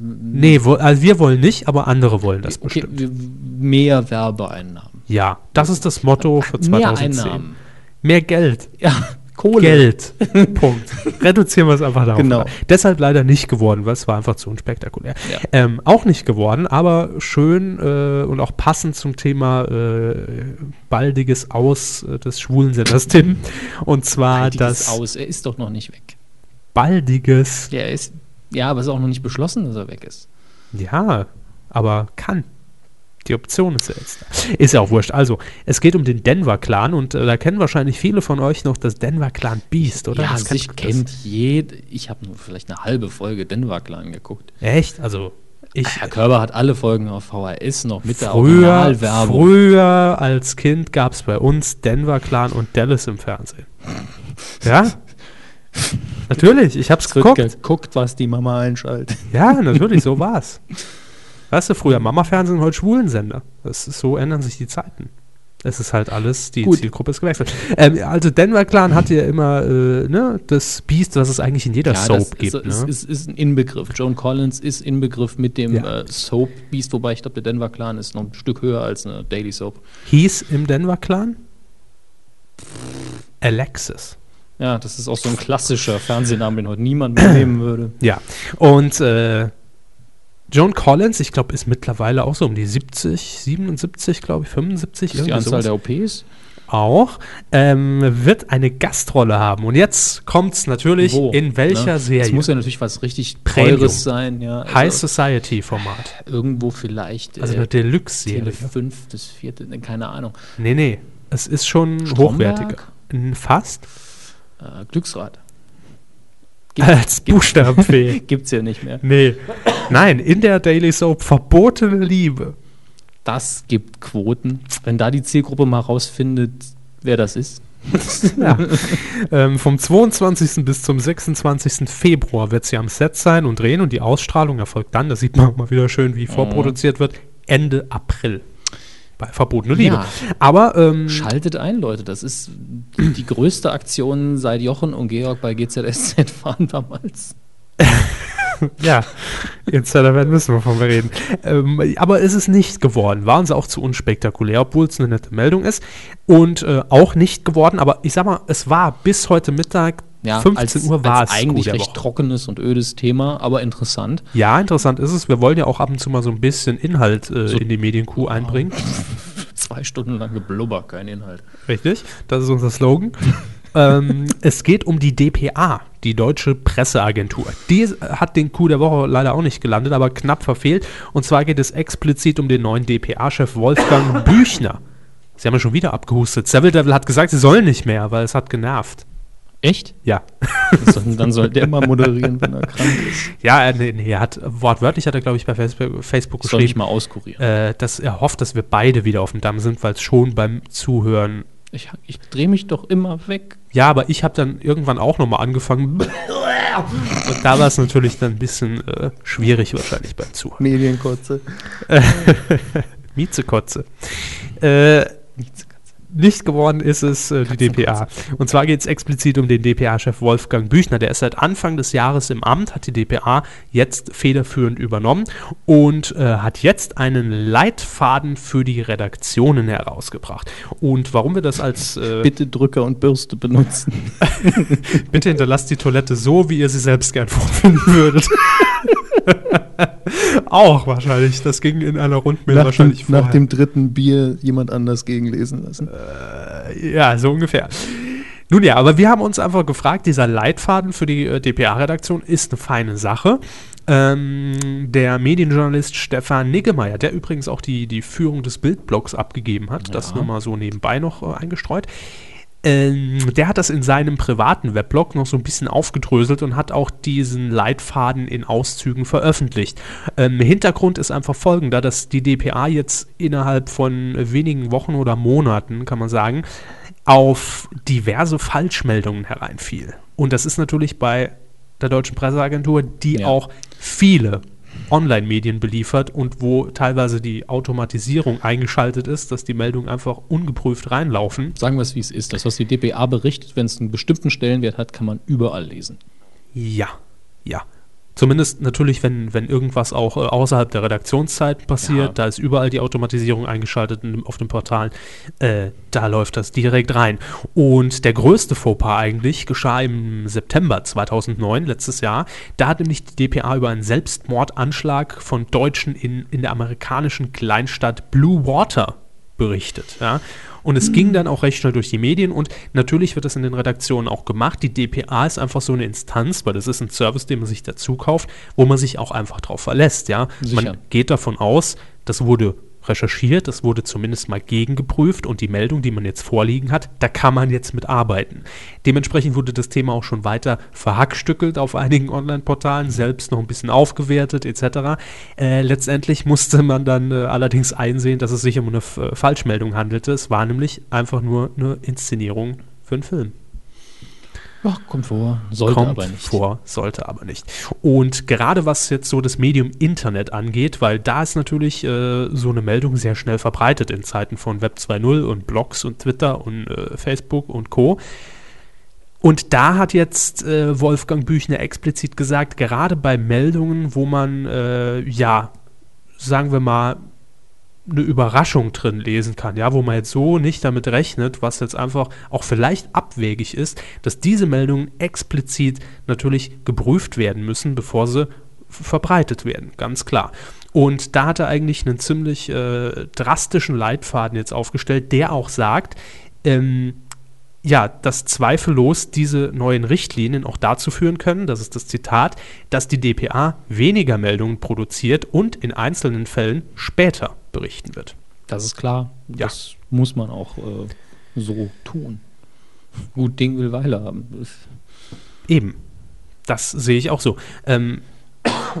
S2: nee, wo, also wir wollen nicht, aber andere wollen das
S1: Okay,
S2: bestimmt.
S1: wir, mehr Werbeeinnahmen.
S2: Ja, das ist das Motto für 2010. Mehr,
S1: Einnahmen.
S2: Geld.
S1: Ja, Kohle.
S2: Geld. Punkt. Reduzieren wir es einfach darauf.
S1: Genau.
S2: Deshalb leider nicht geworden, weil es war einfach zu unspektakulär.
S1: Ja.
S2: Ähm, auch nicht geworden, aber schön äh, und auch passend zum Thema äh, baldiges Aus äh, des Schwulensenders Tim. Und zwar
S1: Halt dieses
S2: das
S1: aus. Er ist doch noch nicht weg.
S2: baldiges,
S1: Der ist. Ja, aber es ist auch noch nicht beschlossen, dass er weg ist.
S2: ja, aber kann. Die Option ist ja jetzt. da. Ist ja auch wurscht. Also, es geht um den Denver-Clan und äh, da kennen wahrscheinlich viele von euch noch das Denver-Clan Beast, oder?
S1: ja,
S2: das
S1: sich
S2: kennt- das-
S1: kennt jede. Ich habe nur vielleicht eine halbe Folge Denver Clan geguckt.
S2: Echt? Also, ich,
S1: Herr Körber hat alle Folgen auf VHS noch mit der
S2: Früher,
S1: Originalwerbung.
S2: früher als Kind gab es bei uns Denver Clan und Dallas im Fernsehen. Ja? Natürlich, ich hab's
S1: Es wird
S2: geguckt.
S1: geguckt, was die Mama einschaltet.
S2: Ja, natürlich, so war's. Weißt du, früher Mama-Fernsehen, heute Schwulensender. Das ist, so ändern sich die Zeiten. Es ist halt alles, die
S1: Gut.
S2: Zielgruppe ist gewechselt. Ähm, also Denver Clan hatte ja immer äh, ne, das Biest, was es eigentlich in jeder Soap
S1: ist,
S2: gibt.
S1: ist,
S2: ne?
S1: ist, ist ein Inbegriff. Joan Collins ist Inbegriff mit dem
S2: Ja.
S1: äh, Soap Beast, wobei ich glaube, der Denver Clan ist noch ein Stück höher als eine Daily Soap.
S2: Hieß im Denver Clan Alexis.
S1: Ja, das ist auch so ein klassischer Fernsehname, den heute niemand mehr nehmen würde.
S2: Ja, und äh, Joan Collins, ich glaube, ist mittlerweile auch so um die 70, 77, glaube ich, 75,
S1: Ist die
S2: irgendwie
S1: Anzahl
S2: sowas
S1: der OPs?
S2: auch, ähm, wird eine Gastrolle haben. Und jetzt kommt es natürlich,
S1: Wo?
S2: in welcher
S1: Ne? Es
S2: Serie?
S1: muss ja natürlich was richtig
S2: Premium.
S1: Teures sein. Ja. Also
S2: High Society-Format,
S1: Irgendwo vielleicht
S2: also
S1: äh,
S2: eine
S1: Tele
S2: Deluxe-Serie.
S1: 5, das vierte, ne, keine Ahnung.
S2: Nee, nee, es ist schon
S1: Stromberg?
S2: hochwertiger. N- Fast.
S1: Äh, Glücksrad.
S2: Als Buchstabenfee.
S1: Gibt's ja nicht mehr.
S2: nee, nein, in der Daily Soap verbotene Liebe.
S1: Das gibt Quoten. Wenn da die Zielgruppe mal rausfindet, wer das ist.
S2: Ja. ähm, vom 22. bis zum 26. Februar wird sie am Set sein und drehen und die
S1: Mhm.
S2: Ausstrahlung erfolgt dann, das sieht man auch mal wieder schön, wie vorproduziert wird, Ende April. bei verbotene Liebe.
S1: Ja.
S2: Aber ähm,
S1: Schaltet ein, Leute. Das ist die, die größte Aktion seit Jochen und Georg bei GZSZ waren damals.
S2: ja, Insider werden wissen, wovon wir reden. Ähm, aber ist es nicht geworden. Waren sie auch zu unspektakulär, obwohl es eine nette Meldung ist. Und äh, auch nicht geworden. Aber ich sag mal, es war bis heute Mittag, 15 Uhr war es
S1: eigentlich
S2: Coup der
S1: recht
S2: Woche.
S1: trockenes und ödes Thema, aber interessant.
S2: Ja, interessant ist es. Wir wollen ja auch ab und zu mal so ein bisschen Inhalt äh, in die Medienkuh einbringen.
S1: Zwei Stunden lang Geblubber, kein Inhalt.
S2: Richtig, das ist unser Slogan. ähm, es geht um die DPA, die Deutsche Presseagentur. Die äh, hat den Coup der Woche leider auch nicht gelandet, aber knapp verfehlt. Und zwar geht es explizit um den neuen DPA-Chef Wolfgang Büchner. Sie haben ja schon wieder abgehustet. Savile Devil hat gesagt, sie sollen nicht mehr, weil es hat genervt.
S1: Echt?
S2: Ja.
S1: Also Dann soll der mal moderieren, wenn er krank ist.
S2: Ja, äh, nee, nee, er hat wortwörtlich hat er, glaube ich, bei Facebook, Facebook
S1: Soll ich
S2: geschrieben,
S1: mal auskurieren.
S2: äh, dass er hofft, dass wir beide wieder auf dem Damm sind, weil es schon beim Zuhören
S1: Ich, ich drehe mich doch immer weg.
S2: Ja, aber ich habe dann irgendwann auch nochmal angefangen. Und da war es natürlich dann ein bisschen äh, schwierig wahrscheinlich beim Zuhören.
S1: Medienkotze.
S2: Miezekotze. Äh, nicht geworden ist es äh, die DPA. Und zwar geht es explizit um den DPA-Chef Wolfgang Büchner. Der ist seit Anfang des Jahres im Amt, hat die DPA jetzt federführend übernommen und äh, hat jetzt einen Leitfaden für die Redaktionen herausgebracht. Und warum wir das als äh,
S1: Bitte Drücker und Bürste benutzen.
S2: Bitte hinterlasst die Toilette so, wie ihr sie selbst gern vorfinden würdet. Auch wahrscheinlich. Das ging in einer Rundmail wahrscheinlich vorher.
S1: dritten Bier jemand anders gegenlesen lassen.
S2: ja, so ungefähr. Nun ja, aber wir haben uns einfach gefragt, dieser Leitfaden für die äh, DPA-Redaktion ist eine feine Sache. Ähm, der Medienjournalist Stefan Niggemeier, der übrigens auch die, die Führung des Bildblocks abgegeben hat, das nur mal so nebenbei noch äh, eingestreut, Ähm, der hat das in seinem privaten Weblog noch so ein bisschen aufgedröselt und hat auch diesen Leitfaden in Auszügen veröffentlicht. Ähm, Hintergrund ist einfach folgender, dass die DPA jetzt innerhalb von wenigen Wochen oder Monaten, kann man sagen, auf diverse Falschmeldungen hereinfiel. Und das ist natürlich bei der deutschen Presseagentur, die
S1: Ja.
S2: auch viele Online-Medien beliefert und wo teilweise die Automatisierung eingeschaltet ist, dass die Meldungen einfach ungeprüft reinlaufen.
S1: Sagen wir es, wie es ist. Das, was die DPA berichtet, wenn es einen bestimmten Stellenwert hat, kann man überall lesen.
S2: Ja, ja. Zumindest natürlich, wenn, wenn irgendwas auch äh, außerhalb der Redaktionszeit passiert,
S1: Ja.
S2: da ist überall die Automatisierung eingeschaltet in, auf den Portalen, äh, da läuft das direkt rein. Und der größte Fauxpas eigentlich geschah im September 2009, letztes Jahr. Da hat nämlich die DPA über einen Selbstmordanschlag von Deutschen in, in der amerikanischen Kleinstadt Blue Water berichtet. Ja? Und es ging dann auch recht schnell durch die Medien und natürlich wird das in den Redaktionen auch gemacht. Die DPA ist einfach so eine Instanz, weil das ist ein Service, den man sich dazu kauft, wo man sich auch einfach drauf verlässt. Ja?
S1: Sicher.
S2: Man geht davon aus, das wurde recherchiert, das wurde zumindest mal gegengeprüft und die Meldung, die man jetzt vorliegen hat, da kann man jetzt mit arbeiten. Dementsprechend wurde das Thema auch schon weiter verhackstückelt auf einigen Online-Portalen, selbst noch ein bisschen aufgewertet etc. Äh, letztendlich musste man dann äh, allerdings einsehen, dass es sich um eine F äh, Falschmeldung handelte. Es war nämlich einfach nur eine Inszenierung für einen Film
S1: Ach, kommt vor. Sollte
S2: kommt
S1: aber nicht.
S2: vor, sollte aber nicht. Und gerade was jetzt so das Medium Internet angeht, weil da ist natürlich äh, so eine Meldung sehr schnell verbreitet in Zeiten von Web 2.0 und Blogs und Twitter und äh, Facebook und Co. Und da hat jetzt äh, Wolfgang Büchner explizit gesagt, gerade bei Meldungen, wo man, äh, ja, sagen wir mal, eine Überraschung drin lesen kann, ja, wo man jetzt so nicht damit rechnet, was jetzt einfach auch vielleicht abwegig ist, dass diese Meldungen explizit natürlich geprüft werden müssen, bevor sie f- verbreitet werden, ganz klar. Und da hat er eigentlich einen ziemlich äh, drastischen Leitfaden jetzt aufgestellt, der auch sagt, ähm, ja, dass zweifellos diese neuen Richtlinien auch dazu führen können, das ist das Zitat, dass die DPA weniger Meldungen produziert und in einzelnen Fällen später berichten wird.
S1: Das ist klar.
S2: Ja.
S1: Das muss man auch äh, so tun. Gut Ding will Weile haben. Das-
S2: Eben. Das sehe ich auch so. Ähm,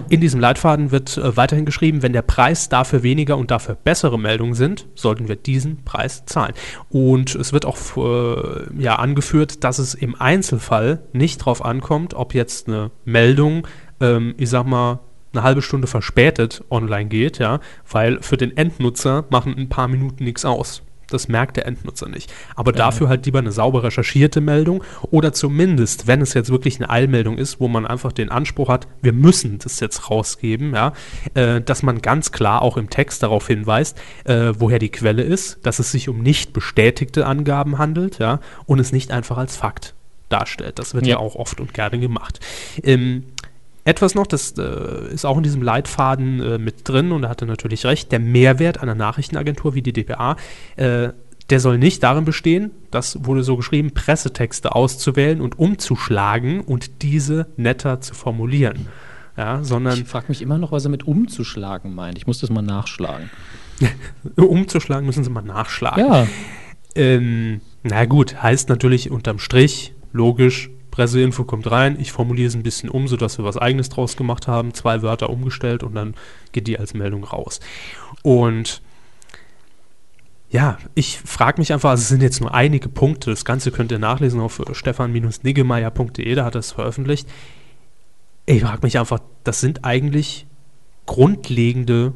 S2: in diesem Leitfaden wird äh, weiterhin geschrieben, wenn der Preis dafür weniger und dafür bessere Meldungen sind, sollten wir diesen Preis zahlen. Und es wird auch äh, ja, angeführt, dass es im Einzelfall nicht drauf ankommt, ob jetzt eine Meldung, ähm, ich sag mal, eine halbe Stunde verspätet online geht, ja, weil für den Endnutzer machen ein paar Minuten nichts aus. Das merkt der Endnutzer nicht. Aber dafür halt lieber eine sauber recherchierte Meldung oder zumindest, wenn es jetzt wirklich eine Eilmeldung ist, wo man einfach den Anspruch hat, wir müssen das jetzt rausgeben, ja, äh, dass man ganz klar auch im Text darauf hinweist, äh, woher die Quelle ist, dass es sich um nicht bestätigte Angaben handelt, ja, und es nicht einfach als Fakt darstellt. Das wird ja,
S1: Ja.
S2: auch oft und gerne gemacht. Ähm, etwas noch, das äh, ist auch in diesem Leitfaden äh, mit drin und da hat er natürlich recht, der Mehrwert einer Nachrichtenagentur wie die DPA, äh, der soll nicht darin bestehen, das wurde so geschrieben, Pressetexte auszuwählen und umzuschlagen und diese netter zu formulieren. Ja, sondern
S1: Ich frage mich immer noch, was er mit umzuschlagen meint. Ich muss das mal nachschlagen.
S2: umzuschlagen müssen sie mal nachschlagen.
S1: Ja,
S2: Ähm, na gut, heißt natürlich unterm Strich, logisch, Presseinfo kommt rein, ich formuliere es ein bisschen um, sodass wir was Eigenes draus gemacht haben, zwei Wörter umgestellt und dann geht die als Meldung raus. Und ja, ich frage mich einfach, also es sind jetzt nur einige Punkte, das Ganze könnt ihr nachlesen auf äh, stefan-niggemeier.de, da hat er es veröffentlicht. Ich frage mich einfach, das sind eigentlich grundlegende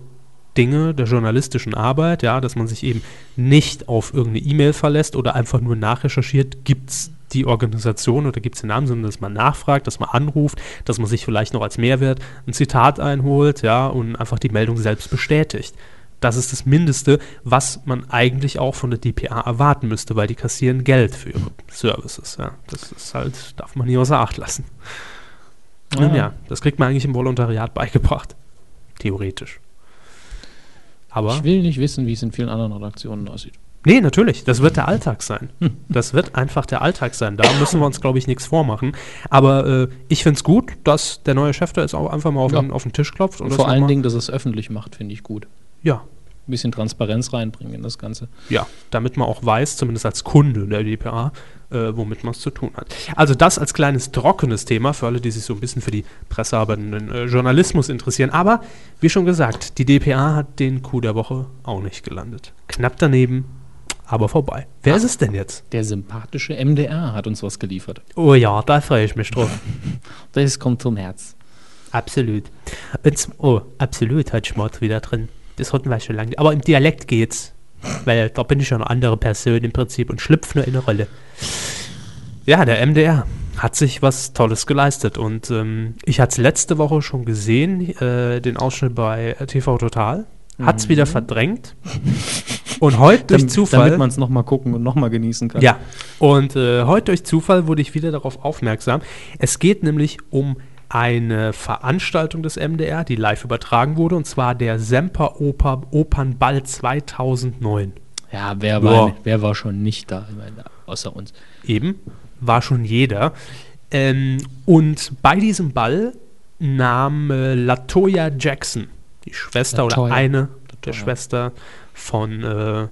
S2: Dinge der journalistischen Arbeit, ja, dass man sich eben nicht auf irgendeine E-Mail verlässt oder einfach nur nachrecherchiert, gibt es die Organisation oder gibt es den Namen, sondern dass man nachfragt, dass man anruft, dass man sich vielleicht noch als Mehrwert ein Zitat einholt, ja, und einfach die Meldung selbst bestätigt. Das ist das Mindeste, was man eigentlich auch von der DPA erwarten müsste, weil die kassieren Geld für ihre Services. Ja. Das ist halt, darf man nie außer Acht lassen. Nun
S1: Ah.
S2: ja, das kriegt man eigentlich im Volontariat beigebracht. Theoretisch. Aber.
S1: ich will nicht wissen, wie es in vielen anderen Redaktionen aussieht.
S2: Nee, natürlich. Das wird der Alltag sein.
S1: Hm.
S2: Das wird einfach der Alltag sein. Da müssen wir uns, glaube ich, nichts vormachen. Aber äh, ich finde es gut, dass der neue Chef da jetzt auch einfach mal auf,
S1: Ja.
S2: den, auf den Tisch klopft.
S1: Und
S2: das
S1: vor allen
S2: nochmal-
S1: Dingen, dass er es öffentlich macht, finde ich gut.
S2: Ja,
S1: Ein bisschen Transparenz reinbringen in das Ganze.
S2: ja, damit man auch weiß, zumindest als Kunde der DPA, äh, womit man es zu tun hat. Also das als kleines trockenes Thema für alle, die sich so ein bisschen für die Pressearbeit und den äh, Journalismus interessieren. Aber wie schon gesagt, die DPA hat den Coup der Woche auch nicht gelandet. Knapp daneben, aber vorbei. Wer ist es denn jetzt?
S1: Der sympathische MDR hat uns was geliefert.
S2: Oh ja, da freue ich mich drauf.
S1: Das kommt zum Herz.
S2: Absolut. Und zum, oh, absolut hat Schmott wieder drin. Das hatten wir schon lange. Aber im Dialekt geht's. Weil da bin ich ja eine andere Person im Prinzip und schlüpfe nur in eine Rolle. Ja, der MDR hat sich was Tolles geleistet. Und ähm, ich hatte es letzte Woche schon gesehen, äh, den Ausschnitt bei TV Total. Hat's wieder verdrängt. Und heute durch
S1: Dam-
S2: Zufall.
S1: Damit man es nochmal gucken und nochmal genießen kann.
S2: Ja, und äh, heute durch Zufall wurde ich wieder darauf aufmerksam. Es geht nämlich um eine Veranstaltung des MDR, die live übertragen wurde, und zwar der Semper Oper Opernball 2009.
S1: Ja, wer
S2: Boah.
S1: war, wer war schon nicht da, Ich meine, außer uns?
S2: Eben, war schon jeder. Ähm, und bei diesem Ball nahm äh, Latoya Jackson, die Schwester oder
S1: Latoya.
S2: eine
S1: Latoya.
S2: der Schwester von äh,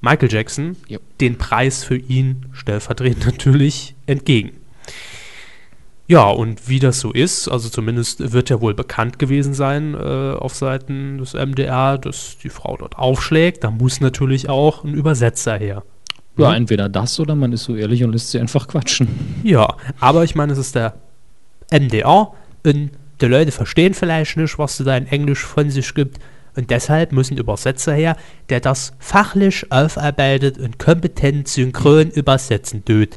S2: Michael Jackson,
S1: Jo.
S2: den Preis für ihn stellvertretend natürlich entgegen. Ja, und wie das so ist, also zumindest wird ja wohl bekannt gewesen sein äh, auf Seiten des MDR, dass die Frau dort aufschlägt. Da muss natürlich auch ein Übersetzer her. Mhm.
S1: Ja, entweder das oder man ist so ehrlich und lässt sie einfach quatschen.
S2: Ja, aber ich meine, es ist der MDR und die Leute verstehen vielleicht nicht, was du da in Englisch von sich gibt. Und deshalb muss ein Übersetzer her, der das fachlich aufarbeitet und kompetent synchron übersetzen tut.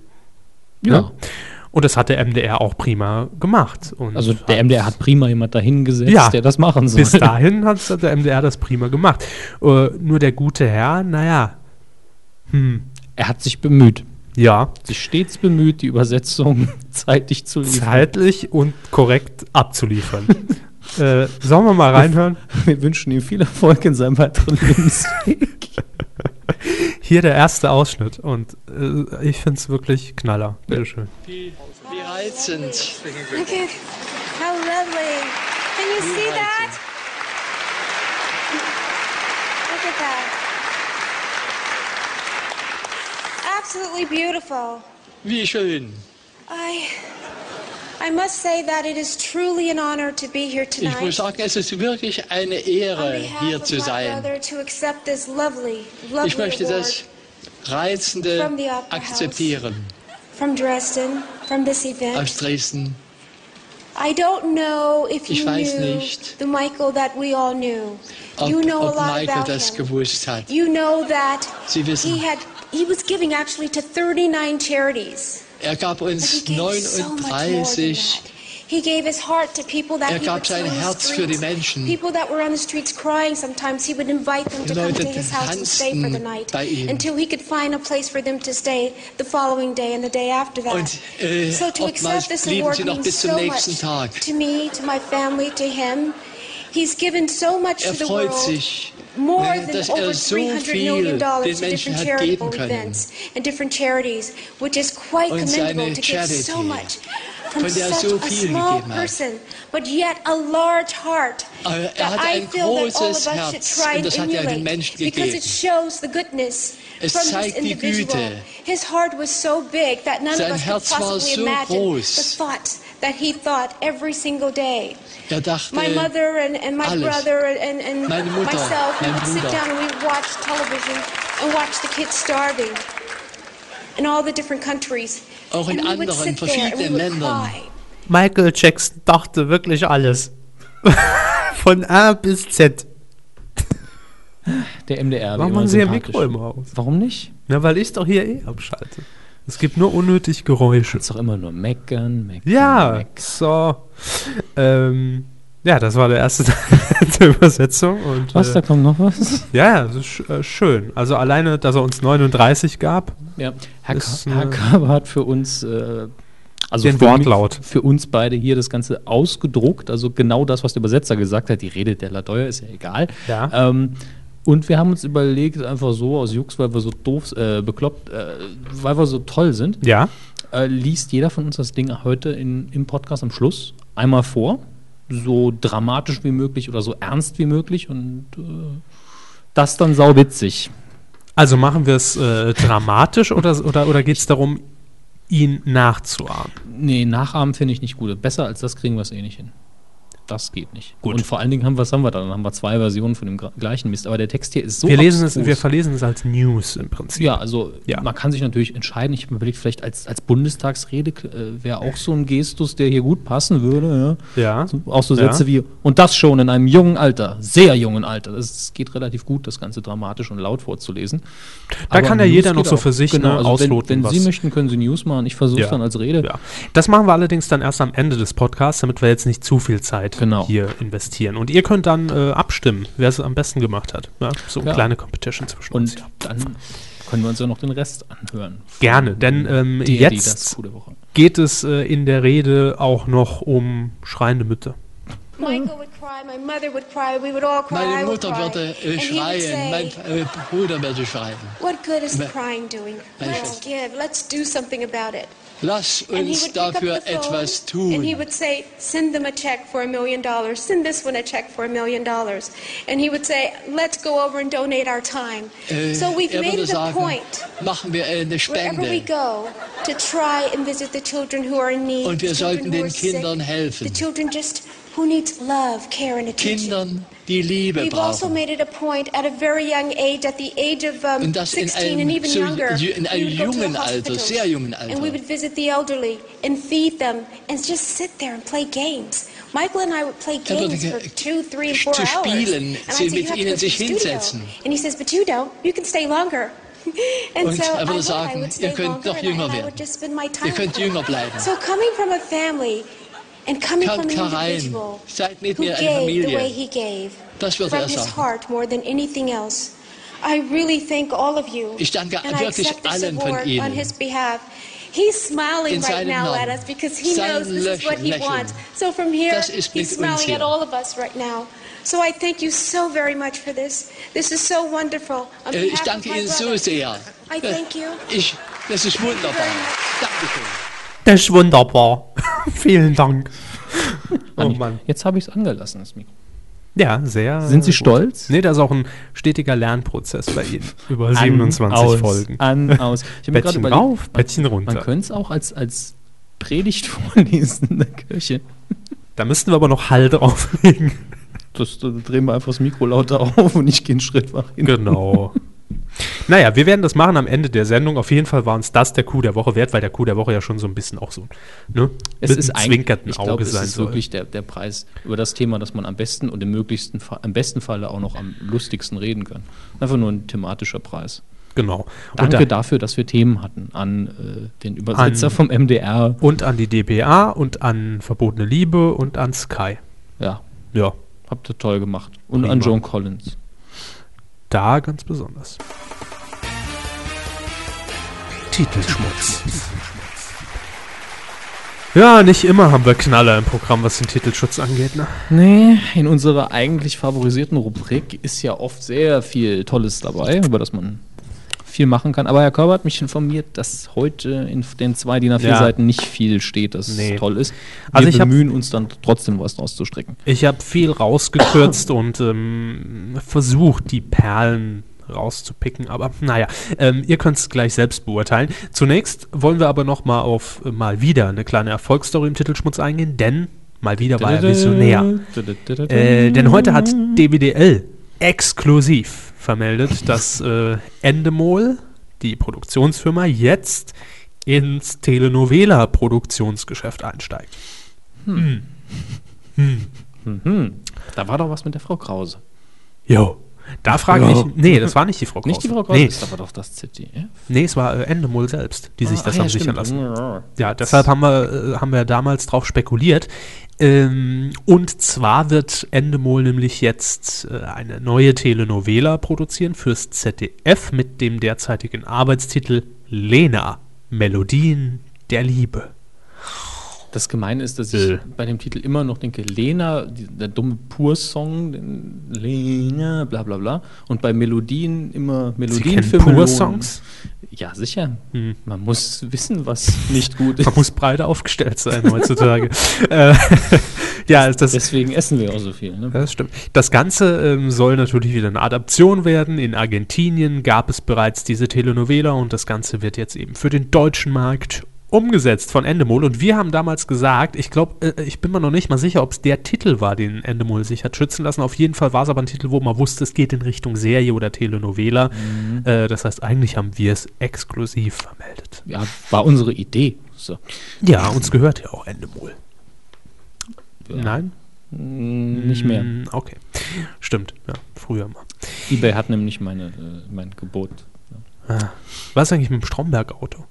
S2: Ja. Und das hat der MDR auch prima gemacht. Und
S1: Also der
S2: hat-
S1: MDR hat prima jemand dahingesetzt,
S2: Ja.
S1: der das machen soll.
S2: bis dahin hat der MDR das prima gemacht. Äh, nur der gute Herr, naja,
S1: Er hat sich bemüht.
S2: ja,
S1: Sich stets bemüht, die Übersetzung zeitig zu liefern.
S2: zeitlich und korrekt abzuliefern. äh, sollen wir mal reinhören?
S1: Wir wünschen ihm viel Erfolg in seinem weiteren Lebensweg.
S2: Hier der erste Ausschnitt und äh, ich finde es wirklich knaller. Bitteschön.
S5: Wie reizend.
S6: Okay. How lovely. Can you see that? Look at that. Absolutely beautiful.
S5: Wie schön.
S6: I I must say that it is truly an honor to be here
S5: Ich muss
S6: tonight.
S5: sagen, es ist wirklich eine
S6: On
S5: Ehre,
S6: behalf
S5: hier
S6: of
S5: zu
S6: my
S5: sein.
S6: brother to accept this lovely,
S5: Ich
S6: lovely
S5: möchte das
S6: award
S5: Reizende
S6: From the Opera House.
S5: akzeptieren
S6: from Dresden, from this event.
S5: aus Dresden.
S6: I don't know if
S5: Ich
S6: you
S5: weiß
S6: knew
S5: nicht.
S6: the Michael that we all knew.
S5: ob,
S6: you know a
S5: ob
S6: lot
S5: Michael
S6: about
S5: das
S6: him.
S5: gewusst hat.
S6: You know that
S5: Sie wissen.
S6: he had he was giving actually to 39 charities.
S5: Er gab
S6: But he
S5: uns
S6: gave so much more than
S5: 39
S6: that. He gave his heart to people that
S5: Er
S6: he
S5: gab
S6: would
S5: sein
S6: see on the
S5: Herz für die
S6: streets.
S5: Menschen.
S6: People that were on the streets crying sometimes, he would invite them to come to
S5: Leute
S6: his house and stay for the night
S5: tanzten bei ihm.
S6: until he could find a place for them to stay the following day and the day after that.
S5: Und, äh,
S6: so to
S5: oftmals
S6: accept this
S5: blieben
S6: award
S5: sie noch
S6: means
S5: bis zum
S6: so
S5: nächsten
S6: much
S5: Tag.
S6: to me, to my family, to him. He's given so much
S5: Er
S6: to the
S5: freut
S6: world,
S5: sich,
S6: more
S5: ne,
S6: than
S5: dass
S6: over
S5: er so
S6: 300
S5: viel
S6: million
S5: den
S6: dollars to
S5: Menschen
S6: different
S5: hat
S6: charitable
S5: geben können.
S6: events and different charities, which is quite
S5: Und
S6: commendable
S5: seine
S6: to give so
S5: Charity,
S6: much from
S5: von der er
S6: such
S5: so
S6: a
S5: viel
S6: small
S5: gegeben hat.
S6: person, but yet a large heart
S5: Aber er
S6: that
S5: hat
S6: I
S5: ein
S6: feel that all
S5: großes
S6: of us should
S5: Herz,
S6: try
S5: und
S6: and
S5: das hat er den Menschen
S6: emulate because it
S5: gegeben.
S6: shows the goodness
S5: Es
S6: from this
S5: zeigt die
S6: individual.
S5: Güte.
S6: His heart was so big that none
S5: Sein
S6: of us
S5: Herz
S6: could
S5: war
S6: possibly
S5: so
S6: imagine
S5: groß.
S6: the thoughts that he thought every single day.
S5: Er dachte,
S6: My mother and, and my
S5: alles.
S6: brother and, and
S5: Meine Mutter,
S6: myself, we
S5: mein
S6: would sit
S5: Bruder.
S6: down and we'd watch television and watch the kids starving in all the different countries.
S5: Auch in
S6: and we would
S5: anderen,
S6: sit there and we
S5: verschiedenen
S6: would
S5: Ländern.
S6: cry.
S7: Michael Jackson dachte wirklich alles. Von A bis Z.
S1: Der MDR. wie
S2: Warum
S1: immer
S2: haben Sie Ihr
S1: sympathisch.
S2: Mikro immer aus?
S1: Warum nicht?
S2: Na, weil ich doch hier eh abschalte. Es gibt nur unnötig Geräusche.
S1: Ist doch immer nur meckern, meckern.
S2: Ja,
S1: meckern.
S2: so. Ähm, ja, das war der erste Teil der Übersetzung. Und,
S1: Was, da
S2: Äh,
S1: kommt noch was?
S2: ja, ja, das ist sch- äh, schön. Also alleine, dass er uns 39 gab.
S1: Ja, Herr,
S2: Ist,
S1: Ka Herr
S2: äh,
S1: Kabe hat für uns, äh, also
S2: Den
S1: für mich-
S2: Wortlaut.
S1: für uns beide hier das Ganze ausgedruckt, also genau das, was der Übersetzer gesagt hat, die Rede der Ladeuer ist ja egal.
S2: Ja.
S1: Ähm, und wir haben uns überlegt, einfach so aus Jux, weil wir so doof, äh, bekloppt, äh, weil wir so toll sind,
S2: Ja.
S1: äh, liest jeder von uns das Ding heute in, im Podcast am Schluss einmal vor, so dramatisch wie möglich oder so ernst wie möglich und äh, das dann sauwitzig.
S2: Also machen wir es äh, dramatisch oder, oder, oder geht es darum, ihn nachzuahmen?
S1: Nee, Nachahmen finde ich nicht gut. Besser als das kriegen wir es eh nicht hin. Das geht nicht.
S2: Gut.
S1: Und vor allen Dingen haben, was haben wir da? Dann haben wir zwei Versionen von dem gra- gleichen Mist. Aber der Text hier ist so.
S2: Wir, lesen es,
S1: abstrus.
S2: wir verlesen es als News im Prinzip.
S1: Ja, also
S2: Ja.
S1: man kann sich natürlich entscheiden. Ich habe mir überlegt, vielleicht als, als Bundestagsrede äh, wäre auch so ein Gestus, der hier gut passen würde.
S2: Ja.
S1: So, auch so
S2: Ja.
S1: Sätze wie, und das schon in einem jungen Alter, sehr jungen Alter. Das, das geht relativ gut, das Ganze dramatisch und laut vorzulesen.
S2: Da kann ja
S1: News
S2: jeder
S1: geht
S2: noch so
S1: auch.
S2: für sich, ne,
S1: also
S2: ausloten,
S1: Wenn, wenn Sie
S2: was-
S1: möchten, können Sie News machen. Ich versuche es dann als Rede.
S2: Ja. Das machen wir allerdings dann erst am Ende des Podcasts, damit wir jetzt nicht zu viel Zeit
S1: Genau.
S2: hier investieren. Und ihr könnt dann äh, abstimmen, wer es am besten gemacht hat. Ja, so eine
S1: Ja.
S2: kleine Competition zwischen uns.
S1: Und
S2: ja.
S1: dann können wir uns ja noch den Rest anhören.
S2: Gerne, denn ähm,
S1: Die, die, das
S2: jetzt
S1: coole Woche.
S2: geht es äh, in der Rede auch noch um schreiende Mütter.
S6: Michael would cry, my mother would cry, we would all cry, I
S5: meine
S6: would
S5: Mutter
S6: cry.
S5: würde äh,
S6: and he would
S5: schreien, mein
S6: say,
S5: äh, Bruder würde schreien.
S6: what good is
S5: Me-
S6: crying doing?
S5: Mensch.
S6: Let's give, let's do something about it.
S5: Lass
S6: And he
S5: uns
S6: would pick up
S5: dafür
S6: the phone,
S5: etwas
S6: And he
S5: tun.
S6: would say, send them a check for a million dollars. Send this one a check for a million dollars. And he would say, let's go over and donate our time.
S5: Äh,
S6: so we've
S5: er
S6: made
S5: würde
S6: it a
S5: sagen,
S6: point,
S5: machen wir eine
S6: wherever we
S5: Spende.
S6: go, to try and visit the children who are in need.
S5: Und wir
S6: the children
S5: sollten
S6: who
S5: den
S6: are
S5: Kindern
S6: sick,
S5: helfen.
S6: The children just who needs love, care and attention.
S5: Kindern, die Liebe
S6: We've also
S5: brauchen.
S6: made it a point at a very young age, at the age of um,
S5: Und das in
S6: 16
S5: einem
S6: and even
S5: so
S6: younger,
S5: ju- in einem
S6: we would go to the
S5: jungen Alter,
S6: hospitals
S5: sehr jungen Alter.
S6: and we would visit the elderly and feed them and just sit there and play games. Michael and I would play
S5: Er würde
S6: games
S5: ge-
S6: for two, three, and four
S5: zu
S6: hours.
S5: spielen,
S6: and I
S5: sie
S6: said,
S5: mit
S6: you have
S5: ihnen
S6: to go to the
S5: sich
S6: studio."
S5: hinsetzen.
S6: And he says, but you don't. You can stay longer. and
S5: Und
S6: so
S5: er
S6: I
S5: würde
S6: would, I
S5: sagen,
S6: would
S5: ihr
S6: stay
S5: könnt
S6: longer
S5: noch
S6: and I-
S5: jünger
S6: and I
S5: werden.
S6: would just spend my time.
S5: Ihr könnt jünger bleiben.
S6: So coming from a family and coming from
S5: Kommt
S6: an
S5: herein.
S6: individual
S5: Seid mit
S6: who
S5: mir eine
S6: gave the
S5: Familie.
S6: way he gave
S5: Das wird
S6: from
S5: er
S6: his
S5: sagen.
S6: heart more than anything else. I really thank all of you.
S5: Ich danke
S6: and I
S5: wirklich
S6: accept this
S5: allen von
S6: award on
S5: Ihnen.
S6: his behalf. He's smiling
S5: In
S6: right
S5: seinem
S6: now at
S5: Namen.
S6: us because he
S5: Sein
S6: knows this is what he
S5: Lächeln.
S6: wants. So from here,
S5: Das ist mit uns
S6: he's smiling
S5: hier.
S6: at all of us right now. So I thank you so very much for this. This is so wonderful.
S5: Äh,
S6: On behalf
S5: Ich
S6: of
S5: danke
S6: my
S5: Ihnen Uh, so
S6: brother,
S5: sehr.
S6: I thank you.
S5: Ich, das ist wunderbar. Dankeschön.
S7: Das ist wunderbar.
S2: Vielen Dank.
S1: Ah,
S2: Oh
S1: nicht.
S2: Mann.
S1: Jetzt habe ich es angelassen, das Mikro.
S2: Ja, sehr.
S1: Sind Sie
S2: gut.
S1: stolz?
S2: Nee, da ist auch ein stetiger Lernprozess bei Ihnen. Über
S1: an, aus,
S2: 27 Folgen.
S1: An, aus. Ich habe mir gerade
S2: Bettchen
S1: überlegt,
S2: rauf, Bettchen runter.
S1: Man könnte es auch als, als Predigt vorlesen in der Kirche.
S2: Da müssten wir aber noch Hall drauflegen.
S1: Das, da drehen wir einfach das Mikro lauter auf und ich gehe einen Schritt nach hinten.
S2: Genau. Naja, wir werden das machen am Ende der Sendung. Auf jeden Fall war uns das der Coup der Woche wert, weil der Coup der Woche ja schon so ein bisschen auch so ne,
S1: Es
S2: mit
S1: ist
S2: einem
S1: eigentlich-
S2: zwinkernden
S1: ich
S2: Auge
S1: glaub, es
S2: sein
S1: ist
S2: soll.
S1: wirklich der, der Preis über das Thema, das man am besten und im möglichsten Fa- im besten Falle auch noch am lustigsten reden kann. Einfach nur ein thematischer Preis.
S2: Genau.
S1: Danke
S2: und, da-
S1: dafür, dass wir Themen hatten an äh, den Übersetzer vom MDR.
S2: und an die DPA und an Verbotene Liebe und an Sky.
S1: Ja,
S2: Ja,
S1: habt ihr toll gemacht. Und
S2: Prima.
S1: an Joan Collins.
S2: da ganz besonders.
S3: Titelschmutz.
S2: Ja, nicht immer haben wir Knaller im Programm, was den Titelschutz angeht. Ne?
S1: Nee, in unserer eigentlich favorisierten Rubrik ist ja oft sehr viel Tolles dabei, über das man viel machen kann. Aber Herr Körber hat mich informiert, dass heute in den zwei DIN A4
S2: Ja.
S1: Seiten nicht viel steht, das
S2: Nee.
S1: toll ist. Wir
S2: Also ich hab-
S1: bemühen uns dann trotzdem was draus zu stricken.
S2: Ich habe viel rausgekürzt und ähm, versucht, die Perlen rauszupicken, aber naja, ähm, ihr könnt es gleich selbst beurteilen. Zunächst wollen wir aber noch mal auf äh, mal wieder eine kleine Erfolgsstory im Titelschmutz eingehen, denn mal wieder war er visionär. Äh, denn heute hat DWDL exklusiv vermeldet, dass äh, Endemol, die Produktionsfirma, jetzt ins Telenovela-Produktionsgeschäft einsteigt.
S1: Da war doch was mit der Frau Krause.
S2: Jo. Da frage ich mich, nee, das war nicht die Frau Krause.
S1: Nicht die Frau Krause, Ah,
S2: Nee,
S1: das war doch das ZDF.
S2: nee es war äh, Endemol selbst, die sich das haben sichern lassen. Ja, deshalb
S1: deshalb
S2: haben wir, äh, haben wir damals drauf spekuliert. Ähm, und zwar wird Endemol nämlich jetzt äh, eine neue Telenovela produzieren fürs ZDF mit dem derzeitigen Arbeitstitel Lena, Melodien der Liebe.
S1: Das Gemeine ist, dass
S2: Äh.
S1: ich bei dem Titel immer noch denke, Lena, die, der dumme Pur-Song, den Lena, bla bla bla. Und bei Melodien immer Melodien
S2: kennen
S1: für Melonen.
S2: Pur-Songs? Hm.
S1: Ja, sicher. Man muss wissen, was nicht gut ist.
S2: Man muss breit aufgestellt sein heutzutage. äh, ja, das,
S1: Deswegen essen wir auch so viel. Ne?
S2: Ja, Das stimmt. Das Ganze ähm, soll natürlich wieder eine Adaption werden. In Argentinien gab es bereits diese Telenovela und das Ganze wird jetzt eben für den deutschen Markt umgesetzt von Endemol. Und wir haben damals gesagt, ich glaube, äh, ich bin mir noch nicht mal sicher, ob es der Titel war, den Endemol sich hat schützen lassen. Auf jeden Fall war es aber ein Titel, wo man wusste, es geht in Richtung Serie oder Telenovela. Äh, das heißt, eigentlich haben wir es exklusiv vermeldet.
S1: Ja, war unsere Idee. So.
S2: Ja, uns gehört ja auch Endemol. Nein?
S1: Nicht mehr.
S2: Hm, Okay. Stimmt. Ja, früher mal.
S1: Ebay hat nämlich meine, äh, mein Gebot.
S2: Was ist eigentlich mit dem Stromberg-Auto?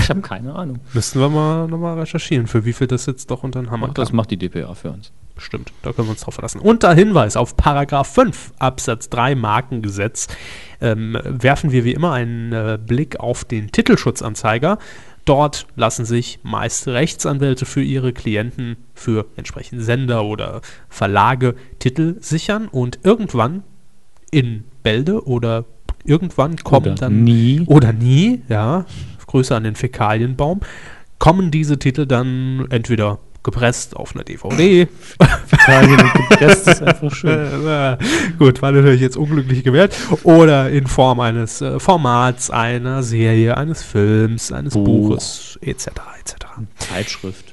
S1: Ich habe keine Ahnung.
S2: Müssten wir mal nochmal recherchieren, für wie viel das jetzt doch unter den Hammer
S1: Das
S2: kam.
S1: macht die DPA für uns.
S2: Stimmt, da können wir uns drauf verlassen. Unter Hinweis auf Paragraph 5 Absatz 3 Markengesetz ähm, werfen wir wie immer einen äh, Blick auf den Titelschutzanzeiger. Dort lassen sich meist Rechtsanwälte für ihre Klienten, für entsprechende Sender oder Verlage Titel sichern und irgendwann in Bälde oder irgendwann kommen
S1: Oder
S2: dann
S1: nie.
S2: oder nie, ja, Grüße an den Fäkalienbaum, kommen diese Titel dann entweder gepresst auf einer DVD.
S1: Das ist einfach schön.
S2: äh, Gut, war natürlich jetzt unglücklich gewählt. Oder in Form eines äh, Formats, einer Serie, eines Films, eines
S1: Buch.
S2: Buches, etc. etc.
S1: Zeitschrift.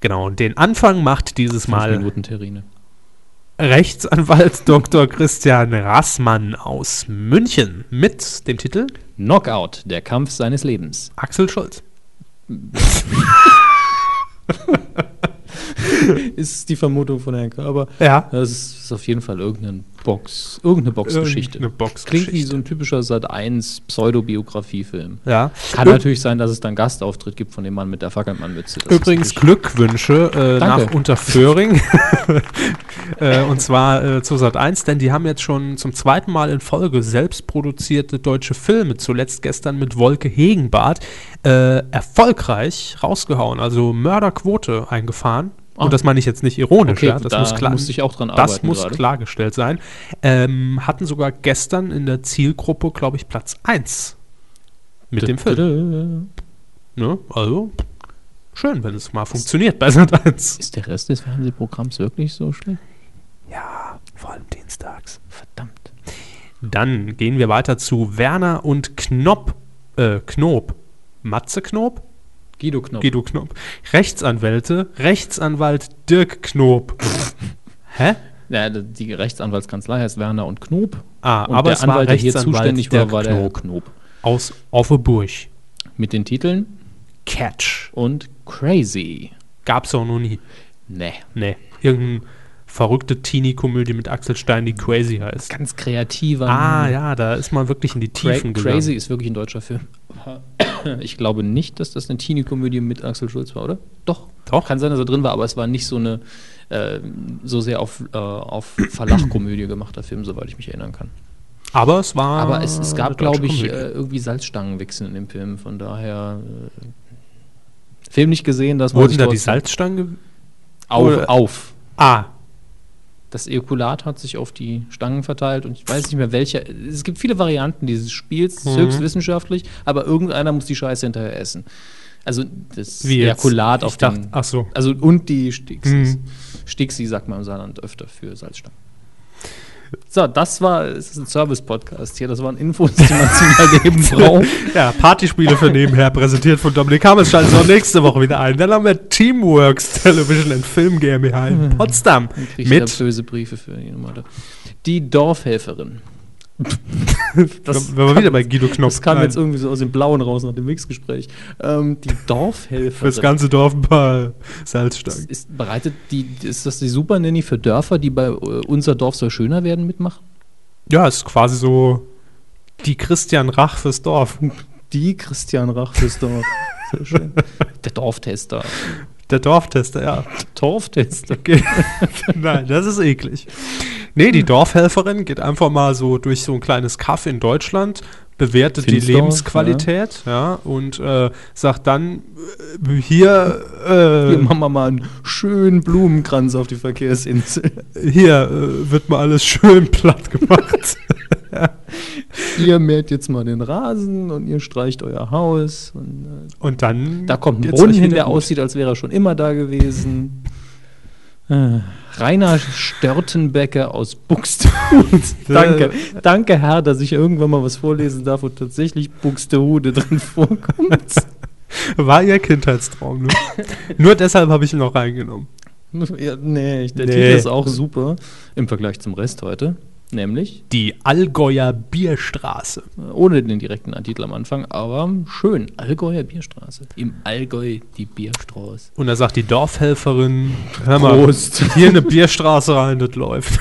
S2: Genau, und den Anfang macht dieses
S1: Fünf
S2: Mal
S1: Minuten Terrine.
S2: Rechtsanwalt Dr. Christian Rassmann aus München mit dem Titel
S1: Knockout, der Kampf seines Lebens.
S2: Axel Schulz.
S1: Ist die Vermutung von Herrn Körber.
S2: Ja.
S1: Das ist, ist auf jeden Fall irgendeine Box, irgendeine Boxgeschichte.
S2: Irgendeine Boxgeschichte.
S1: Klingt wie so ein typischer Sat 1 Pseudobiografie-Film.
S2: Ja.
S1: Kann
S2: Irg-
S1: natürlich sein, dass es dann Gastauftritt gibt von dem Mann mit der Fackelmann-Mütze. Das ist
S2: Übrigens
S1: natürlich-
S2: Glückwünsche äh,
S1: Danke.
S2: nach Unterföhring. äh, und zwar äh, zu Sat 1, denn die haben jetzt schon zum zweiten Mal in Folge selbst produzierte deutsche Filme, zuletzt gestern mit Wolke Hegenbart, äh, erfolgreich rausgehauen. Also Mörderquote eingefahren.
S1: Ah.
S2: Und das meine ich jetzt nicht ironisch,
S1: Okay,
S2: ja. Das
S1: da
S2: muss klar,
S1: musste ich auch dran
S2: Das
S1: arbeiten
S2: muss
S1: gerade.
S2: klargestellt sein. Ähm, hatten sogar gestern in der Zielgruppe, glaube ich, Platz 1 mit dem Film. Ne? Also, schön, wenn es mal funktioniert bei Sat 1.
S1: Ist der Rest des Fernsehprogramms wirklich so schlecht?
S2: Ja, vor allem dienstags.
S1: Verdammt.
S2: Dann gehen wir weiter zu Werner und Knopp. Äh, Knob. Matze Knob?
S1: Guido Knopf.
S2: Guido Knob. Rechtsanwälte. Rechtsanwalt Dirk Knob. Pff. Hä?
S1: Ja, die Rechtsanwaltskanzlei heißt Werner und Knob.
S2: Ah,
S1: und
S2: aber
S1: der
S2: es war
S1: Anwalt, der hier
S2: Rechtsanwalt
S1: zuständig
S2: der
S1: war, war der
S2: Knob.
S1: Knob.
S2: Aus Offenburg.
S1: Mit den Titeln
S2: Catch.
S1: und Crazy. Ne.
S2: Gab's auch noch nie.
S1: Nee.
S2: Nee. Irgendeine verrückte Teenie-Komödie mit Axel Stein, die crazy heißt.
S1: Ganz kreativer.
S2: Ah, ja, da ist man wirklich in die
S1: Cra
S2: Tiefen gegangen.
S1: Crazy ist wirklich ein deutscher Film. Ich glaube nicht, dass das eine Teenie-Komödie mit Axel Schulz war, oder? Doch.
S2: Doch.
S1: Kann sein, dass er drin war, aber es war nicht so eine äh, so sehr auf, äh, auf Verlachkomödie gemachter Film, soweit ich mich erinnern kann.
S2: Aber es war.
S1: Aber es, es
S2: Ah, eine
S1: gab,
S2: deutsche
S1: glaube ich, äh,
S2: Komödie.
S1: irgendwie Salzstangenwichsen in dem Film. Von daher. Äh, Film nicht gesehen, das weiß
S2: Wurden
S1: ich
S2: da die
S1: trotzdem.
S2: Salzstangen. ge-
S1: Auf,
S2: oder-
S1: auf.
S2: Ah,
S1: Das Ejakulat hat sich auf die Stangen verteilt und ich weiß nicht mehr welche. Es gibt viele Varianten dieses Spiels,
S2: Mhm.
S1: das ist höchst wissenschaftlich, aber irgendeiner muss die Scheiße hinterher essen. Also das
S2: wie jetzt?
S1: Ejakulat
S2: Ich
S1: auf
S2: dachte,
S1: den,
S2: Ach so.
S1: also und die Stixis.
S2: Mhm.
S1: Stixi sagt man im Saarland öfter für Salzstangen. So, das war, es ist ein Service-Podcast hier, das waren Infos, die man zu ergeben
S2: Oh.
S1: braucht.
S2: Ja, Partyspiele für nebenher, präsentiert von Dominik Hammes. Schaltet auch nächste Woche wieder ein. Dann haben wir Teamworks Television and Film GmbH in Potsdam.
S1: Kriegt er
S2: Mit,
S1: böse Briefe für die Nummer. da. Die Dorfhelferin.
S2: wenn wir wieder bei Guido Knopf
S1: Das kam
S2: Nein,
S1: jetzt irgendwie so aus dem Blauen raus nach dem Mixgespräch. Ähm, die
S2: fürs
S1: Dorfhelferin.
S2: ganze Dorf ein paar Salzstangen.
S1: Ist, bereitet die, ist das die Super Nanny für Dörfer, die bei äh, Unser Dorf soll schöner werden mitmachen?
S2: Ja, ist quasi so die Christian Rach fürs Dorf.
S1: Die Christian Rach fürs Dorf. Sehr schön. Der Dorftester.
S2: Der Dorftester, ja.
S1: Dorftester.
S2: Okay. Nein, das ist eklig. Nee, die Dorfhelferin geht einfach mal so durch so ein kleines Kaff in Deutschland, bewertet die
S1: Finsdorf,
S2: Lebensqualität, ja, und äh, sagt dann, äh, hier, äh,
S1: Hier machen wir mal einen schönen Blumenkranz auf die Verkehrsinsel.
S2: hier äh, wird mal alles schön platt gemacht.
S1: ihr mäht jetzt mal den Rasen und ihr streicht euer Haus. Und, äh,
S2: Und dann.
S1: da kommt ein
S2: geht's
S1: Brunnen
S2: euch
S1: hin,
S2: wieder
S1: der
S2: gut.
S1: aussieht, als wäre er schon immer da gewesen. Äh, Rainer Störtenbecker aus Buxtehude. Danke. Danke, Herr, dass ich irgendwann mal was vorlesen darf, wo tatsächlich Buxtehude drin vorkommt.
S2: War ihr Kindheitstraum, ne? Nur deshalb habe ich ihn noch reingenommen.
S1: ja, nee, ich- der
S2: Nee.
S1: Titel ist auch super im Vergleich zum Rest heute. Nämlich
S2: Die Allgäuer Bierstraße.
S1: äh, ohne den direkten Titel am Anfang, aber schön. Allgäuer Bierstraße. Im Allgäu die Bierstraße.
S2: Und da sagt die Dorfhelferin, hör mal, hier eine Bierstraße rein, das läuft.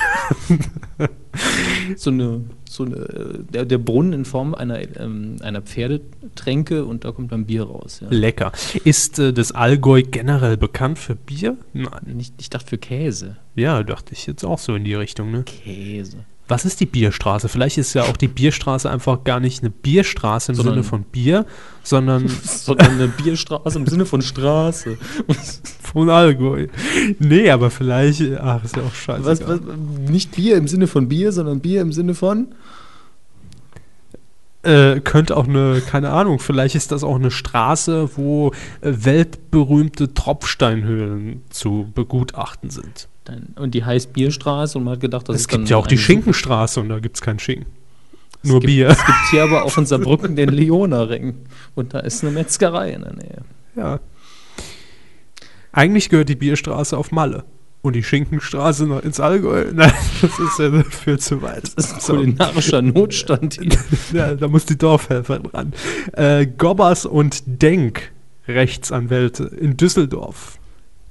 S1: so eine, so eine äh, der, der Brunnen in Form einer, ähm, einer Pferdetränke und da kommt dann Bier raus. Ja.
S2: Lecker. Ist äh, das Allgäu generell bekannt für Bier? Nein.
S1: Ich, ich dachte für Käse.
S2: Ja, dachte ich jetzt auch so in die Richtung, ne?
S1: Käse.
S2: Was ist die Bierstraße? Vielleicht ist ja auch die Bierstraße einfach gar nicht eine Bierstraße im
S1: Sondern-
S2: Sinne von Bier, sondern
S1: Sondern eine Bierstraße im Sinne von Straße.
S2: von Allgäu. Nee, aber vielleicht, äh, ach, ist ja auch scheiße.
S1: Was, was, nicht Bier im Sinne von Bier, sondern Bier im Sinne von.
S2: Äh, könnte auch eine, keine Ahnung, vielleicht ist das auch eine Straße, wo äh, weltberühmte Tropfsteinhöhlen zu begutachten sind.
S1: Dann, und die heißt Bierstraße und man hat gedacht, das
S2: es
S1: ist
S2: gibt
S1: dann
S2: ja auch die
S1: eine-
S2: Schinkenstraße und da gibt es keinen Schinken.
S1: Es
S2: Nur
S1: gibt-
S2: Bier.
S1: Es gibt hier aber auch in Saarbrücken den Leona-Ring. Und da ist eine Metzgerei in der Nähe.
S2: Ja. Eigentlich gehört die Bierstraße auf Malle. Und die Schinkenstraße noch ins Allgäu. Nein, das ist ja für zu weit.
S1: Das ist ein kulinarischer Notstand hier.
S2: ja, da muss die Dorfhelfer dran. Äh, Gobbers und Denk, Rechtsanwälte in Düsseldorf.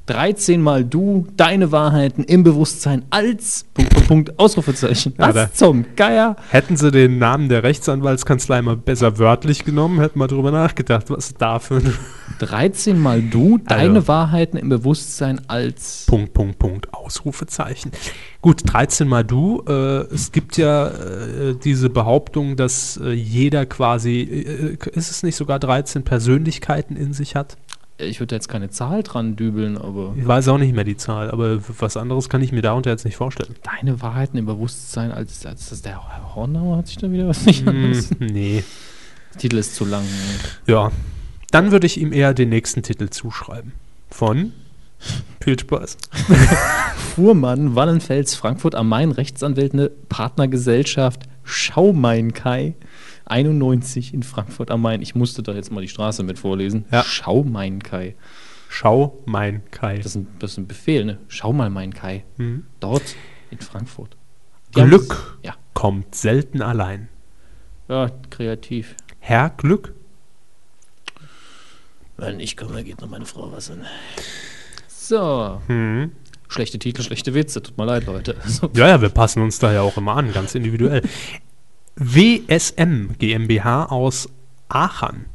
S1: 13 mal du, deine Wahrheiten im Bewusstsein als Punkt, Punkt, Punkt, Ausrufezeichen.
S2: Ja,
S1: Was
S2: da-
S1: zum Geier?
S2: Hätten sie den Namen der Rechtsanwaltskanzlei mal besser wörtlich genommen, hätten wir drüber nachgedacht, was da für ein
S1: 13 mal du, deine
S2: Also.
S1: Wahrheiten im Bewusstsein als
S2: Punkt, Punkt, Punkt, Ausrufezeichen. Gut, 13 mal du. Äh, es gibt ja äh, diese Behauptung, dass äh, jeder quasi, äh, ist es nicht sogar 13 Persönlichkeiten in sich hat?
S1: Ich würde da jetzt keine Zahl dran dübeln, aber
S2: Ich weiß auch nicht mehr die Zahl, aber was anderes kann ich mir darunter jetzt nicht vorstellen.
S1: deine Wahrheiten im Bewusstsein als, als das der Herr Hornauer hat sich da wieder was nicht anderes.
S2: Hm, nee.
S1: Der Titel ist zu lang.
S2: Ja. Dann würde ich ihm eher den nächsten Titel zuschreiben. Von viel Spaß.
S1: Fuhrmann, Wallenfels, Frankfurt am Main, Rechtsanwältende Partnergesellschaft Schaumainkai 91 in Frankfurt am Main. Ich musste da jetzt mal die Straße mit vorlesen.
S2: Ja.
S1: Schaumainkai.
S2: Schau mein Kai.
S1: Das ist, ein, das ist ein Befehl, ne? Schau mal, mein Kai. Dort in Frankfurt.
S2: Mhm. Glück
S1: Ja.
S2: kommt selten allein.
S1: Ja, kreativ.
S2: Herr Glück?
S1: Wenn ich komme, geht noch meine Frau was an. So.
S2: Mhm.
S1: Schlechte Titel, schlechte Witze. Tut mir leid, Leute. So.
S2: Ja, ja, wir passen uns da ja auch immer an, ganz individuell. WSM GmbH aus Aachen.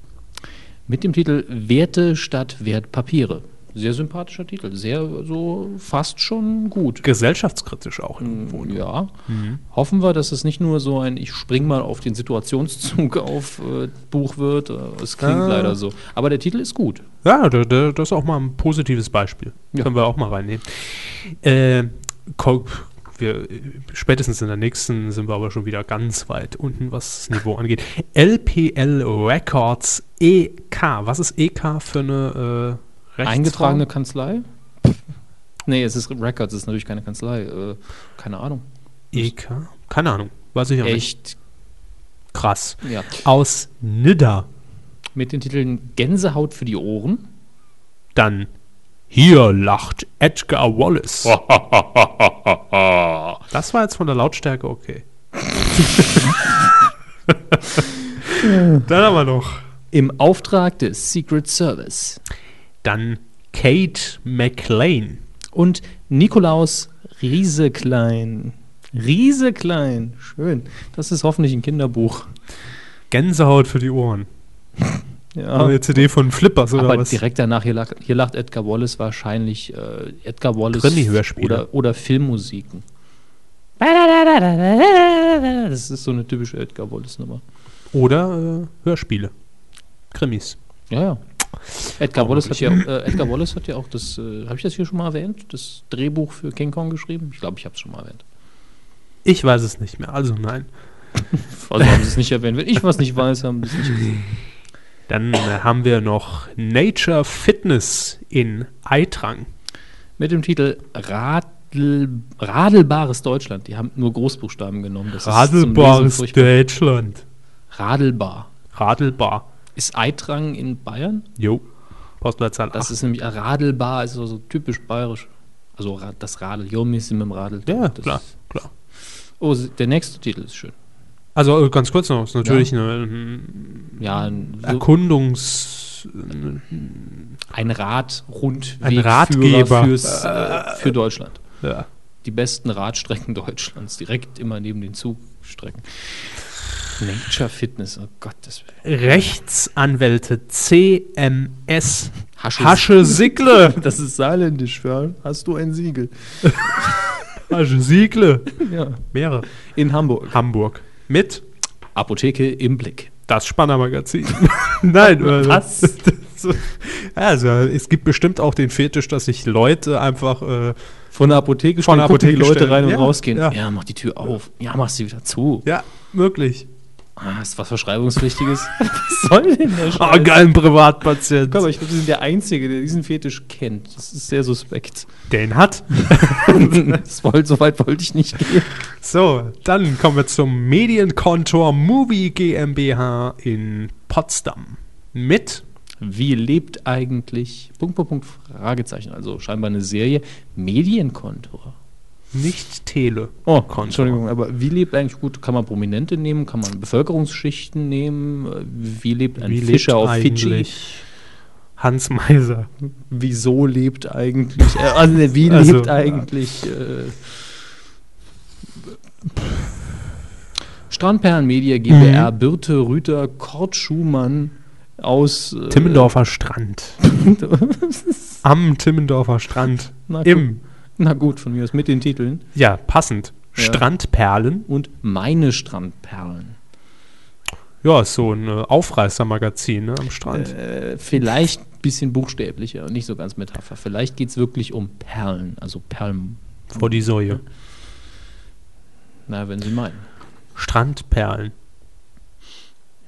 S1: Mit dem Titel Werte statt Wertpapiere. Sehr sympathischer Titel. Sehr so fast schon gut.
S2: Gesellschaftskritisch auch
S1: Mhm.
S2: irgendwo.
S1: Ja.
S2: Mhm.
S1: Hoffen wir, dass es nicht nur so ein Ich spring mal auf den Situationszug auf äh, Buch wird. Äh, Es klingt
S2: Ah.
S1: leider so. Aber der Titel ist gut.
S2: Ja, da, da, das ist auch mal ein positives Beispiel.
S1: Ja.
S2: Können wir auch mal reinnehmen. Äh, Ko- wir, äh, spätestens in der nächsten sind wir aber schon wieder ganz weit unten, was das Niveau angeht. LPL Records EK. Was ist EK für eine äh, Rechtsform?
S1: Eingetragene Kanzlei? Nee, es ist Records, es ist natürlich keine Kanzlei. Äh, keine Ahnung.
S2: EK? E Keine Ahnung. Weiß ich auch nicht.
S1: Echt
S2: Krass.
S1: Ja.
S2: Aus Nidda.
S1: mit den Titeln Gänsehaut für die Ohren.
S2: Dann hier lacht Edgar Wallace. das war jetzt von der Lautstärke okay. Dann aber noch.
S1: Im Auftrag des Secret Service.
S2: Dann Kate McLean.
S1: Und Nikolaus Rieseklein. Rieseklein. Schön. Das ist hoffentlich ein Kinderbuch.
S2: Gänsehaut für die Ohren.
S1: Ja.
S2: Eine CD von Flippers oder
S1: Aber
S2: was?
S1: direkt danach, hier lacht, hier lacht Edgar Wallace wahrscheinlich äh, Edgar Wallace
S2: Krimi-Hörspiele.
S1: oder, oder Filmmusiken. Das ist so eine typische Edgar Wallace-Nummer.
S2: Oder äh, Hörspiele. Krimis.
S1: Ja, ja. Edgar
S2: Auch
S1: Wallace, hat
S2: möglich.
S1: ja, äh, Edgar Wallace hat ja auch das, äh, habe ich das hier schon mal erwähnt? Das Drehbuch für King Kong geschrieben? Ich glaube, ich habe es schon mal erwähnt.
S2: Ich weiß es nicht mehr, also nein.
S1: Also haben sie es nicht erwähnt. Wenn ich was nicht weiß, haben sie es nicht erwähnt.
S2: Dann äh, haben wir noch Nature Fitness in Eitrang.
S1: Mit dem Titel Radl, Radelbares Deutschland. Die haben nur Großbuchstaben genommen. Das Ist
S2: Radelbares
S1: zum Lesen furchtbar.
S2: Deutschland.
S1: Radelbar.
S2: Radelbar.
S1: Ist Eitrang in Bayern?
S2: Jo. Postleitzahl
S1: Das
S2: 8.
S1: ist nämlich äh, Radelbar, ist so, so typisch bayerisch. Also Ra- das Radl, Jo, wir sind mit dem Radl.
S2: ja,
S1: das
S2: klar,
S1: Ist,
S2: klar.
S1: oh, der nächste Titel ist schön.
S2: Also äh, ganz kurz noch, ist natürlich eine ähm,
S1: Ja, ein, so,
S2: Erkundungs...
S1: ein Radrundwegführer
S2: Ein Ratgeber.
S1: Fürs, äh, für Deutschland.
S2: Ja.
S1: Die besten Radstrecken Deutschlands, direkt immer neben den Zugstrecken. Nature Fitness, oh Gottes Willen.
S2: Rechtsanwälte CMS
S1: Hasche-
S2: Hasche Sigle.
S1: Das ist saarländisch, ja. Hast du ein Siegel?
S2: Hasche Sigle.
S1: Ja.
S2: Mehrere.
S1: In Hamburg.
S2: Hamburg. Mit
S1: Apotheke im Blick.
S2: das Spanner Magazin. Nein, äh,
S1: Was?
S2: das- Also, es gibt bestimmt auch den Fetisch, dass sich Leute einfach äh,
S1: Von der Apotheke
S2: Von
S1: von
S2: der
S1: Apotheke
S2: Apotheke
S1: Leute
S2: stellen.
S1: rein und
S2: Ja,
S1: rausgehen.
S2: ja.
S1: Ja. mach die Tür auf. Ja, mach sie wieder zu.
S2: ja, möglich.
S1: Ah, ist was Verschreibungspflichtiges. was soll denn der Scheiß?
S2: Ah, geilen Privatpatient.
S1: Komm, aber ich glaube, sie sind der Einzige, der diesen Fetisch kennt. Das ist sehr suspekt.
S2: Den hat.
S1: das wollt, so weit wollte ich nicht gehen.
S2: So, dann kommen wir zum Medienkontor Movie GmbH in Potsdam. Mit
S1: Wie lebt eigentlich Punkt, Punkt, Punkt, Fragezeichen, also scheinbar eine Serie, Medienkontor.
S2: nicht Tele.
S1: Oh, Entschuldigung, aber wie lebt eigentlich, gut, kann man Prominente nehmen, kann man Bevölkerungsschichten nehmen, äh, wie lebt ein
S2: Wie
S1: Fischer
S2: lebt
S1: auf Fidschi? Äh.
S2: eigentlich Hans Meiser.
S1: Wieso lebt eigentlich, äh, also, ne, wie
S2: Also,
S1: lebt
S2: ja.
S1: eigentlich äh, Strandperlen Media GbR,
S2: Mhm.
S1: Birte Rüter, Kurt Schumann aus äh,
S2: Timmendorfer Strand. Am Timmendorfer Strand.
S1: Na,
S2: Im,
S1: Na gut, von mir aus mit den Titeln.
S2: ja, passend.
S1: Ja.
S2: Strandperlen.
S1: Und meine Strandperlen.
S2: Ja, ist so ein äh, Aufreißermagazin ne, am Strand.
S1: Äh, vielleicht ein bisschen buchstäblicher und nicht so ganz Metapher. Vielleicht geht es wirklich um Perlen, also Perlen.
S2: Vor die Säue.
S1: Na, wenn Sie meinen.
S2: Strandperlen.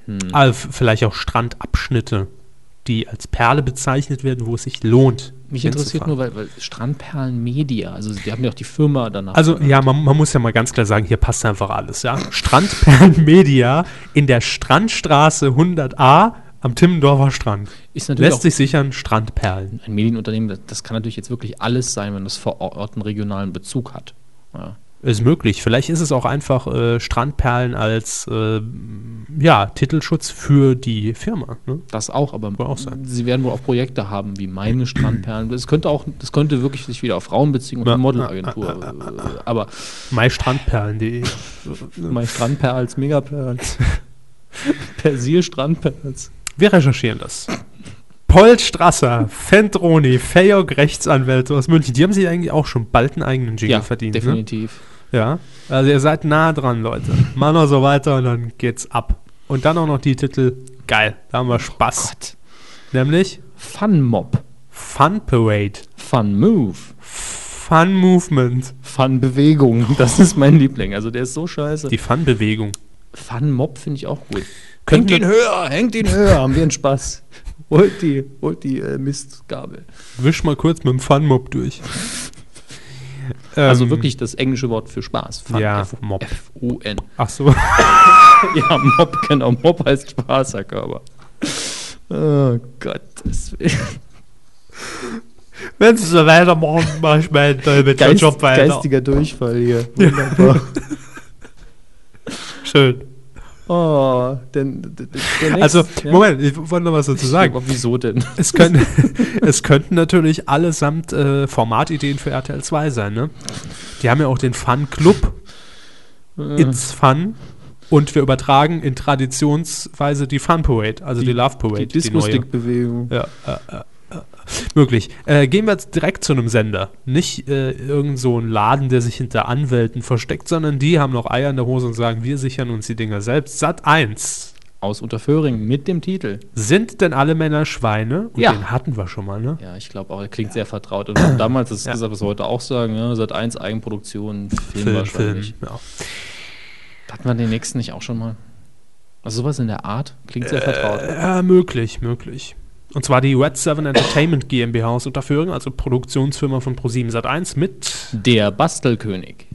S1: Hm.
S2: Ah, f- vielleicht auch Strandabschnitte, die als Perle bezeichnet werden, wo es sich lohnt.
S1: Mich interessiert
S2: hinzufahren.
S1: nur, weil, weil Strandperlen Media, also die haben ja auch die Firma danach.
S2: Also ja, man, man muss ja mal ganz klar sagen, hier passt einfach alles. Ja? Strandperlen Media in der Strandstraße 100a am Timmendorfer Strand.
S1: ist natürlich
S2: Lässt
S1: auch
S2: sich sichern, Strandperlen.
S1: ein Medienunternehmen, das, das kann natürlich jetzt wirklich alles sein, wenn das vor Ort einen regionalen Bezug hat. Ja.
S2: Ist möglich. Vielleicht ist es auch einfach äh, Strandperlen als äh, ja, Titelschutz für die Firma. Ne?
S1: Das auch, aber
S2: Kann auch sein.
S1: sie werden wohl auch Projekte haben wie meine Strandperlen. Es könnte auch, das könnte wirklich sich wieder auf Frauen beziehen und
S2: Ja.
S1: eine Modelagentur. äh, Aber
S2: mystrandperlen.de.
S1: mein Strandperls, Megaperls, Persil-Strandperls.
S2: Wir recherchieren das. Paul Strasser, Fentroni, Fayok Rechtsanwälte aus München, die haben sich eigentlich auch schon bald einen eigenen Jingle verdient. Ne?
S1: definitiv.
S2: Ja, also ihr seid nah dran, Leute. Mal noch so weiter und dann geht's ab. Und dann auch noch die Titel. Geil, da haben wir Spaß.
S1: Oh Gott.
S2: Nämlich
S1: Fun Mob,
S2: Fun Parade,
S1: Fun Move,
S2: Fun Movement,
S1: Fun Bewegung. Das ist mein Liebling. Also der ist so scheiße.
S2: die Fun-Bewegung.
S1: Fun Mob finde ich auch gut.
S2: Könnten wir-
S1: höher, hängt ihn höher, haben wir einen Spaß. Holt die, holt die äh, Mistgabel.
S2: Wisch mal kurz mit dem Fun-Mob durch.
S1: Also
S2: Ähm,
S1: wirklich das englische Wort für Spaß. Fun,
S2: Ja,
S1: F-
S2: Mob.
S1: F-U-N.
S2: Ach so.
S1: Ja, Mob, genau. Mob heißt Spaß, Herr Körber. Oh Gott, das
S7: Wenn sie so weitermachen, mach ich meinen mit dem
S1: Geist,
S7: Job weiter.
S1: geistiger Durchfall hier. Wunderbar.
S7: Schön.
S1: oh, denn, denn- denn- der nächste-
S2: Also,
S1: ja.
S2: Moment, ich wollte noch was dazu sagen.
S1: Aber wieso denn?
S2: Es, können, es könnten natürlich allesamt äh, Formatideen für RTL 2 sein, ne? Die haben ja auch den Fun Club.
S1: Äh.
S2: It's Fun. Und wir übertragen in Traditionsweise die Fun Parade, also die, Love
S1: Die
S2: Parade.
S1: Disco-Stick-Bewegung.
S2: Ja, äh, äh, äh, möglich. Äh, gehen wir jetzt direkt zu einem Sender. Nicht äh, irgend so ein Laden, der sich hinter Anwälten versteckt, sondern die haben noch Eier in der Hose und sagen, wir sichern uns die Dinger selbst. Sat 1.
S1: Aus Unterföhring mit dem Titel.
S2: Sind denn alle Männer Schweine? Und
S1: Ja.
S2: den hatten wir schon mal, ne?
S1: Ja, ich glaube auch, er klingt sehr vertraut. Und damals, das ist was wir heute auch sagen, ne? seit 1 Eigenproduktion, Film,
S2: Film,
S1: wahrscheinlich.
S2: Film. Ja.
S1: Hatten wir den nächsten nicht auch schon mal? Also sowas in der Art klingt sehr vertraut.
S2: Ja, möglich, möglich. Und zwar die Red 7 Entertainment GmbH aus Unterföhring, also Produktionsfirma von Pro7 Sat1 mit.
S1: Der Bastelkönig.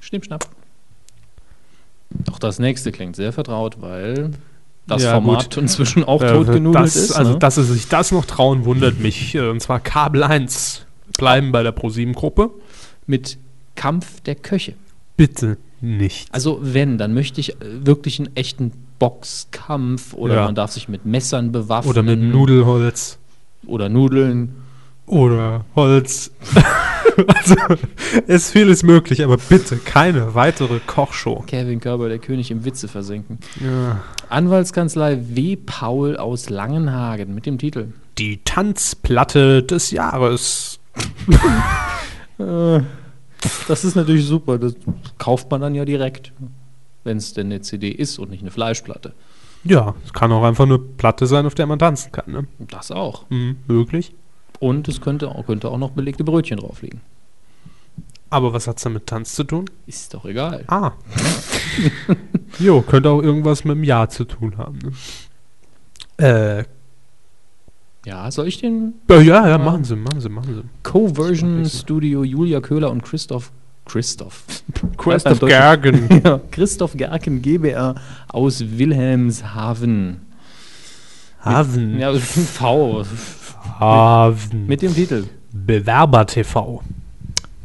S1: Schnippschnapp. Auch das nächste klingt sehr vertraut, weil das
S2: Ja,
S1: Format
S2: gut.
S1: inzwischen auch totgenudelt
S2: äh, das,
S1: ist.
S2: Also,
S1: ne?
S2: dass sie sich das noch trauen, wundert mich. Äh, Und zwar Kabel 1 bleiben bei der Pro7-Gruppe.
S1: Mit Kampf der Köche.
S2: Bitte nicht.
S1: Also wenn, dann möchte ich äh, wirklich einen echten Boxkampf oder
S2: Ja.
S1: man darf sich mit Messern bewaffnen.
S2: Oder mit Nudelholz.
S1: Oder Nudeln.
S2: Oder Holz. also, es vieles möglich, aber bitte keine weitere Kochshow.
S1: Kevin Körber, der König im Witze versinken.
S2: Ja.
S1: Anwaltskanzlei W. Paul aus Langenhagen mit dem Titel.
S2: Die Tanzplatte des Jahres.
S1: Äh, Das ist natürlich super. Das kauft man dann ja direkt. Wenn es denn eine CD ist und nicht eine Fleischplatte.
S2: Ja, es kann auch einfach eine Platte sein, auf der man tanzen kann. Ne?
S1: Das auch.
S2: Mhm, möglich.
S1: Und es könnte auch, könnte auch noch belegte Brötchen drauf liegen.
S2: Aber was hat's denn mit Tanz zu tun?
S1: Ist doch egal.
S2: Ah. jo, könnte auch irgendwas mit dem Jahr zu tun haben.
S1: Äh.
S2: Ne?
S1: Ja, soll ich den
S2: Äh, ja, ja, machen Sie, machen Sie, machen Sie.
S1: Co-Version Studio Julia Köhler und Christoph Christoph.
S2: Quest
S1: Bleibt
S2: of
S1: beim Deutschen.
S2: Gergen.
S1: Ja, Christoph Gerken GBR aus Wilhelmshaven.
S2: Haven.
S1: Ja, V
S2: Haven.
S1: mit dem Titel
S2: Bewerber TV.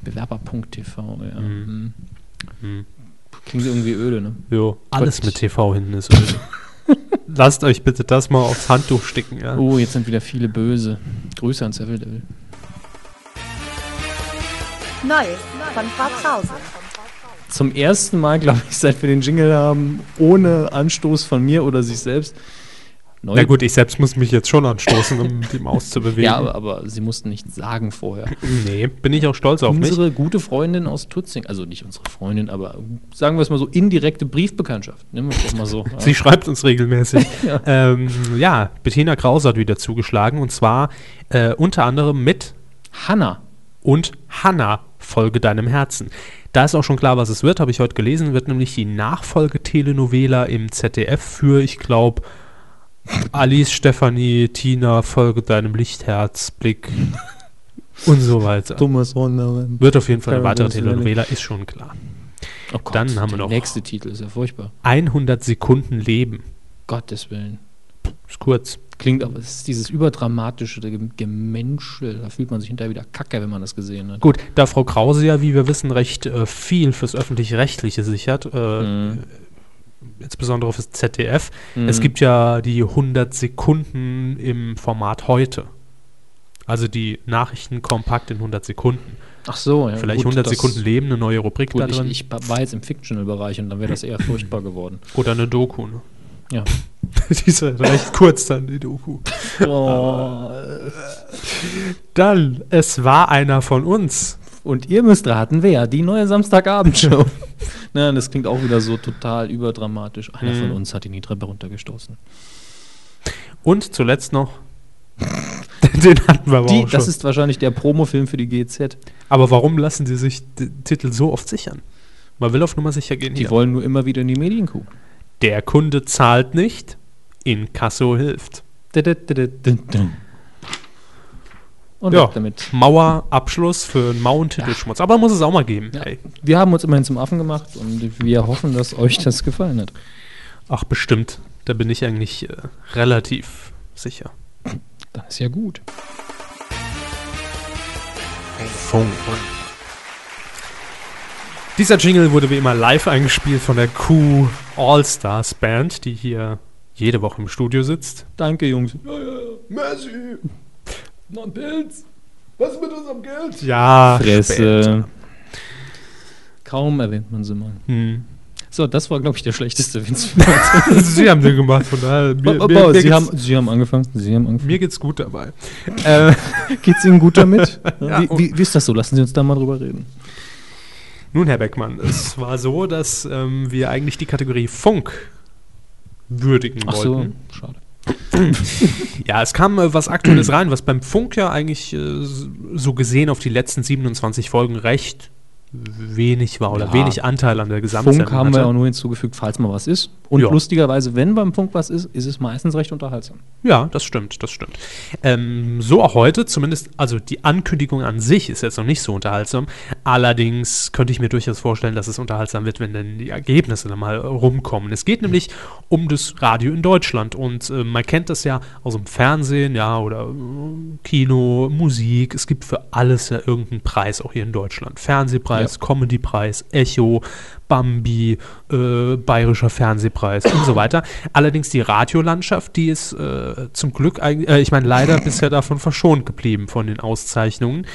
S1: Bewerber.tv. Ja. Mhm. Klingt irgendwie öde, ne?
S2: Jo, alles
S1: Gott.
S2: mit TV hinten ist öde. Lasst euch bitte das mal aufs Handtuch sticken, ja.
S1: Oh, jetzt sind wieder viele böse. Grüße an Seville Devil.
S8: Neues von Pforzhausen.
S1: Zum ersten Mal, glaube ich, seit wir den Jingle haben, ohne Anstoß von mir oder sich selbst. Neu
S2: Na gut, ich selbst muss mich jetzt schon anstoßen, um die Maus zu bewegen.
S1: Ja, aber, aber sie mussten nichts sagen vorher.
S2: nee, bin ich auch stolz auf mich.
S1: unsere gute Freundin aus Tutzing, also nicht unsere Freundin, aber sagen wir es mal so, indirekte Briefbekanntschaft. Nehmen wir es doch mal so.
S2: Sie schreibt uns regelmäßig. ja. Ähm, ja, Bettina Kraus hat wieder zugeschlagen und zwar äh, unter anderem mit
S1: Hanna.
S2: und Hanna, Folge deinem Herzen. Da ist auch schon klar, was es wird, habe ich heute gelesen, wird nämlich die Nachfolge-Telenovela im ZDF für, ich glaube, Alice, Stefanie, Tina, Folge deinem Lichtherz, Blick und so weiter.
S1: Thomas Ronderin.
S2: Wird auf jeden Fall eine
S1: Carol
S2: weitere
S1: Rosemary.
S2: Telenovela, ist schon klar.
S1: Oh Gott,
S2: Dann haben wir
S1: der
S2: noch-
S1: nächste Titel ist ja furchtbar.
S2: 100 Sekunden Leben.
S1: Gottes Willen.
S7: Ist kurz.
S1: Klingt aber, es ist dieses überdramatische Gem- Gemenschel. Da fühlt man sich hinterher wieder kacke, wenn man das gesehen hat.
S2: Gut, da Frau Krause ja, wie wir wissen, recht äh, viel fürs Öffentlich-Rechtliche sichert, äh,
S1: Mhm.
S2: insbesondere fürs ZDF. Es gibt ja die 100 Sekunden im Format heute. Also die Nachrichten kompakt in 100 Sekunden.
S1: Ach so, ja.
S2: Vielleicht
S1: gut,
S2: 100
S1: das-
S2: Sekunden Leben, eine neue Rubrik da
S1: Gut, ich,
S2: drin.
S1: ich war jetzt im Fictional-Bereich und dann wäre das eher furchtbar geworden.
S2: Oder eine Doku. Ne?
S1: Ja.
S2: die ist ja recht kurz dann, die Doku.
S1: Oh.
S2: Oh. Dann, es war einer von uns.
S1: Und ihr müsst raten, wer? Die neue Samstagabendshow. Nein, das klingt auch wieder so total überdramatisch. Einer
S2: Hm.
S1: von uns hat ihn die Treppe runtergestoßen.
S2: Und zuletzt noch. Den hatten wir aber
S1: Die,
S2: auch schon.
S1: das ist wahrscheinlich der Promofilm für die GZ.
S2: Aber warum lassen sie sich d- Titel so oft sichern? Man will auf Nummer sicher gehen.
S1: Die
S2: hier.
S1: wollen nur immer wieder in die Medien gucken.
S2: Der Kunde zahlt nicht, Inkasso hilft.
S1: Und
S2: Ja,
S1: weg damit.
S2: Mauerabschluss für einen mauen Titelschmutz. Aber muss es auch mal geben. Ey.
S1: Wir haben uns immerhin zum Affen gemacht und wir hoffen, dass euch das gefallen hat.
S2: Ach, bestimmt. Da bin ich eigentlich äh, relativ sicher.
S1: Das ist ja gut.
S2: Funk. Dieser Jingle wurde wie immer live eingespielt von der Q All-Stars Band, die hier jede Woche im Studio sitzt.
S1: Danke, Jungs.
S3: Messi!
S1: Noch ein Pilz.
S3: Was mit unserem Geld?
S2: Ja,
S1: Fresse. Kaum erwähnt man sie mal.
S2: Hm.
S1: So, das war, glaube ich, der schlechteste Witz. Mir-
S2: Also Sie haben den gemacht, von daher. Mir,
S1: mir-
S2: mir, mir,
S1: sie,
S2: geht's,
S1: haben, sie haben angefangen. Sie haben angefangen.
S2: mir geht's gut dabei. äh,
S1: Geht's Ihnen gut damit?
S2: Ja,
S1: wie,
S2: und-
S1: wie, wie ist das so? Lassen Sie uns da mal drüber reden.
S2: nun, Herr Beckmann, es war so, dass ähm, wir eigentlich die Kategorie Funk würdigen wollten.
S1: schade.
S2: Ja, es kam äh, was Aktuelles rein, was beim Funk ja eigentlich äh, so gesehen auf die letzten 27 Folgen recht wenig war oder
S1: Ja.
S2: wenig Anteil an der Gesamtsendung
S1: Funk haben wir
S2: hatte.
S1: auch nur hinzugefügt, falls mal was ist. Und
S2: Ja.
S1: lustigerweise, wenn beim Funk was ist, ist es meistens recht unterhaltsam.
S2: Ja, das stimmt, das stimmt. Ähm, so auch heute, zumindest, also die Ankündigung an sich ist jetzt noch nicht so unterhaltsam. Allerdings könnte ich mir durchaus vorstellen, dass es unterhaltsam wird, wenn dann die Ergebnisse dann mal rumkommen. Es geht nämlich um das Radio in Deutschland und äh, man kennt das ja aus dem Fernsehen, ja, oder äh, Kino, Musik. Es gibt für alles ja irgendeinen Preis, auch hier in Deutschland. Fernsehpreis, Comedypreis, Echo, Bambi, äh, Bayerischer Fernsehpreis und so weiter. Allerdings die Radiolandschaft, die ist äh, zum Glück, eigentlich- äh, ich meine leider bisher davon verschont geblieben von den Auszeichnungen.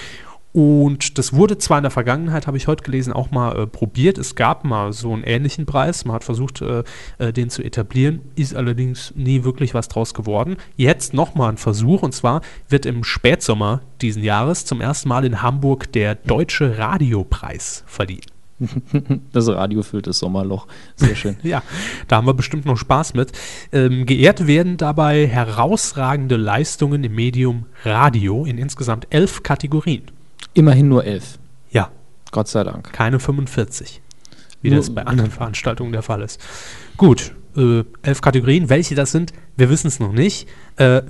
S2: Und das wurde zwar in der Vergangenheit, habe ich heute gelesen, auch mal äh, probiert. Es gab mal so einen ähnlichen Preis. Man hat versucht, äh, äh, den zu etablieren, ist allerdings nie wirklich was draus geworden. Jetzt nochmal ein Versuch und zwar wird im Spätsommer diesen Jahres zum ersten Mal in Hamburg der Deutsche Radiopreis verliehen.
S1: Das Radio füllt das Sommerloch. Sehr schön.
S2: Ja, da haben wir bestimmt noch Spaß mit. Ähm, geehrt werden dabei herausragende Leistungen im Medium Radio in insgesamt elf Kategorien.
S1: Immerhin nur elf.
S2: Ja,
S1: Gott sei Dank.
S2: keine 45, wie
S1: Nur-
S2: das bei anderen Veranstaltungen der Fall ist. Gut, äh, elf Kategorien. Welche das sind, wir wissen es noch nicht. Äh,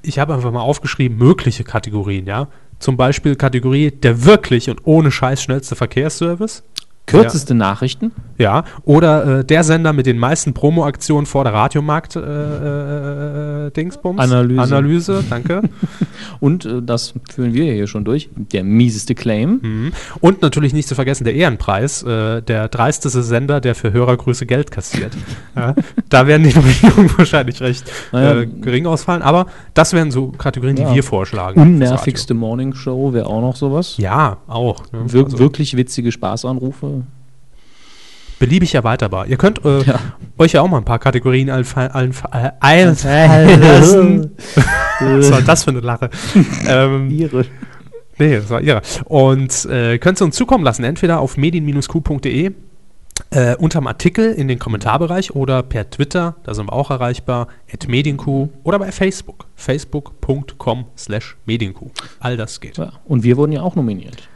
S2: ich habe einfach mal aufgeschrieben, mögliche Kategorien, ja. Zum Beispiel Kategorie der wirklich und ohne Scheiß schnellste Verkehrsservice.
S1: Kürzeste Nachrichten.
S2: Ja, oder äh, der Sender mit den meisten Promoaktionen vor der Radiomarkt äh, äh, Dingsbums.
S1: Analyse.
S2: Analyse, danke.
S1: Und äh, das führen wir hier schon durch. Der mieseste Claim.
S2: Mhm. Und natürlich nicht zu vergessen der Ehrenpreis, äh, der dreisteste Sender, der für Hörergrüße Geld kassiert. ja, da werden die Nominierungen wahrscheinlich recht
S1: Naja.
S2: äh, gering ausfallen, aber das wären so Kategorien,
S1: Ja.
S2: die wir vorschlagen. fürs
S1: Unnervigste Morning Show wäre auch noch sowas.
S2: Radio. Ja, auch. Ne?
S1: Wir
S2: Also
S1: wirklich witzige Spaßanrufe.
S2: beliebig erweiterbar. Ihr könnt äh,
S1: Ja.
S2: euch ja auch mal ein paar Kategorien einfallen, einfallen, einfallen lassen. Was war das für eine Lache? ähm,
S1: Ihre.
S2: Nee, das war ihre. Und äh, könnt ihr uns zukommen lassen, entweder auf medien-q.de, äh, unterm Artikel in den Kommentarbereich oder per Twitter, da sind wir auch erreichbar, at medienq oder bei Facebook, facebook.com slash medienq. All das geht.
S1: Ja. Und wir wurden ja auch nominiert.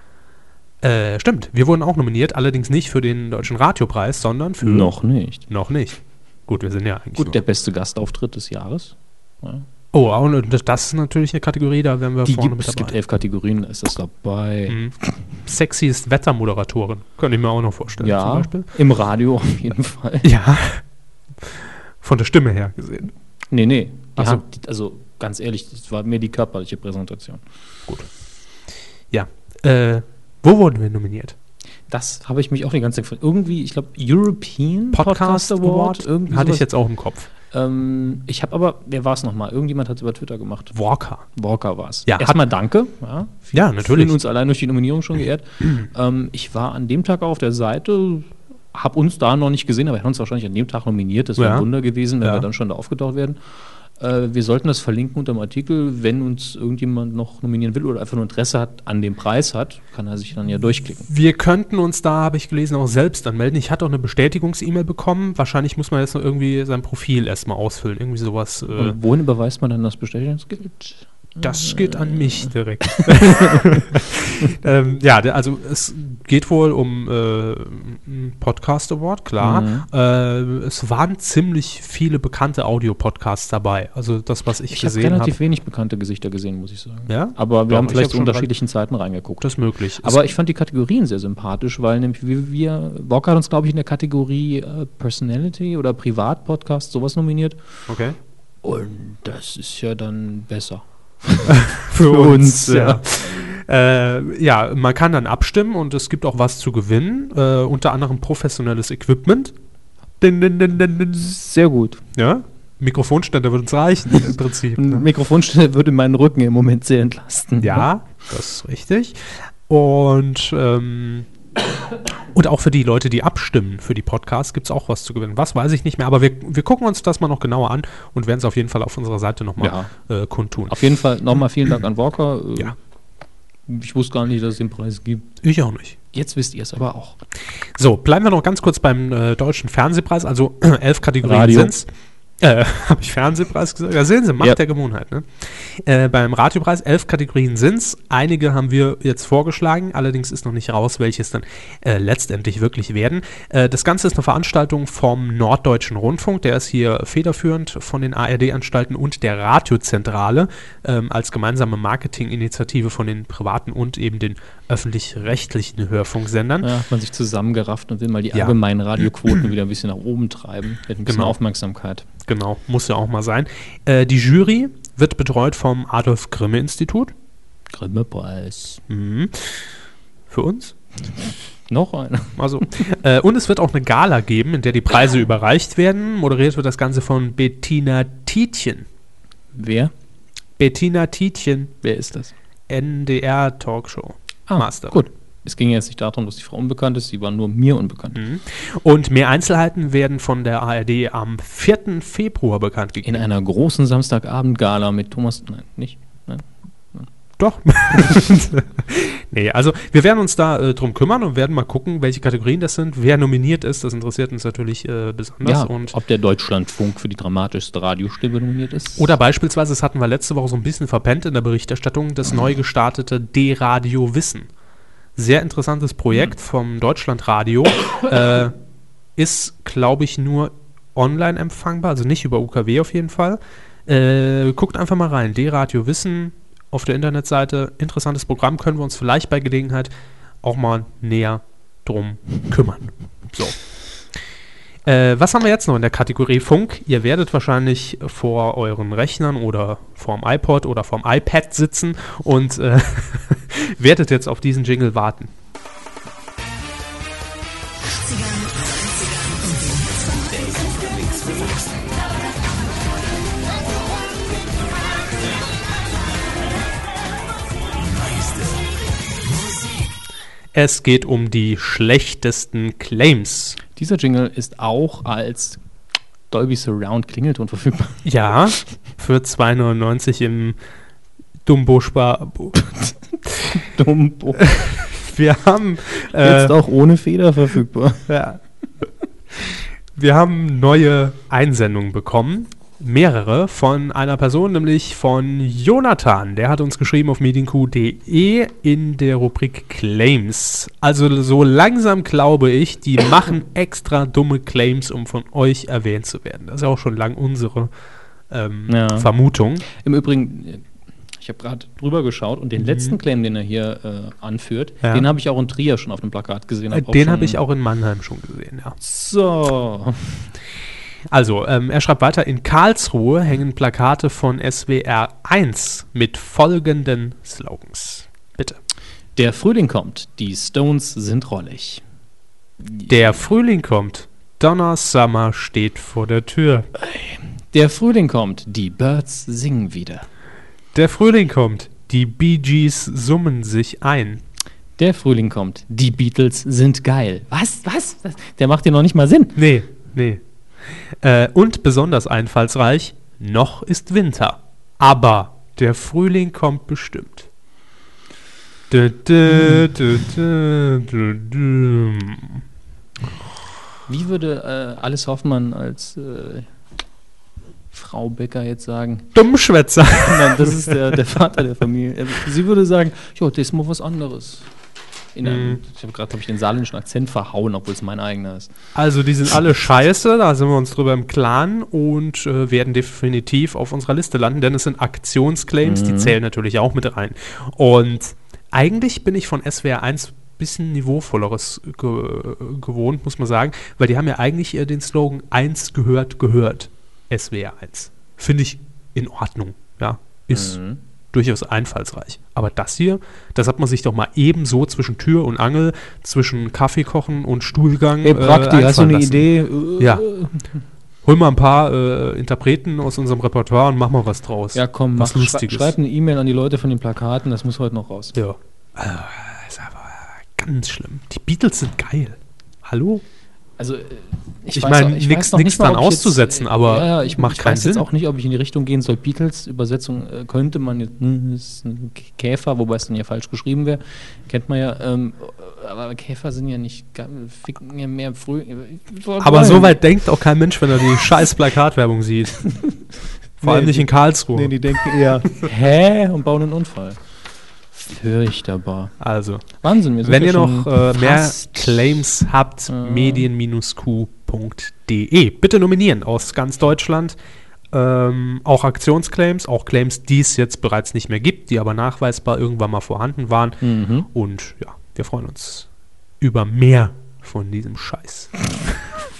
S2: Äh, stimmt, wir wurden auch nominiert, allerdings nicht für den Deutschen Radiopreis, sondern für...
S1: Noch nicht.
S2: Noch nicht. Gut, wir sind ja eigentlich...
S1: Gut,
S2: nur-
S1: der beste Gastauftritt des Jahres.
S2: oh, und das- das ist natürlich eine Kategorie, da werden wir
S1: Die
S2: vorne
S1: gibt, es
S2: mit
S1: gibt
S2: dabei.
S1: elf Kategorien, da ist das dabei.
S2: Sexiest Wettermoderatorin, könnte ich mir auch noch vorstellen. zum
S1: Ja,
S2: Beispiel.
S1: im Radio auf jeden Fall.
S2: Ja. Von der Stimme her gesehen.
S1: Nee, nee, Die
S2: Ach so.
S1: haben, die, also ganz ehrlich, das war mir die körperliche Präsentation.
S2: Ja. Äh, wo wurden wir nominiert?
S1: Das habe ich mich auch die ganze Zeit gefragt. Irgendwie, ich glaube, European irgendwie
S2: hatte ich
S1: sowas.
S2: jetzt auch im Kopf.
S1: Ähm, ich habe aber, wer war es nochmal? Irgendjemand hat es über Twitter gemacht.
S2: Walker.
S1: Walker war es.
S2: Ja, hat-
S1: erstmal danke. Ja,
S2: Ja,
S1: Fühlen uns allein durch die Nominierung schon geehrt. ähm, ich war an dem Tag auf der Seite, habe uns da noch nicht gesehen, aber hätten uns wahrscheinlich an dem Tag nominiert. Das wäre
S2: Ja.
S1: ein Wunder gewesen, wenn
S2: Ja.
S1: wir dann schon da aufgetaucht wären. Äh, wir sollten das verlinken unter dem Artikel. Wenn uns irgendjemand noch nominieren will oder einfach nur Interesse hat an dem Preis hat, kann er sich dann ja durchklicken.
S2: Wir könnten uns da, habe ich gelesen, auch selbst anmelden. Ich hatte auch eine Bestätigungs-E-Mail bekommen. Wahrscheinlich muss man jetzt noch irgendwie sein Profil erstmal ausfüllen. Irgendwie sowas. Äh,
S1: Und wohin überweist man dann das Bestätigungsgeld?
S2: das geht an mich direkt. ähm, ja, der, also es geht wohl um äh, einen Podcast Award, klar. Äh, es waren ziemlich viele bekannte Audio-Podcasts dabei. Also das, was ich,
S1: Ich habe
S2: gesehen habe.
S1: relativ wenig bekannte Gesichter gesehen, muss ich sagen.
S2: Ja?
S1: Aber wir
S2: Doch,
S1: haben
S2: ich
S1: vielleicht
S2: hab
S1: zu
S2: schon
S1: unterschiedlichen Zeiten reingeguckt.
S2: Das ist möglich.
S1: Aber ich fand die Kategorien sehr sympathisch, weil nämlich wir, wir Walker hat uns, glaube ich, in der Kategorie äh, Personality oder Privatpodcast sowas nominiert.
S2: okay.
S1: Und das ist ja dann besser.
S2: für
S1: uns,
S2: ja. Äh, ja, man kann dann abstimmen und es gibt auch was zu gewinnen, äh, unter anderem professionelles Equipment. Din, din, din, din, din.
S1: Sehr gut.
S2: Ja, Mikrofonständer würde uns reichen im Prinzip.
S1: Ein Mikrofonständer würde meinen Rücken im Moment sehr entlasten.
S2: Ja, das ist richtig. Und, ähm, und auch für die Leute, die abstimmen für die Podcasts, gibt es auch was zu gewinnen. Was weiß ich nicht mehr, aber wir, wir gucken uns das mal noch genauer an und werden es auf jeden Fall auf unserer Seite nochmal äh, kundtun.
S1: Auf jeden Fall nochmal vielen Dank an Walker. Äh,
S2: Ja.
S1: Ich wusste gar nicht, dass es den Preis gibt.
S2: ich auch nicht.
S1: Jetzt wisst ihr es aber auch.
S2: So, bleiben wir noch ganz kurz beim äh, deutschen Fernsehpreis. Also elf Kategorien
S1: Radio.
S2: sind's. Äh, Habe ich Fernsehpreis gesagt? Ja, sehen Sie, Macht
S1: Ja.
S2: der Gewohnheit. Ne? Äh, beim Radiopreis elf Kategorien sind's. Einige haben wir jetzt vorgeschlagen, allerdings ist noch nicht raus, welches dann äh, letztendlich wirklich werden. Äh, das Ganze ist eine Veranstaltung vom Norddeutschen Rundfunk, der ist hier federführend von den ARD-Anstalten und der Radiozentrale ähm, als gemeinsame Marketinginitiative von den privaten und eben den öffentlich-rechtlichen Hörfunksendern.
S1: Ja, hat man sich zusammengerafft und will mal die
S2: Ja.
S1: allgemeinen Radioquoten wieder ein bisschen nach oben treiben. Mit ein bisschen
S2: Genau.
S1: Aufmerksamkeit.
S2: Genau, muss ja auch mal sein. Äh, die Jury wird betreut vom Adolf Grimme Institut.
S1: Grimme-Preis.
S2: Mhm. Für uns.
S1: Noch einer.
S2: Also. äh, und es wird auch eine Gala geben, in der die Preise überreicht werden. Moderiert wird das Ganze von Bettina Tietjen.
S1: Wer?
S2: Bettina Tietjen,
S1: Wer ist das? Ah,
S2: NDR Talkshow. Master.
S1: Gut. Es ging jetzt nicht darum, dass die Frau unbekannt ist, sie war nur mir unbekannt.
S2: Mhm. Und mehr Einzelheiten werden von der ARD am 4. Februar bekannt gegeben.
S1: In einer großen Samstagabend-Gala mit Thomas. Nein, nicht? Nein.
S2: Doch. nee, also wir werden uns da äh, drum kümmern und werden mal gucken, welche Kategorien das sind, wer nominiert ist. Das interessiert uns natürlich äh, besonders.
S1: ja,
S2: und
S1: ob der Deutschlandfunk für die dramatischste Radiostimme nominiert ist.
S2: oder beispielsweise, das hatten wir letzte Woche so ein bisschen verpennt in der Berichterstattung, das neu gestartete D-Radio Wissen. Sehr interessantes Projekt vom Deutschlandradio. äh, ist, glaube ich, nur online empfangbar, also nicht über UKW auf jeden Fall. Äh, guckt einfach mal rein. D-Radio Wissen auf der Internetseite. Interessantes Programm. Können wir uns vielleicht bei Gelegenheit auch mal näher drum kümmern. So. Äh, was haben wir jetzt noch in der Kategorie Funk? Ihr werdet wahrscheinlich vor euren Rechnern oder vorm iPod oder vorm iPad sitzen und äh, werdet jetzt auf diesen Jingle warten. Es geht um die schlechtesten Claims.
S1: Dieser Jingle ist auch als Dolby Surround Klingelton verfügbar.
S2: Ja, für 2,99 im Dumbo Spar.
S1: Dumbo.
S2: Wir haben äh,
S1: Jetzt auch ohne Feder verfügbar.
S2: ja. wir haben neue Einsendungen bekommen. Mehrere von einer Person, nämlich von Jonathan. Der hat uns geschrieben auf meetingq.de in der Rubrik Claims. Also so langsam glaube ich, die machen extra dumme Claims, um von euch erwähnt zu werden. Das ist ja auch schon lang unsere ähm,
S1: Ja.
S2: Vermutung.
S1: Im Übrigen, äh, ich habe gerade drüber geschaut und den letzten Claim, den er hier äh, anführt,
S2: Mhm. Ja.
S1: den habe ich auch in Trier schon auf dem Plakat gesehen.
S2: Äh, Den
S1: schon-
S2: habe ich auch in Mannheim schon gesehen, ja.
S1: So.
S2: Also, ähm, er schreibt weiter, in Karlsruhe hängen Plakate von SWR 1 mit folgenden Slogans. Bitte.
S1: Der Frühling kommt, die Stones sind rollig.
S2: Der Frühling kommt. Donner Summer steht vor der Tür.
S1: Der Frühling kommt, die Birds singen wieder.
S2: Der Frühling kommt. Die Bee Gees summen sich ein.
S1: Der Frühling kommt, die Beatles sind geil. Was, was? was? Der macht dir noch nicht mal Sinn.
S2: Nee, nee. Äh, und besonders einfallsreich, noch ist Winter. Aber der Frühling kommt bestimmt. Dö, dö, dö, dö, dö, dö.
S1: Wie würde äh, Alice Hoffmann als äh, Frau Becker jetzt sagen?
S2: Dummschwätzer.
S1: Nein, das ist der, der Vater der Familie. Äh, Sie würde sagen, jo, das ist mal was anderes. In einem,
S2: Mhm.
S1: Ich habe gerade, glaube ich, den saarländischen Akzent verhauen, obwohl es mein eigener ist.
S2: Also, die sind alle scheiße, da sind wir uns drüber im Klaren und äh, werden definitiv auf unserer Liste landen, denn es sind Aktionsclaims, die zählen natürlich auch mit rein. Und eigentlich bin ich von SWR 1 ein bisschen niveauvolleres ge gewohnt, muss man sagen, weil die haben ja eigentlich eher den Slogan 1 gehört, gehört. SWR 1. Finde ich in Ordnung, ja. Ist durchaus einfallsreich. Aber das hier, das hat man sich doch mal ebenso zwischen Tür und Angel, zwischen Kaffee kochen und Stuhlgang.
S1: Hey, Prakti, hast du
S2: einfallen
S1: eine
S2: lassen.
S1: Idee?
S2: Ja. Hol mal ein paar äh, Interpreten aus unserem Repertoire und mach mal was draus.
S1: Ja, komm, mach,
S2: was
S1: schrei
S2: Lustiges.
S1: schreib eine E-Mail an die Leute von den Plakaten, das muss heute noch raus.
S2: Ja. Äh, Ist aber ganz schlimm. Die Beatles sind geil. Hallo?
S1: Also, äh,
S2: Ich
S1: weiß
S2: meine,
S1: auch- ich
S2: nix-
S1: weiß noch
S2: nix
S1: nicht mal,
S2: dran
S1: ob ich jetzt,
S2: auszusetzen,
S1: äh,
S2: aber
S1: ja, ja, ich ich
S2: macht keinen
S1: weiß
S2: Sinn.
S1: jetzt auch nicht, ob ich in die Richtung gehen soll. Beatles, Übersetzung äh, könnte man jetzt, hm, ist ein K- Käfer, wobei es dann ja falsch geschrieben wäre, kennt man ja, ähm, aber Käfer sind ja nicht, ga- ficken ja mehr früh. äh,
S2: Aber so weit denkt auch kein Mensch, wenn er die scheiß Plakatwerbung sieht. Vor allem
S1: Nee,
S2: nicht
S1: die-
S2: in Karlsruhe.
S1: Nee, die denken eher, hä? Und bauen einen Unfall. Fürchterbar.
S2: Also,
S1: Wahnsinn, wir sind
S2: wenn
S1: ja
S2: ihr
S1: schon
S2: noch äh, mehr
S1: fast- Ah.
S2: Claims habt, medien-q.de. Bitte nominieren aus ganz Deutschland. Ähm, auch Aktionsclaims, auch Claims, die es jetzt bereits nicht mehr gibt, die aber nachweisbar irgendwann mal vorhanden waren.
S1: Mhm.
S2: Und ja, wir freuen uns über mehr von diesem Scheiß.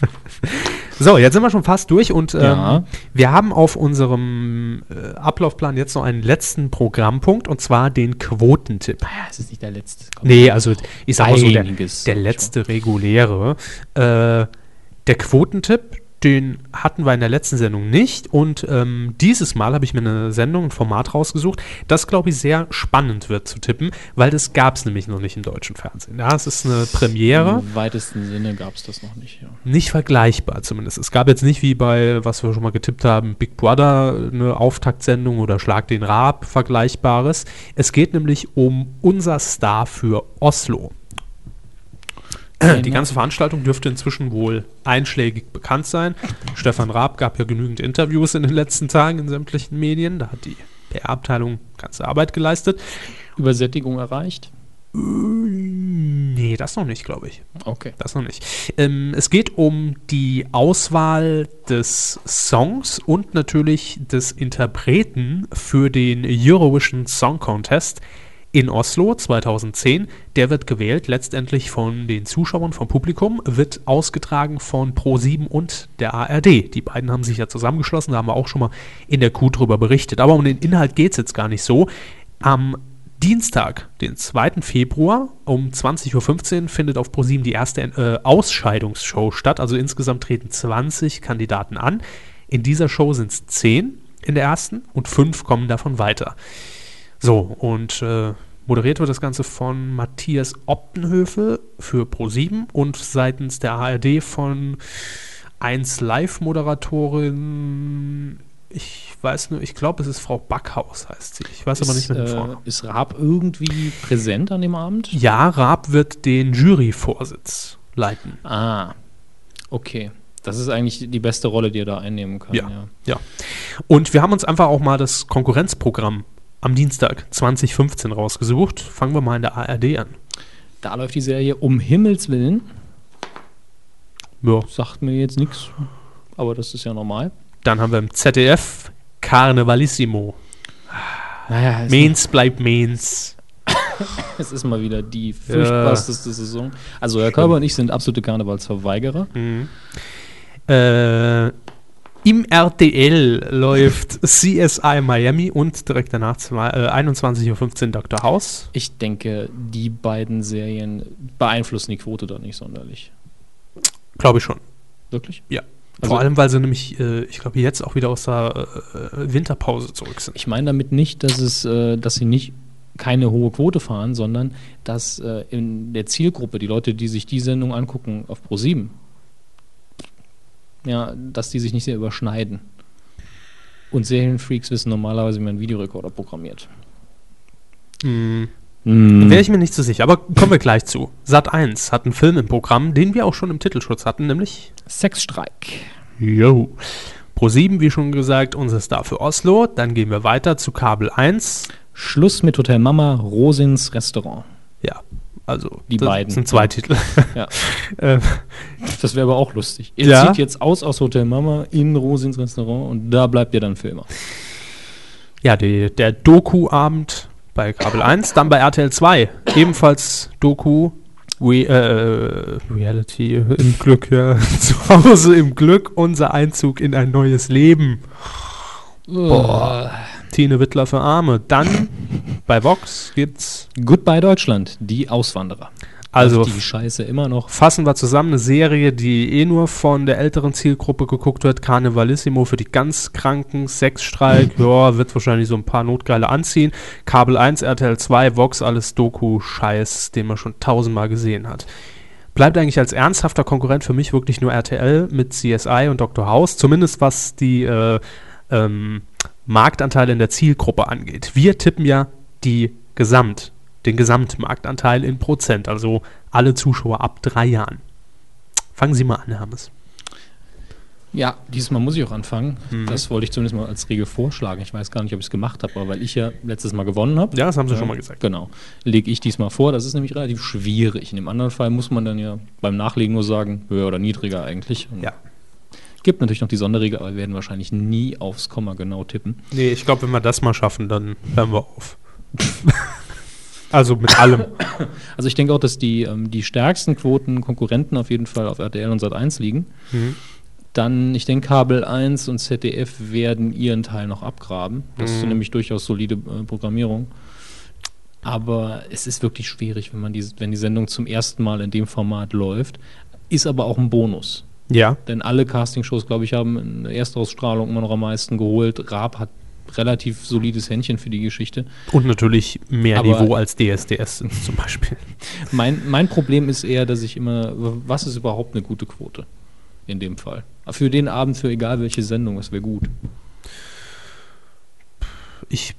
S2: so, jetzt sind wir schon fast durch und ähm,
S1: Ja.
S2: wir haben auf unserem äh, Ablaufplan jetzt noch einen letzten Programmpunkt und zwar den Quotentipp.
S1: Ah Ja, es ist nicht der letzte. Komm.
S2: Nee, also ich sag mal so, der,
S1: Einiges.
S2: der letzte reguläre. Äh, der Quotentipp, den hatten wir in der letzten Sendung nicht. Und ähm, dieses Mal habe ich mir eine Sendung, ein Format rausgesucht, das, glaube ich, sehr spannend wird zu tippen, weil das gab es nämlich noch nicht im deutschen Fernsehen. Ja, es ist eine Premiere,
S1: Im weitesten Sinne gab es das noch nicht. Ja.
S2: nicht vergleichbar zumindest. Es gab jetzt nicht wie bei, was wir schon mal getippt haben, Big Brother, eine Auftaktsendung oder Schlag den Raab, vergleichbares. Es geht nämlich um unser Star für Oslo. Die ganze Veranstaltung dürfte inzwischen wohl einschlägig bekannt sein. Stefan Raab gab ja genügend Interviews in den letzten Tagen in sämtlichen Medien. Da hat die PR-Abteilung ganze Arbeit geleistet.
S1: Übersättigung erreicht?
S2: Nee, das noch nicht, glaube ich.
S1: Okay.
S2: Das noch nicht. Ähm, es geht um die Auswahl des Songs und natürlich des Interpreten für den Eurovision Song Contest in Oslo 2010. Der wird gewählt letztendlich von den Zuschauern, vom Publikum, wird ausgetragen von Pro7 und der ARD. Die beiden haben sich ja zusammengeschlossen, da haben wir auch schon mal in der Q drüber berichtet. Aber um den Inhalt geht es jetzt gar nicht so. Am Dienstag, den 2. Februar um 20.15 Uhr findet auf ProSieben die erste äh, Ausscheidungsshow statt. Also insgesamt treten 20 Kandidaten an. In dieser Show sind es 10 in der ersten und 5 kommen davon weiter. So, und äh, moderiert wird das Ganze von Matthias Optenhöfel für ProSieben und seitens der ARD von 1 Live-Moderatorin. Ich weiß nur, ich glaube, es ist Frau Backhaus, heißt sie. Ich weiß aber nicht mit dem Vornamen.
S1: äh, ist Raab irgendwie präsent an dem Abend?
S2: Ja, Raab wird den Juryvorsitz leiten.
S1: Ah, okay. Das ist eigentlich die beste Rolle, die er da einnehmen kann.
S2: Ja, ja. Und wir haben uns einfach auch mal das Konkurrenzprogramm am Dienstag 2015 rausgesucht. Fangen wir mal in der ARD an.
S1: Da läuft die Serie um Himmels Willen.
S2: Ja.
S1: Sagt mir jetzt nichts, aber das ist ja normal.
S2: Dann haben wir im ZDF Carnevalissimo.
S1: Naja, es,
S2: Mainz bleibt Mainz.
S1: es ist mal wieder die furchtbarste
S2: Hm.
S1: Saison. Also, Herr Körber und ich sind absolute Karnevalsverweigerer.
S2: Äh, Im RTL läuft CSI Miami und direkt danach zwei- äh, 21.15 Uhr Dr. House.
S1: Ich denke, die beiden Serien beeinflussen die Quote da nicht sonderlich.
S2: Glaube ich schon.
S1: Wirklich?
S2: Ja.
S1: Also-
S2: Vor allem, weil sie nämlich, äh, ich glaube, jetzt auch wieder aus der äh, äh, Winterpause zurück sind.
S1: Ich meine damit nicht, dass es, äh, dass sie nicht keine hohe Quote fahren, sondern dass äh, in der Zielgruppe die Leute, die sich die Sendung angucken auf Pro7, ja, dass die sich nicht sehr überschneiden. Und Serienfreaks wissen normalerweise, wie man einen Videorekorder programmiert.
S2: Hm.
S1: Mhm.
S2: Wäre ich mir nicht so sicher, aber kommen wir gleich zu. Sat 1 hat einen Film im Programm, den wir auch schon im Titelschutz hatten, nämlich
S1: Sexstreik.
S2: Yo. Pro 7, wie schon gesagt, unser Star für Oslo. Dann gehen wir weiter zu Kabel 1.
S1: Schluss mit Hotel Mama, Rosins Restaurant.
S2: Ja, also
S1: Die
S2: das
S1: beiden.
S2: sind zwei Titel.
S1: Ja.
S2: Ähm,
S1: Das wäre aber auch lustig. Ihr
S2: Ja.
S1: zieht jetzt aus aus Hotel Mama in Rosins Restaurant und da bleibt ihr dann für immer.
S2: ja, die, der Doku-Abend bei Kabel 1, dann bei RTL 2. Ebenfalls Doku. Re äh, Reality im Glück, ja. Zu Hause im Glück, unser Einzug in ein neues Leben. Tine Wittler für Arme. Dann bei Vox gibt's.
S1: Goodbye Deutschland, die Auswanderer.
S2: Also
S1: die Scheiße immer noch.
S2: fassen wir zusammen eine Serie, die eh nur von der älteren Zielgruppe geguckt wird. Carnivalissimo für die ganz Kranken, Sexstreik, ja, wird wahrscheinlich so ein paar Notgeile anziehen. Kabel 1, RTL 2, Vox, alles Doku-Scheiß, den man schon tausendmal gesehen hat. Bleibt eigentlich als ernsthafter Konkurrent für mich wirklich nur RTL mit CSI und Dr. House, zumindest was die äh, ähm, Marktanteile in der Zielgruppe angeht. Wir tippen ja die Gesamt, den Gesamtmarktanteil in Prozent, also alle Zuschauer ab drei Jahren. Fangen Sie mal an, Hermes.
S1: Ja, diesmal muss ich auch anfangen.
S2: Mhm.
S1: Das wollte ich zumindest mal als Regel vorschlagen. Ich weiß gar nicht, ob ich es gemacht habe, aber weil ich ja letztes Mal gewonnen habe.
S2: Ja, das haben Sie schon mal gesagt.
S1: Genau. Lege ich diesmal vor. Das ist nämlich relativ schwierig. In dem anderen Fall muss man dann ja beim Nachlegen nur sagen, höher oder niedriger eigentlich. Und
S2: Ja.
S1: Gibt natürlich noch die Sonderregel, aber wir werden wahrscheinlich nie aufs Komma genau tippen.
S2: Nee, ich glaube, wenn wir das mal schaffen, dann hören wir auf. also mit allem.
S1: Also ich denke auch, dass die, ähm, die stärksten Quoten Konkurrenten auf jeden Fall auf RTL und Sat1 liegen. Dann, ich denke, Kabel 1 und ZDF werden ihren Teil noch abgraben. Das ist nämlich durchaus solide äh, Programmierung. Aber es ist wirklich schwierig, wenn man die, wenn die Sendung zum ersten Mal in dem Format läuft. Ist aber auch ein Bonus.
S2: Ja.
S1: Denn alle Castingshows, glaube ich, haben in der Erstausstrahlung immer noch am meisten geholt. Raab hat relativ solides Händchen für die Geschichte.
S2: Und natürlich mehr
S1: Aber-
S2: Niveau als DSDS zum Beispiel.
S1: Mein, mein Problem ist eher, dass ich immer, w- was ist überhaupt eine gute Quote? In dem Fall. Für den Abend, für egal welche Sendung, es wäre gut.
S2: Ich,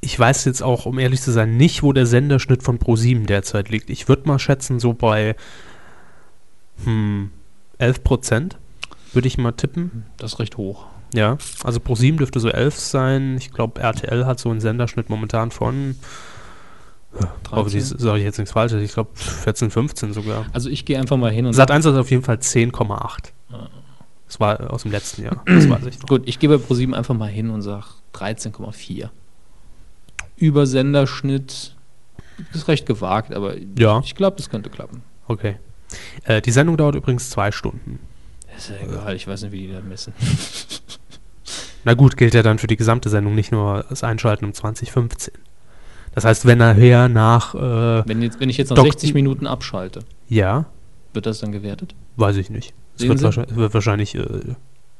S2: ich weiß jetzt auch, um ehrlich zu sein, nicht, wo der Senderschnitt von Pro7 derzeit liegt. Ich würde mal schätzen, so bei hm, 11 Prozent würde ich mal tippen.
S1: Das ist recht hoch.
S2: Ja, also Pro7 dürfte so 11 sein. Ich glaube, RTL hat so einen Senderschnitt momentan von. Hoffentlich
S1: 13.
S2: sage ich jetzt nichts Falsches. Ich glaube 14, 15 sogar.
S1: Also ich gehe einfach mal hin und
S2: Sat 1 hat auf jeden Fall 10,8. Das war aus dem letzten Jahr. Das weiß ich noch.
S1: gut, ich gehe bei ProSieben einfach mal hin und sage 13,4. Übersenderschnitt ist recht gewagt, aber
S2: Ja.
S1: ich glaube, das könnte klappen.
S2: Okay. Äh, die Sendung dauert übrigens zwei Stunden.
S1: Ist ja egal, ich weiß nicht, wie die das messen.
S2: Na gut, gilt ja dann für die gesamte Sendung, nicht nur das Einschalten um 2015. Das heißt, wenn nachher nach, äh,
S1: Wenn, jetzt, wenn ich jetzt noch
S2: Dok-
S1: 60 Minuten abschalte,
S2: ja,
S1: wird das dann gewertet?
S2: weiß ich nicht. Es
S1: Sehen
S2: wird,
S1: Sie?
S2: wahrscheinlich, es wird wahrscheinlich, äh,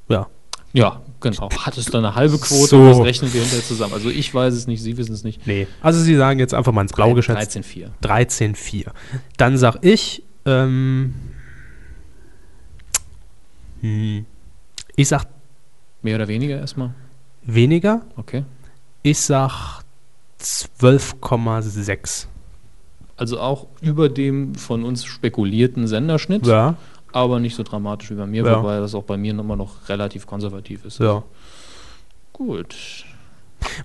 S2: ja.
S1: Ja, genau. Hat es dann eine halbe Quote,
S2: So.
S1: das rechnen wir hinterher zusammen. Also ich weiß es nicht, Sie wissen es nicht.
S2: Nee. Also Sie sagen jetzt einfach mal ins
S1: Äh,
S2: Blaue geschätzt.
S1: 13,4.
S2: 13,4. Dann sag ich, ähm, hm, ich sag
S1: Mehr oder weniger erstmal.
S2: weniger.
S1: Okay.
S2: Ich sag 12,6.
S1: Also auch über dem von uns spekulierten Senderschnitt,
S2: Ja,
S1: aber nicht so dramatisch wie bei mir,
S2: Ja.
S1: wobei das auch bei mir immer noch relativ konservativ ist.
S2: ja.
S1: Gut.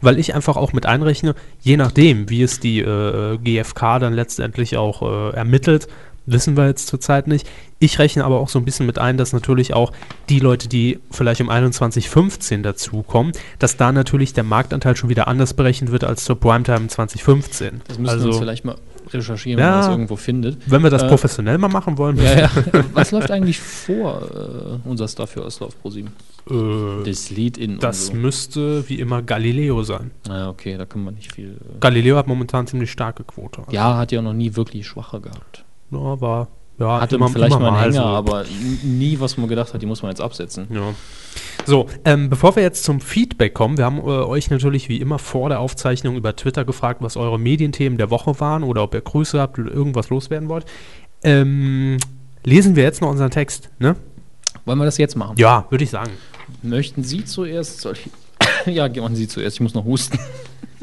S2: weil ich einfach auch mit einrechne, je nachdem, wie es die äh, GfK dann letztendlich auch äh, ermittelt, wissen wir jetzt zurzeit nicht. Ich rechne aber auch so ein bisschen mit ein, dass natürlich auch die Leute, die vielleicht um 21.15 dazukommen, dass da natürlich der Marktanteil schon wieder anders berechnet wird als zur Primetime 2015.
S1: Das müssen wir uns
S2: also,
S1: vielleicht mal recherchieren,
S2: Ja.
S1: wenn man das irgendwo findet.
S2: Wenn wir das
S1: Äh,
S2: professionell mal machen
S1: Ja,
S2: wollen,
S1: ja. Was läuft eigentlich vor äh, unser Star für Oslauf Pro 7?
S2: Äh,
S1: Das Lied in
S2: das
S1: und
S2: müsste wie immer Galileo sein.
S1: so. Ah, okay, da können wir nicht viel. Äh,
S2: Galileo hat momentan ziemlich starke Quote.
S1: ja, hat ja noch nie wirklich schwache gehabt.
S2: Ja, war. Ja,
S1: Hatte man vielleicht mal einen Hänger,
S2: so.
S1: aber n- nie, was man gedacht hat, die muss man jetzt absetzen.
S2: Ja. So, ähm, bevor wir jetzt zum Feedback kommen, wir haben äh, euch natürlich wie immer vor der Aufzeichnung über Twitter gefragt, was eure Medienthemen der Woche waren oder ob ihr Grüße habt oder irgendwas loswerden wollt. Ähm, lesen wir jetzt noch unseren Text, ne?
S1: Wollen wir das jetzt machen?
S2: Ja, würde ich sagen.
S1: Möchten Sie zuerst? Soll ich ja, machen Sie zuerst. Ich muss noch husten.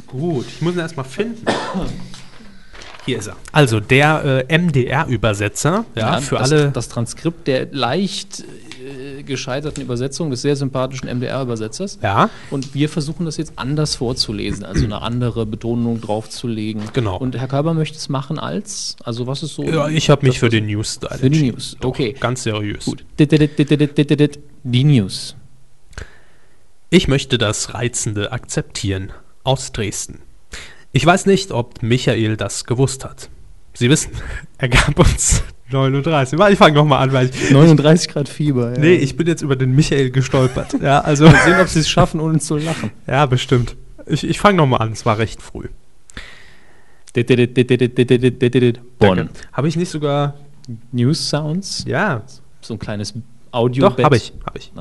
S2: Gut, ich muss ihn erstmal finden. Hier ist er. Also der äh, MDR-Übersetzer, ja, für
S1: das,
S2: alle.
S1: Das Transkript der leicht äh, gescheiterten Übersetzung des sehr sympathischen MDR-Übersetzers.
S2: Ja.
S1: Und wir versuchen das jetzt anders vorzulesen, also eine andere Betonung draufzulegen.
S2: Genau.
S1: Und Herr Körber möchte es machen als, also was ist so?
S2: ja, ich habe mich für den News-Style
S1: Für die
S2: entschieden.
S1: News,
S2: Doch,
S1: okay.
S2: Ganz seriös.
S1: Gut. Dit, dit, dit, dit, dit, dit, dit. Die News.
S2: Ich möchte das Reizende akzeptieren. Aus Dresden. Ich weiß nicht, ob Michael das gewusst hat. Sie wissen, er gab uns 39. Warte, ich fange nochmal an, weil
S1: Äh,
S2: ich.
S1: 39 Grad Fieber. Ja.
S2: Nee, ich bin jetzt über den Michael gestolpert. Ja, also.
S1: Mal sehen, ob sie es schaffen, ohne zu lachen.
S2: ja, bestimmt. Ich, ich fange nochmal an, es war recht früh.
S1: Dit, dit, dit, dit, dit, dit, dit, dit, dit, dit. Bonn.
S2: Habe ich nicht sogar.
S1: News Sounds.
S2: Ja,
S1: So ein kleines audio
S2: doch, habe ich. Hab ich.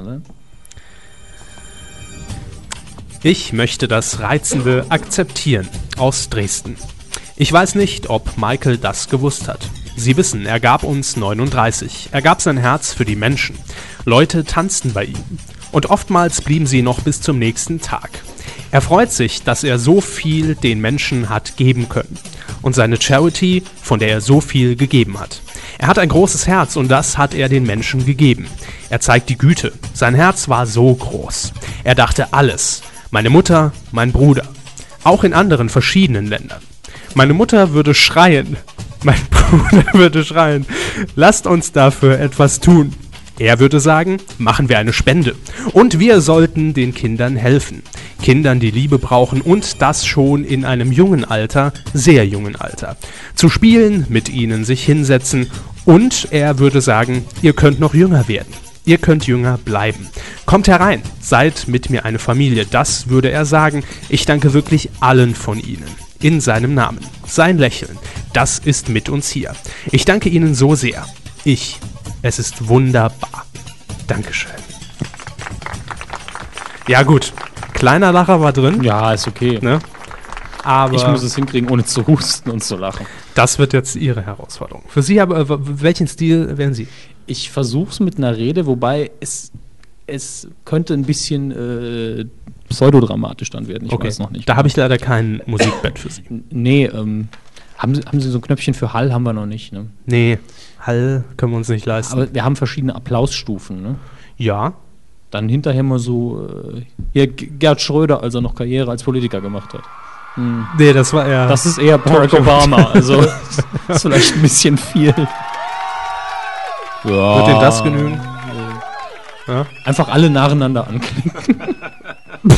S2: Ich möchte das Reizende akzeptieren. Aus Dresden. Ich weiß nicht, ob Michael das gewusst hat. Sie wissen, er gab uns 39. Er gab sein Herz für die Menschen. Leute tanzten bei ihm. Und oftmals blieben sie noch bis zum nächsten Tag. Er freut sich, dass er so viel den Menschen hat geben können. Und seine Charity, von der er so viel gegeben hat. Er hat ein großes Herz und das hat er den Menschen gegeben. Er zeigt die Güte. Sein Herz war so groß. Er dachte alles. Meine Mutter, mein Bruder. Auch in anderen verschiedenen Ländern. Meine Mutter würde schreien. Mein Bruder würde schreien. Lasst uns dafür etwas tun. Er würde sagen, machen wir eine Spende. Und wir sollten den Kindern helfen. Kindern, die Liebe brauchen und das schon in einem jungen Alter, sehr jungen Alter. Zu spielen, mit ihnen sich hinsetzen. Und er würde sagen, ihr könnt noch jünger werden. Ihr könnt jünger bleiben. Kommt herein, seid mit mir eine Familie. Das würde er sagen. Ich danke wirklich allen von Ihnen. In seinem Namen. Sein Lächeln. Das ist mit uns hier. Ich danke Ihnen so sehr. Ich. Es ist wunderbar. Dankeschön. Ja gut. Kleiner Lacher war drin.
S1: Ja, ist okay.
S2: Ne? Aber
S1: Ich muss es hinkriegen, ohne zu husten und zu lachen.
S2: das wird jetzt Ihre Herausforderung. Für Sie aber, äh, w- welchen Stil wählen Sie?
S1: Ich versuche es mit einer Rede, wobei es, es könnte ein bisschen äh, pseudodramatisch dann werden. Ich weiß noch nicht. genau.
S2: Da habe ich leider kein Musikbett für Sie.
S1: nee, ähm, haben, Sie, haben Sie so ein Knöpfchen für Hall? Haben wir noch nicht. Ne?
S2: Nee, Hall können wir uns nicht leisten.
S1: Aber wir haben verschiedene Applausstufen. Ne?
S2: ja,
S1: Dann hinterher mal so äh, hier G- Gerd Schröder, als er noch Karriere als Politiker gemacht hat.
S2: nee, das war eher.
S1: Das ist eher Barack Obama. Also ist vielleicht ein bisschen viel. Ja.
S2: wird Ihnen das genügen?
S1: Einfach alle nacheinander anklicken.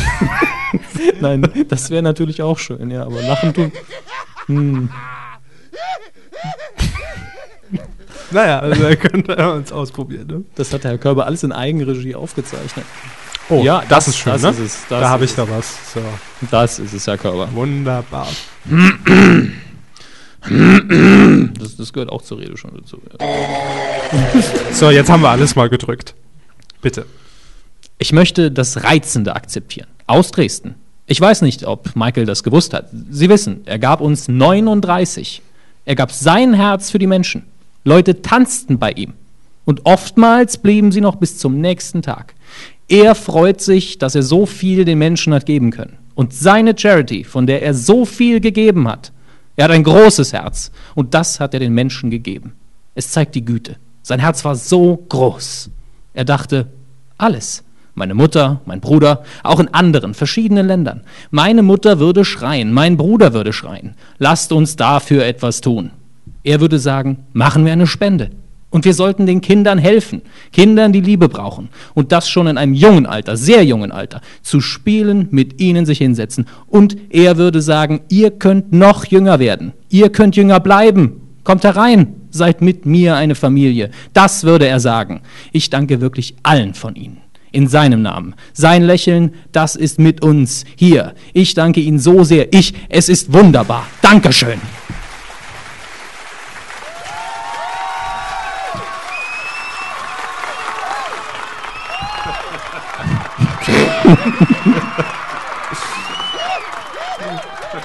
S1: Nein, das wäre natürlich auch schön, ja, aber lachen tun.
S2: Naja, also da könnte er uns ausprobieren. Ne?
S1: Das hat Herr Körber alles in Eigenregie aufgezeichnet.
S2: Oh,
S1: Ja,
S2: das,
S1: das-
S2: ist schön,
S1: das
S2: ne?
S1: ist es, das
S2: da habe
S1: ist
S2: ich da was. So,
S1: Das ist es, Herr Körber.
S2: wunderbar.
S1: Das, das gehört auch zur Rede schon dazu. ja.
S2: So, jetzt haben wir alles mal gedrückt. Bitte.
S1: Ich möchte das Reizende akzeptieren. Aus Dresden. Ich weiß nicht, ob Michael das gewusst hat. Sie wissen, er gab uns 39. Er gab sein Herz für die Menschen. Leute tanzten bei ihm. Und oftmals blieben sie noch bis zum nächsten Tag. Er freut sich, dass er so viel den Menschen hat geben können. Und seine Charity, von der er so viel gegeben hat. Er hat ein großes Herz. Und das hat er den Menschen gegeben. Es zeigt die Güte. Sein Herz war so groß. Er dachte, alles. Meine Mutter, mein Bruder, auch in anderen, verschiedenen Ländern. Meine Mutter würde schreien, mein Bruder würde schreien. Lasst uns dafür etwas tun. Er würde sagen, machen wir eine Spende. Und wir sollten den Kindern helfen. Kindern, die Liebe brauchen. Und das schon in einem jungen Alter, sehr jungen Alter. Zu spielen, mit ihnen sich hinsetzen. Und er würde sagen, ihr könnt noch jünger werden. Ihr könnt jünger bleiben. Kommt herein. Seid mit mir eine Familie. Das würde er sagen. Ich danke wirklich allen von Ihnen. In seinem Namen. Sein Lächeln, das ist mit uns. Hier. Ich danke Ihnen so sehr. Ich, es ist wunderbar. Dankeschön.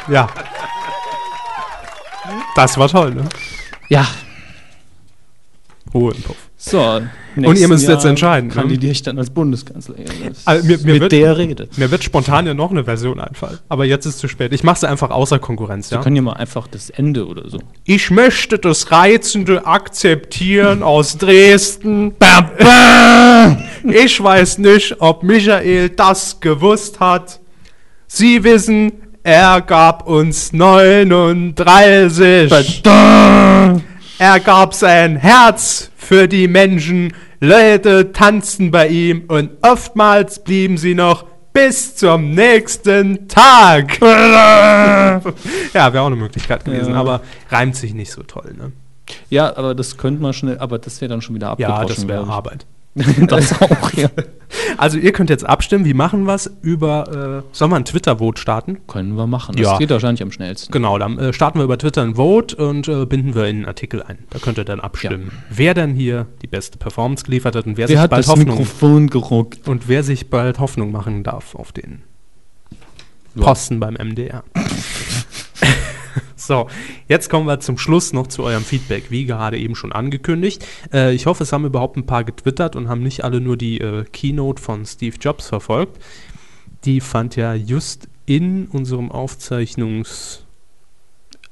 S2: Ja. Das war toll, ne?
S1: Ja.
S2: Ruhe im Puff.
S1: So.
S2: Und ihr müsst
S1: nächsten
S2: jetzt entscheiden, ne?
S1: Kandidiere ich dann als Bundeskanzler. Ja, das-
S2: Also mir, mir
S1: mit
S2: wird,
S1: der Rede.
S2: Mir wird spontan ja noch eine Version einfallen. Aber jetzt ist zu spät. Ich mache sie einfach außer Konkurrenz,
S1: Wir
S2: ja?
S1: können ja mal einfach das Ende oder so.
S2: Ich möchte das Reizende akzeptieren aus Dresden. Ich weiß nicht, ob Michael das gewusst hat. Sie wissen, er gab uns 39. Er gab sein Herz für die Menschen. Leute tanzten bei ihm und oftmals blieben sie noch bis zum nächsten Tag. ja, wäre auch eine Möglichkeit gewesen,
S1: Ja.
S2: aber reimt sich nicht so toll, ne?
S1: Ja, aber das könnte man schnell, aber das wäre dann schon wieder
S2: Ja,
S1: abgebrochen.
S2: das wäre Arbeit.
S1: wär Das auch, ja.
S2: Also ihr könnt jetzt abstimmen, wie machen wir es über, äh, sollen wir ein Twitter-Vote starten?
S1: Können wir machen. Das
S2: Ja.
S1: geht wahrscheinlich am schnellsten.
S2: Genau, dann äh, starten wir über Twitter ein Vote und äh, binden wir in einen Artikel ein. Da könnt ihr dann abstimmen, wer denn hier die beste Performance geliefert hat und wer,
S1: Wer
S2: sich
S1: hat
S2: bald
S1: das
S2: Hoffnung
S1: Mikrofon geruckt?
S2: und wer sich bald Hoffnung machen darf auf den Posten beim MDR. so, jetzt kommen wir zum Schluss noch zu eurem Feedback, wie gerade eben schon angekündigt. Äh, ich hoffe, es haben überhaupt ein paar getwittert und haben nicht alle nur die äh, Keynote von Steve Jobs verfolgt. Die fand ja just in unserem Aufzeichnungs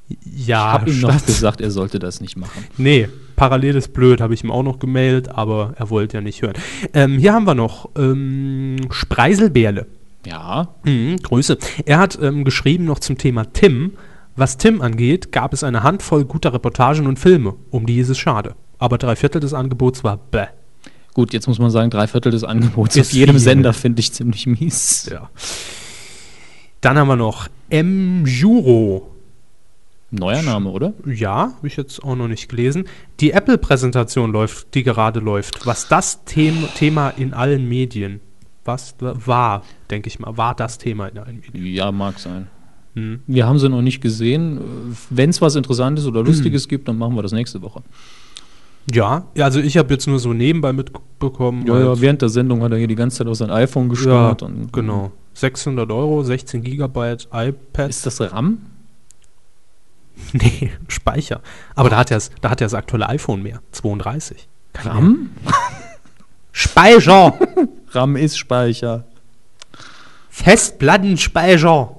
S1: Ich
S2: ja,
S1: habe ihm noch
S2: statt.
S1: gesagt, er sollte das nicht machen.
S2: Nee, parallel ist blöd, habe ich ihm auch noch gemeldet, aber er wollte ja nicht hören. Ähm, hier haben wir noch ähm, Spreiselbärle.
S1: Ja,
S2: Mhm, Grüße. Er hat ähm, geschrieben noch zum Thema Tim. Was Tim angeht, gab es eine Handvoll guter Reportagen und Filme. Um die ist es schade. Aber drei Viertel des Angebots war bäh.
S1: gut, jetzt muss man sagen, drei Viertel des Angebots
S2: Ist
S1: auf jedem
S2: viel.
S1: Sender finde ich ziemlich mies.
S2: Ja. Dann haben wir noch M. Juro.
S1: Neuer Name, oder?
S2: Ja, habe ich jetzt auch noch nicht gelesen. Die Apple-Präsentation läuft, die gerade läuft. Was das Them Thema in allen Medien, was wa- war, denke ich mal, war das Thema in allen Medien.
S1: Ja, mag sein. Wir haben sie noch nicht gesehen. Wenn es was Interessantes oder Lustiges gibt, dann machen wir das nächste Woche.
S2: Ja, ja, also ich habe jetzt nur so nebenbei mitbekommen.
S1: Ja,
S2: als-
S1: ja, während der Sendung hat er hier die ganze Zeit auf sein iPhone
S2: ja
S1: gestarrt. und
S2: genau. 600 Euro, 16 Gigabyte iPad.
S1: Ist das RAM?
S2: nee, Speicher. Aber da hat er da hat er das aktuelle iPhone mehr, 32. Kann ich mir-
S1: RAM?
S2: Speicher,
S1: RAM ist Speicher.
S2: Festplattenspeicher.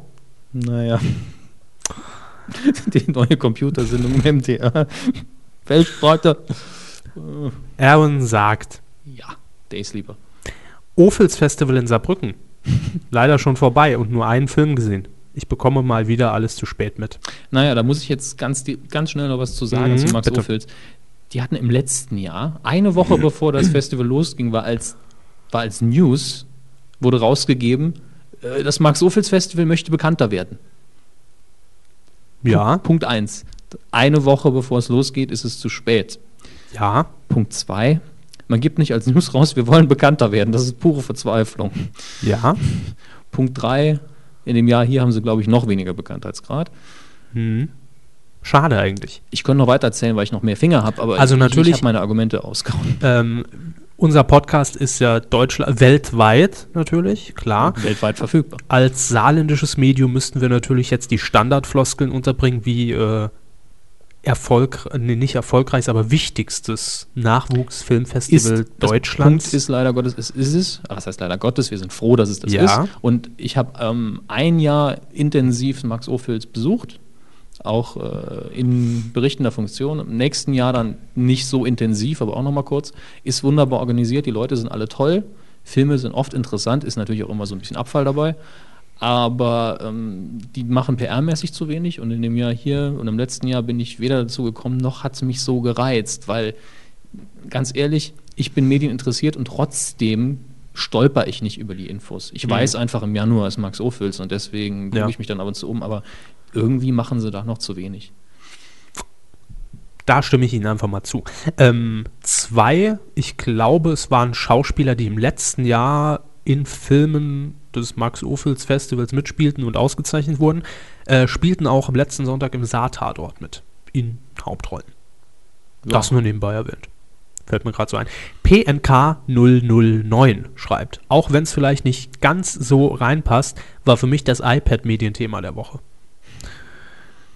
S1: Naja. Die neue Computersendung im MDR. Weltbreite.
S2: Aaron sagt,
S1: Ja, der ist lieber.
S2: Ophels Festival in Saarbrücken. Leider schon vorbei und nur einen Film gesehen. Ich bekomme mal wieder alles zu spät mit.
S1: Naja, da muss ich jetzt ganz, die- ganz schnell noch was zu sagen
S2: Mhm,
S1: zu Max
S2: bitte. Mhm.
S1: Ophüls. Die hatten im letzten Jahr, eine Woche bevor das Festival losging, war als, war als News, wurde rausgegeben, äh, das Max Ophüls Festival möchte bekannter werden.
S2: Ja,
S1: Punkt 1. Eine Woche bevor es losgeht, ist es zu spät.
S2: ja.
S1: Punkt 2. Man gibt nicht als News raus, wir wollen bekannter werden. Das ist pure Verzweiflung.
S2: Ja.
S1: Punkt 3. In dem Jahr hier haben sie, glaube ich, noch weniger Bekanntheitsgrad.
S2: Hm. Schade eigentlich.
S1: Ich könnte noch weiter erzählen, weil ich noch mehr Finger habe, aber
S2: Also
S1: ich,
S2: natürlich-
S1: ich habe meine Argumente ausgehauen.
S2: Ähm, unser Podcast ist ja Deutschland, weltweit natürlich, klar.
S1: Weltweit verfügbar.
S2: Als saarländisches Medium müssten wir natürlich jetzt die Standardfloskeln unterbringen, wie äh, Erfolg, nee, nicht erfolgreichs, aber wichtigstes Nachwuchsfilmfestival Deutschlands.
S1: Punkt ist leider Gottes, es ist es. Aber das heißt leider Gottes, wir sind froh, dass es das
S2: Ja.
S1: ist. Und ich habe ähm, ein Jahr intensiv Max Ophüls besucht, auch äh, in berichtender Funktion. Im nächsten Jahr dann nicht so intensiv, aber auch nochmal kurz. Ist wunderbar organisiert, die Leute sind alle toll. Filme sind oft interessant, ist natürlich auch immer so ein bisschen Abfall dabei. Aber ähm, die machen PR-mäßig zu wenig und in dem Jahr hier und im letzten Jahr bin ich weder dazu gekommen, noch hat es mich so gereizt, weil ganz ehrlich, ich bin medieninteressiert und trotzdem stolper ich nicht über die Infos. Ich weiß einfach, im Januar ist Max Ophüls und deswegen gucke
S2: Mhm. Ja.
S1: ich mich dann ab und zu um, aber irgendwie machen sie da noch zu wenig.
S2: Da stimme ich Ihnen einfach mal zu. Ähm, zwei, ich glaube, es waren Schauspieler, die im letzten Jahr in Filmen des Max-Ophüls-Festivals mitspielten und ausgezeichnet wurden, äh, spielten auch am letzten Sonntag im Satar dort mit. In Hauptrollen. Das nur nebenbei erwähnt. Fällt mir gerade so ein. PMK 009 schreibt, auch wenn es vielleicht nicht ganz so reinpasst, war für mich das iPad-Medienthema der Woche.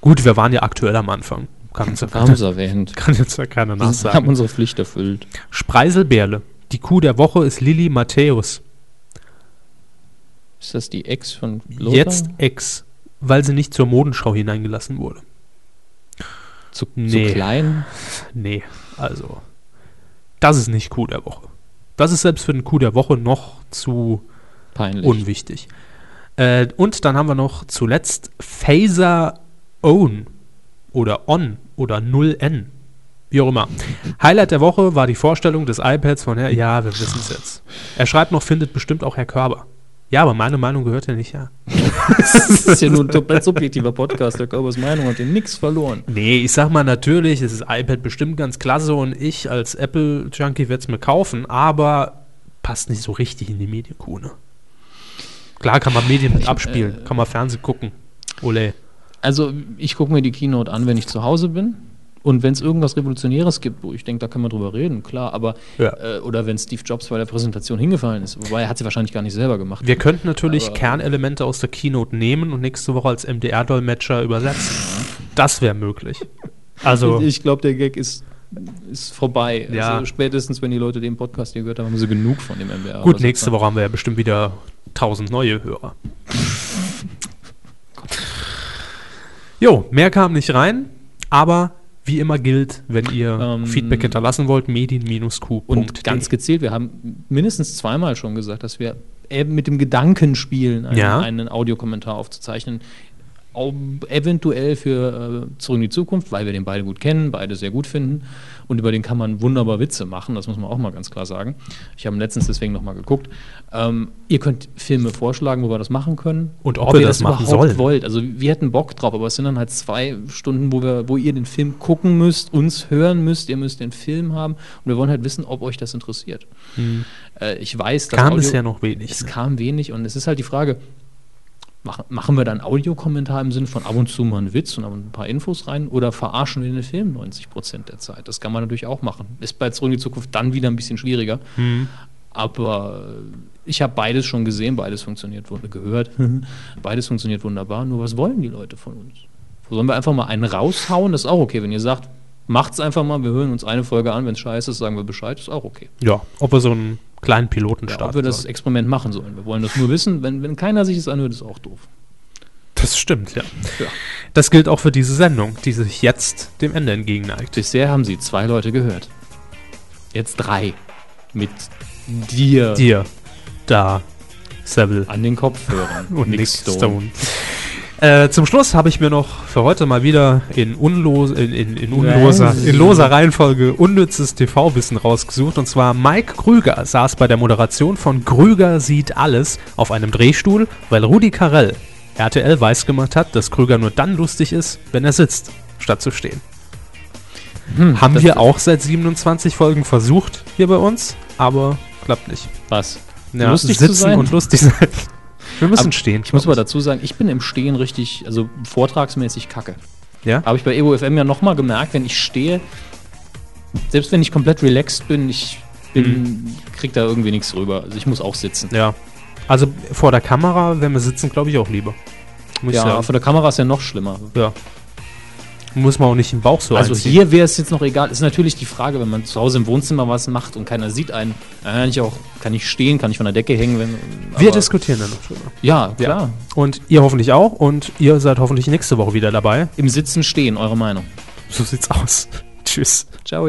S2: Gut, wir waren ja aktuell am Anfang. Kann uns ja
S1: Da haben sie erwähnt.
S2: kann jetzt ja keiner
S1: Wir haben
S2: nachsagen.
S1: unsere Pflicht erfüllt.
S2: Spreiselbärle. Die Kuh der Woche ist Lilly Matthäus.
S1: Ist das die Ex von Lothar?
S2: Jetzt Ex, weil sie nicht zur Modenschau hineingelassen wurde.
S1: Zu,
S2: Nee.
S1: zu klein?
S2: Nee, also. Das ist nicht Kuh der Woche. Das ist selbst für den Kuh der Woche noch zu
S1: Peinlich.
S2: unwichtig. Äh, und dann haben wir noch zuletzt Phaser Own oder On oder 0N. Wie auch immer. Highlight der Woche war die Vorstellung des iPads von Herr. Ja, wir wissen es jetzt. Er schreibt noch, findet bestimmt auch Herr Körber. Ja, aber meine Meinung gehört ja nicht, ja.
S1: das ist ja nur ein komplett subjektiver Podcast. Der Körbers Meinung hat dir nichts verloren.
S2: Nee, ich sag mal natürlich, es ist iPad bestimmt ganz klasse und ich als Apple-Junkie werde es mir kaufen, aber passt nicht so richtig in die Medienkuh, ne? Klar kann man Medien mit abspielen, kann man Fernsehen gucken. Ole.
S1: Also, ich gucke mir die Keynote an, wenn ich zu Hause bin. Und wenn es irgendwas Revolutionäres gibt, wo ich denke, da kann man drüber reden, klar, aber
S2: Ja.
S1: äh, oder wenn Steve Jobs bei der Präsentation hingefallen ist, wobei er hat sie wahrscheinlich gar nicht selber gemacht.
S2: Wir könnten natürlich
S1: Aber-
S2: Kernelemente aus der Keynote nehmen und nächste Woche als MDR-Dolmetscher übersetzen. Das wäre möglich. Also,
S1: Ich glaube, der Gag ist, ist vorbei.
S2: Ja.
S1: Also spätestens, wenn die Leute den Podcast hier gehört haben, haben sie genug von dem MBR.
S2: gut, nächste Woche haben wir ja bestimmt wieder 1000 neue Hörer. Jo, mehr kam nicht rein, aber wie immer gilt, wenn ihr
S1: Ähm,
S2: Feedback hinterlassen wollt, medien-q. e.
S1: Und ganz gezielt, wir haben mindestens zweimal schon gesagt, dass wir eben mit dem Gedanken spielen, einen,
S2: Ja.
S1: einen Audiokommentar aufzuzeichnen. Au- Eventuell für äh, Zurück in die Zukunft, weil wir den beide gut kennen, beide sehr gut finden. Und über den kann man wunderbar Witze machen, das muss man auch mal ganz klar sagen. Ich habe letztens deswegen nochmal geguckt. Ähm, ihr könnt Filme vorschlagen, wo wir das machen können.
S2: Und ob wir das machen sollen.
S1: wollt. Also wir hätten Bock drauf, aber es sind dann halt zwei Stunden, wo, wir, wo ihr den Film gucken müsst, uns hören müsst, ihr müsst den Film haben und wir wollen halt wissen, ob euch das interessiert. Äh, ich weiß, dass
S2: kam
S1: Audio-
S2: bisher noch wenig.
S1: es
S2: Ne?
S1: kam wenig und es ist halt die Frage, mach, machen wir dann Audiokommentar im Sinne von ab und zu mal einen Witz und ab und ein paar Infos rein oder verarschen wir den Film 90 Prozent der Zeit? Das kann man natürlich auch machen. Ist bei Zurück in die Zukunft dann wieder ein bisschen schwieriger.
S2: Mhm.
S1: Aber äh, ich habe beides schon gesehen, beides funktioniert, wurde gehört, beides funktioniert wunderbar. Nur was wollen die Leute von uns? Sollen wir einfach mal einen raushauen? Das ist auch okay, wenn ihr sagt, macht's einfach mal, wir hören uns eine Folge an, wenn es scheiße ist, sagen wir Bescheid, ist auch okay.
S2: Ja, ob wir so einen kleinen Piloten
S1: Ja,
S2: starten.
S1: ob wir das
S2: sollen.
S1: Experiment machen sollen. Wir wollen das nur wissen. Wenn, wenn keiner sich das anhört, ist auch doof.
S2: Das stimmt, ja.
S1: Ja.
S2: Das gilt auch für diese Sendung, die sich jetzt dem Ende entgegenneigt.
S1: Bisher haben sie zwei Leute gehört. Jetzt drei. Mit dir,
S2: Dir, da, Seville
S1: an den Kopfhörern.
S2: Ah, und Nick
S1: nix
S2: Stone. Äh, zum Schluss habe ich mir noch für heute mal wieder in, unlos, in, in, in, unloser,
S1: Was?
S2: in loser Reihenfolge unnützes TV-Wissen rausgesucht. Und zwar Mike Krüger saß bei der Moderation von Krüger sieht alles auf einem Drehstuhl, weil Rudi Carell RTL weisgemacht hat, dass Krüger nur dann lustig ist, wenn er sitzt, statt zu stehen. Haben
S1: das-
S2: wir auch seit 27 Folgen versucht hier bei uns, aber klappt nicht.
S1: Was?
S2: Ja,
S1: Lustig zu
S2: sitzen
S1: sein?
S2: und lustig sein. Wir müssen
S1: Aber
S2: stehen.
S1: Ich muss
S2: glaub
S1: aber dazu sagen, ich bin im Stehen richtig, also vortragsmäßig kacke.
S2: Ja?
S1: Habe ich bei Evo FM ja nochmal gemerkt, wenn ich stehe, selbst wenn ich komplett relaxed bin, ich bin, krieg da irgendwie nichts rüber. Also ich muss auch sitzen.
S2: Mhm. Ja. Also vor der Kamera wäre mir sitzen, glaube ich, auch lieber. Muss ich
S1: Ja,
S2: sagen.
S1: vor der Kamera ist ja noch schlimmer.
S2: ja. Muss man auch nicht den Bauch so
S1: Also
S2: einziehen.
S1: hier wäre es jetzt noch egal. Ist natürlich die Frage, wenn man zu Hause im Wohnzimmer was macht und keiner sieht einen, dann kann ich auch, kann ich stehen, kann ich von der Decke hängen, wenn.
S2: Wir
S1: aber-
S2: diskutieren dann noch drüber.
S1: Ja, klar.
S2: Und ihr hoffentlich auch. Und ihr seid hoffentlich nächste Woche wieder dabei.
S1: Im Sitzen stehen, eure Meinung.
S2: So sieht's aus. Tschüss.
S1: Ciao.